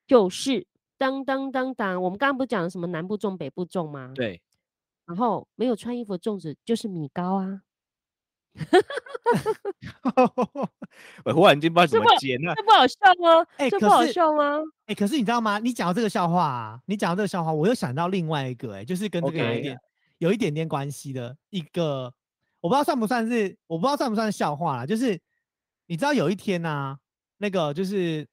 Speaker 3: 就是当当当当，我们刚刚不是讲什么南部粽、北部粽吗？
Speaker 1: 对，
Speaker 3: 然后没有穿衣服的粽子就是米糕啊，
Speaker 1: 我忽然间不知道怎
Speaker 3: 这
Speaker 1: 么
Speaker 3: 么
Speaker 1: 接，那
Speaker 3: 这不好笑吗？
Speaker 2: 哎
Speaker 3: 这
Speaker 2: 可
Speaker 3: 不好
Speaker 2: 是
Speaker 3: 笑吗？ [LAUGHS]
Speaker 2: 哎、可是你知道吗？你讲到这个笑话、啊，你讲到这个笑话，我又想到另外一个、哎，就是跟这个有
Speaker 1: OK
Speaker 2: 一点有一点点关系的一个，我不知道算不算是，我不知道算不算笑话啦。就是你知道有一天呢、那个就是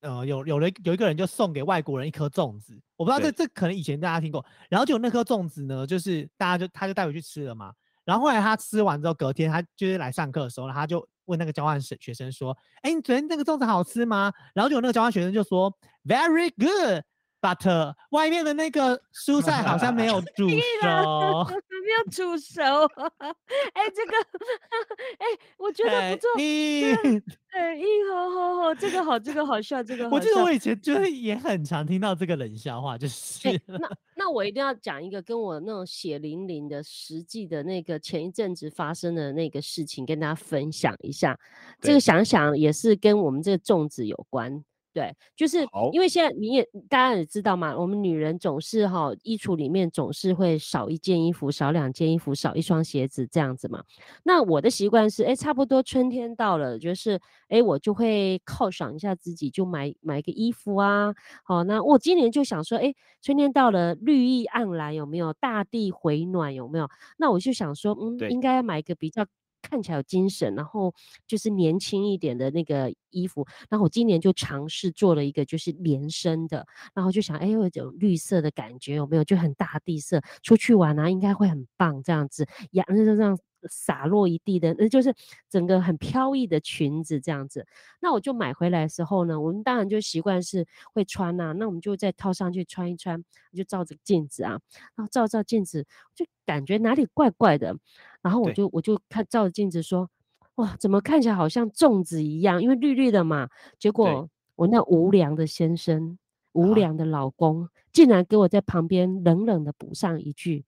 Speaker 2: 呃，有有人有一个人就送给外国人一颗粽子，我不知道这这可能以前大家听过，然后就那颗粽子呢，就是大家就他就带回去吃了嘛。然后后来他吃完之后，隔天他就是来上课的时候，然后他就问那个交换生学生说：“哎，你昨天那个粽子好吃吗？”然后就有那个交换学生就说：“Very good。” But 外面的那个蔬菜好像没
Speaker 3: [LAUGHS]
Speaker 2: 有煮
Speaker 3: 啊
Speaker 2: 熟，
Speaker 3: 没有煮熟、哎、这个， [LAUGHS] 哎、我觉得
Speaker 2: 哎
Speaker 3: 不错，
Speaker 2: 你，
Speaker 3: [LAUGHS] 哎、咦好好好，这个好，这个好笑，这个好笑。
Speaker 2: [LAUGHS] 我记得我以前就是也很常听到这个冷笑
Speaker 3: [LAUGHS]
Speaker 2: 话，就是、
Speaker 3: 哎那那我一定要讲一个跟我那种血淋淋的实际的那个前一阵子发生的那个事情，跟大家分享一下。这
Speaker 1: 对嗯
Speaker 3: 个想想也是跟我们这个粽子有关。对，就是
Speaker 1: 好
Speaker 3: 因为现在你也大家也知道嘛，我们女人总是哈衣橱里面总是会少一件衣服、少两件衣服、少一双鞋子这样子嘛。那我的习惯是，哎，差不多春天到了，就是哎，我就会犒赏一下自己，就买买个衣服啊。好，那我今年就想说，哎，春天到了，绿意盎然，有没有？大地回暖，有没有？那我就想说，嗯
Speaker 1: 对，
Speaker 3: 应该要买一个比较看起来有精神，然后就是年轻一点的那个衣服。然后我今年就尝试做了一个就是连身的，然后就想，哎，有一种绿色的感觉，有没有？就很大地色，出去玩啊，应该会很棒，这样子，呀，那就这样。呃洒落一地的，那呃就是整个很飘逸的裙子这样子。那我就买回来的时候呢，我们当然就习惯是会穿呐、那我们就再套上去穿一穿，我就照着镜子啊，然后照照镜子，就感觉哪里怪怪的，然后我
Speaker 1: 对
Speaker 3: 就我就看照着镜子说，哇，怎么看起来好像粽子一样，因为绿绿的嘛。结果我那无良的先生、无
Speaker 1: 啊
Speaker 3: 良的老公，竟然给我在旁边冷冷的补上一句：“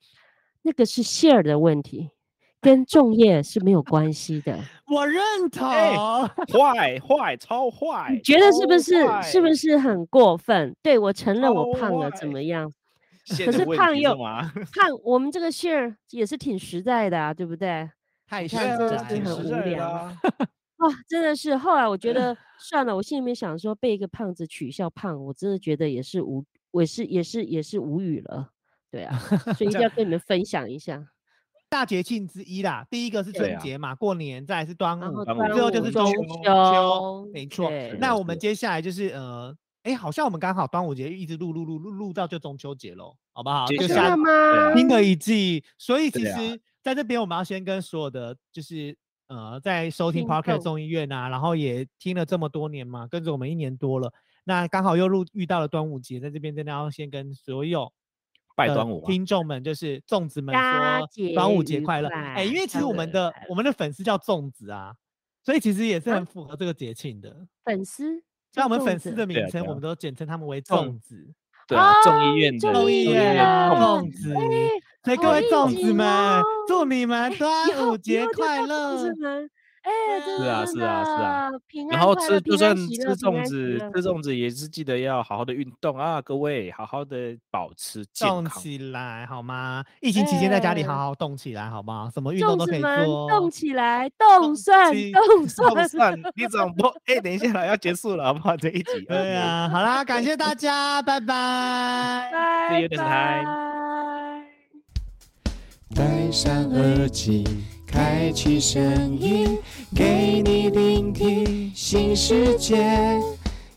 Speaker 3: 那个是馅儿的问题，跟粽叶是没有关
Speaker 1: [LAUGHS]
Speaker 3: 系的。”
Speaker 2: 我认同。
Speaker 1: 坏坏超坏
Speaker 3: 你，觉得是不
Speaker 1: 哎超
Speaker 3: 是是不
Speaker 1: 坏？
Speaker 3: 是很过分？对我承认我
Speaker 1: 超
Speaker 3: 胖了，
Speaker 1: 坏
Speaker 3: 怎么样？
Speaker 1: 现
Speaker 3: 可
Speaker 1: 在
Speaker 3: 是
Speaker 1: 问
Speaker 3: 胖
Speaker 1: 题
Speaker 3: 又
Speaker 1: 吗？
Speaker 3: 看我们这个馅儿也是挺实在的啊，对不对？
Speaker 2: 太实在
Speaker 3: 看这个
Speaker 1: 对啊
Speaker 3: 是
Speaker 1: 挺
Speaker 3: 很
Speaker 1: 实
Speaker 3: 无
Speaker 1: 在的
Speaker 3: 聊
Speaker 1: 啊
Speaker 3: 啊，真的是。后来我觉
Speaker 1: [LAUGHS]
Speaker 3: 得算了，我心里面想说，被一个胖子取笑胖，我真的觉得也是无，我也是也是也是无语了。对
Speaker 1: [LAUGHS]
Speaker 3: 啊，所以一定要跟你们分享一下。
Speaker 2: 大节庆之一啦。第一个是
Speaker 1: 对
Speaker 2: 春
Speaker 1: 啊
Speaker 2: 节嘛，过年，再来是端
Speaker 3: 然
Speaker 2: 午
Speaker 3: 后，
Speaker 1: 端午
Speaker 3: 端
Speaker 2: 嗯最后就
Speaker 3: 午
Speaker 2: 是
Speaker 3: 中
Speaker 2: 中
Speaker 3: 秋，
Speaker 2: 没错
Speaker 3: 对
Speaker 2: 那
Speaker 1: 是
Speaker 2: 我们接下来就是呃，哎，好像我们刚好端午节一直录录录录录到就中秋节喽。好不好？
Speaker 1: 接
Speaker 2: 就
Speaker 1: 下来
Speaker 2: 下
Speaker 3: 真的
Speaker 1: 啊
Speaker 3: 吗？
Speaker 2: 新的一季。所以其
Speaker 1: 对啊
Speaker 2: 实在这边，我们要先跟所有的就是呃，在收听
Speaker 3: 听
Speaker 2: Parker
Speaker 3: 众
Speaker 2: 众议院啊，然后也听了这么多年嘛，跟着我们一年多了，那刚好又入遇到了端午节，在这边真的要先跟所有
Speaker 1: 拜
Speaker 2: 的
Speaker 1: 端午啊，
Speaker 2: 听众们，就是粽子们
Speaker 3: 佳
Speaker 2: 说
Speaker 3: 节
Speaker 2: 端午节
Speaker 3: 愉
Speaker 2: 快乐。哎，因为其
Speaker 3: 快
Speaker 2: 实我们
Speaker 3: 乐
Speaker 2: 的
Speaker 3: 快
Speaker 2: 我们的粉丝叫粽子啊，所以其实也是
Speaker 3: 啊
Speaker 2: 很符合这个节庆的。
Speaker 3: 粉丝，
Speaker 2: 像我们
Speaker 3: 叫粽
Speaker 2: 粉丝
Speaker 3: 子
Speaker 2: 的名
Speaker 1: 对啊
Speaker 2: 称，
Speaker 1: 对
Speaker 2: 我
Speaker 1: 啊
Speaker 2: 们都简称他们为
Speaker 1: 粽
Speaker 2: 粽子。
Speaker 1: 对啊，
Speaker 3: 哦
Speaker 1: 众议院的
Speaker 3: 众
Speaker 2: 粽
Speaker 3: 议
Speaker 2: 叶啊
Speaker 3: 院
Speaker 1: 粽
Speaker 2: 粽子
Speaker 1: 子，
Speaker 3: 哎
Speaker 2: 所以各
Speaker 3: 好
Speaker 2: 位
Speaker 3: 应
Speaker 2: 粽子
Speaker 3: 景
Speaker 2: 们，
Speaker 3: 哦
Speaker 2: 祝你们
Speaker 3: 以
Speaker 2: 端
Speaker 3: 后
Speaker 2: 午节
Speaker 3: 以后就
Speaker 2: 快
Speaker 3: 叫粽
Speaker 2: 乐
Speaker 3: 子！们哎，真
Speaker 2: 是
Speaker 3: 的
Speaker 1: 啊
Speaker 3: 真
Speaker 1: 是啊是啊
Speaker 3: 的，平
Speaker 1: 然
Speaker 3: 安
Speaker 1: 后
Speaker 3: 快
Speaker 1: 吃
Speaker 3: 乐
Speaker 1: 就
Speaker 3: 平
Speaker 1: 算
Speaker 3: 安
Speaker 1: 吃
Speaker 3: 喜乐平
Speaker 1: 粽
Speaker 3: 安喜
Speaker 1: 子
Speaker 3: 乐，
Speaker 1: 吃粽子也是记得要好好的运动啊，各位好好的保持健
Speaker 2: 动
Speaker 1: 康。
Speaker 2: 起来好吗？疫情期间在家里好
Speaker 3: 哎
Speaker 2: 好动起来好不好？什么运动
Speaker 3: 粽
Speaker 2: 都可
Speaker 3: 子
Speaker 2: 以
Speaker 3: 们
Speaker 2: 做哦。
Speaker 3: 动起来，动算
Speaker 2: 起
Speaker 3: 动
Speaker 1: 送
Speaker 3: 算， [LAUGHS]
Speaker 1: 上李长波，哎、等一下啦，要结束了，好不好？这一集，
Speaker 2: 对啊，好啦，感谢大家，拜拜。
Speaker 1: 这
Speaker 3: [LAUGHS] 拜
Speaker 1: 有点嗨
Speaker 3: 拜。
Speaker 4: 戴上耳机，开启声音，给你聆听新世界。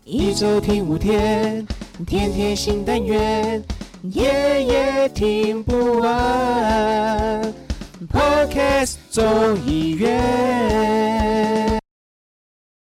Speaker 4: 一周听五天，天天新单元，夜夜听不完。Podcast 众议院。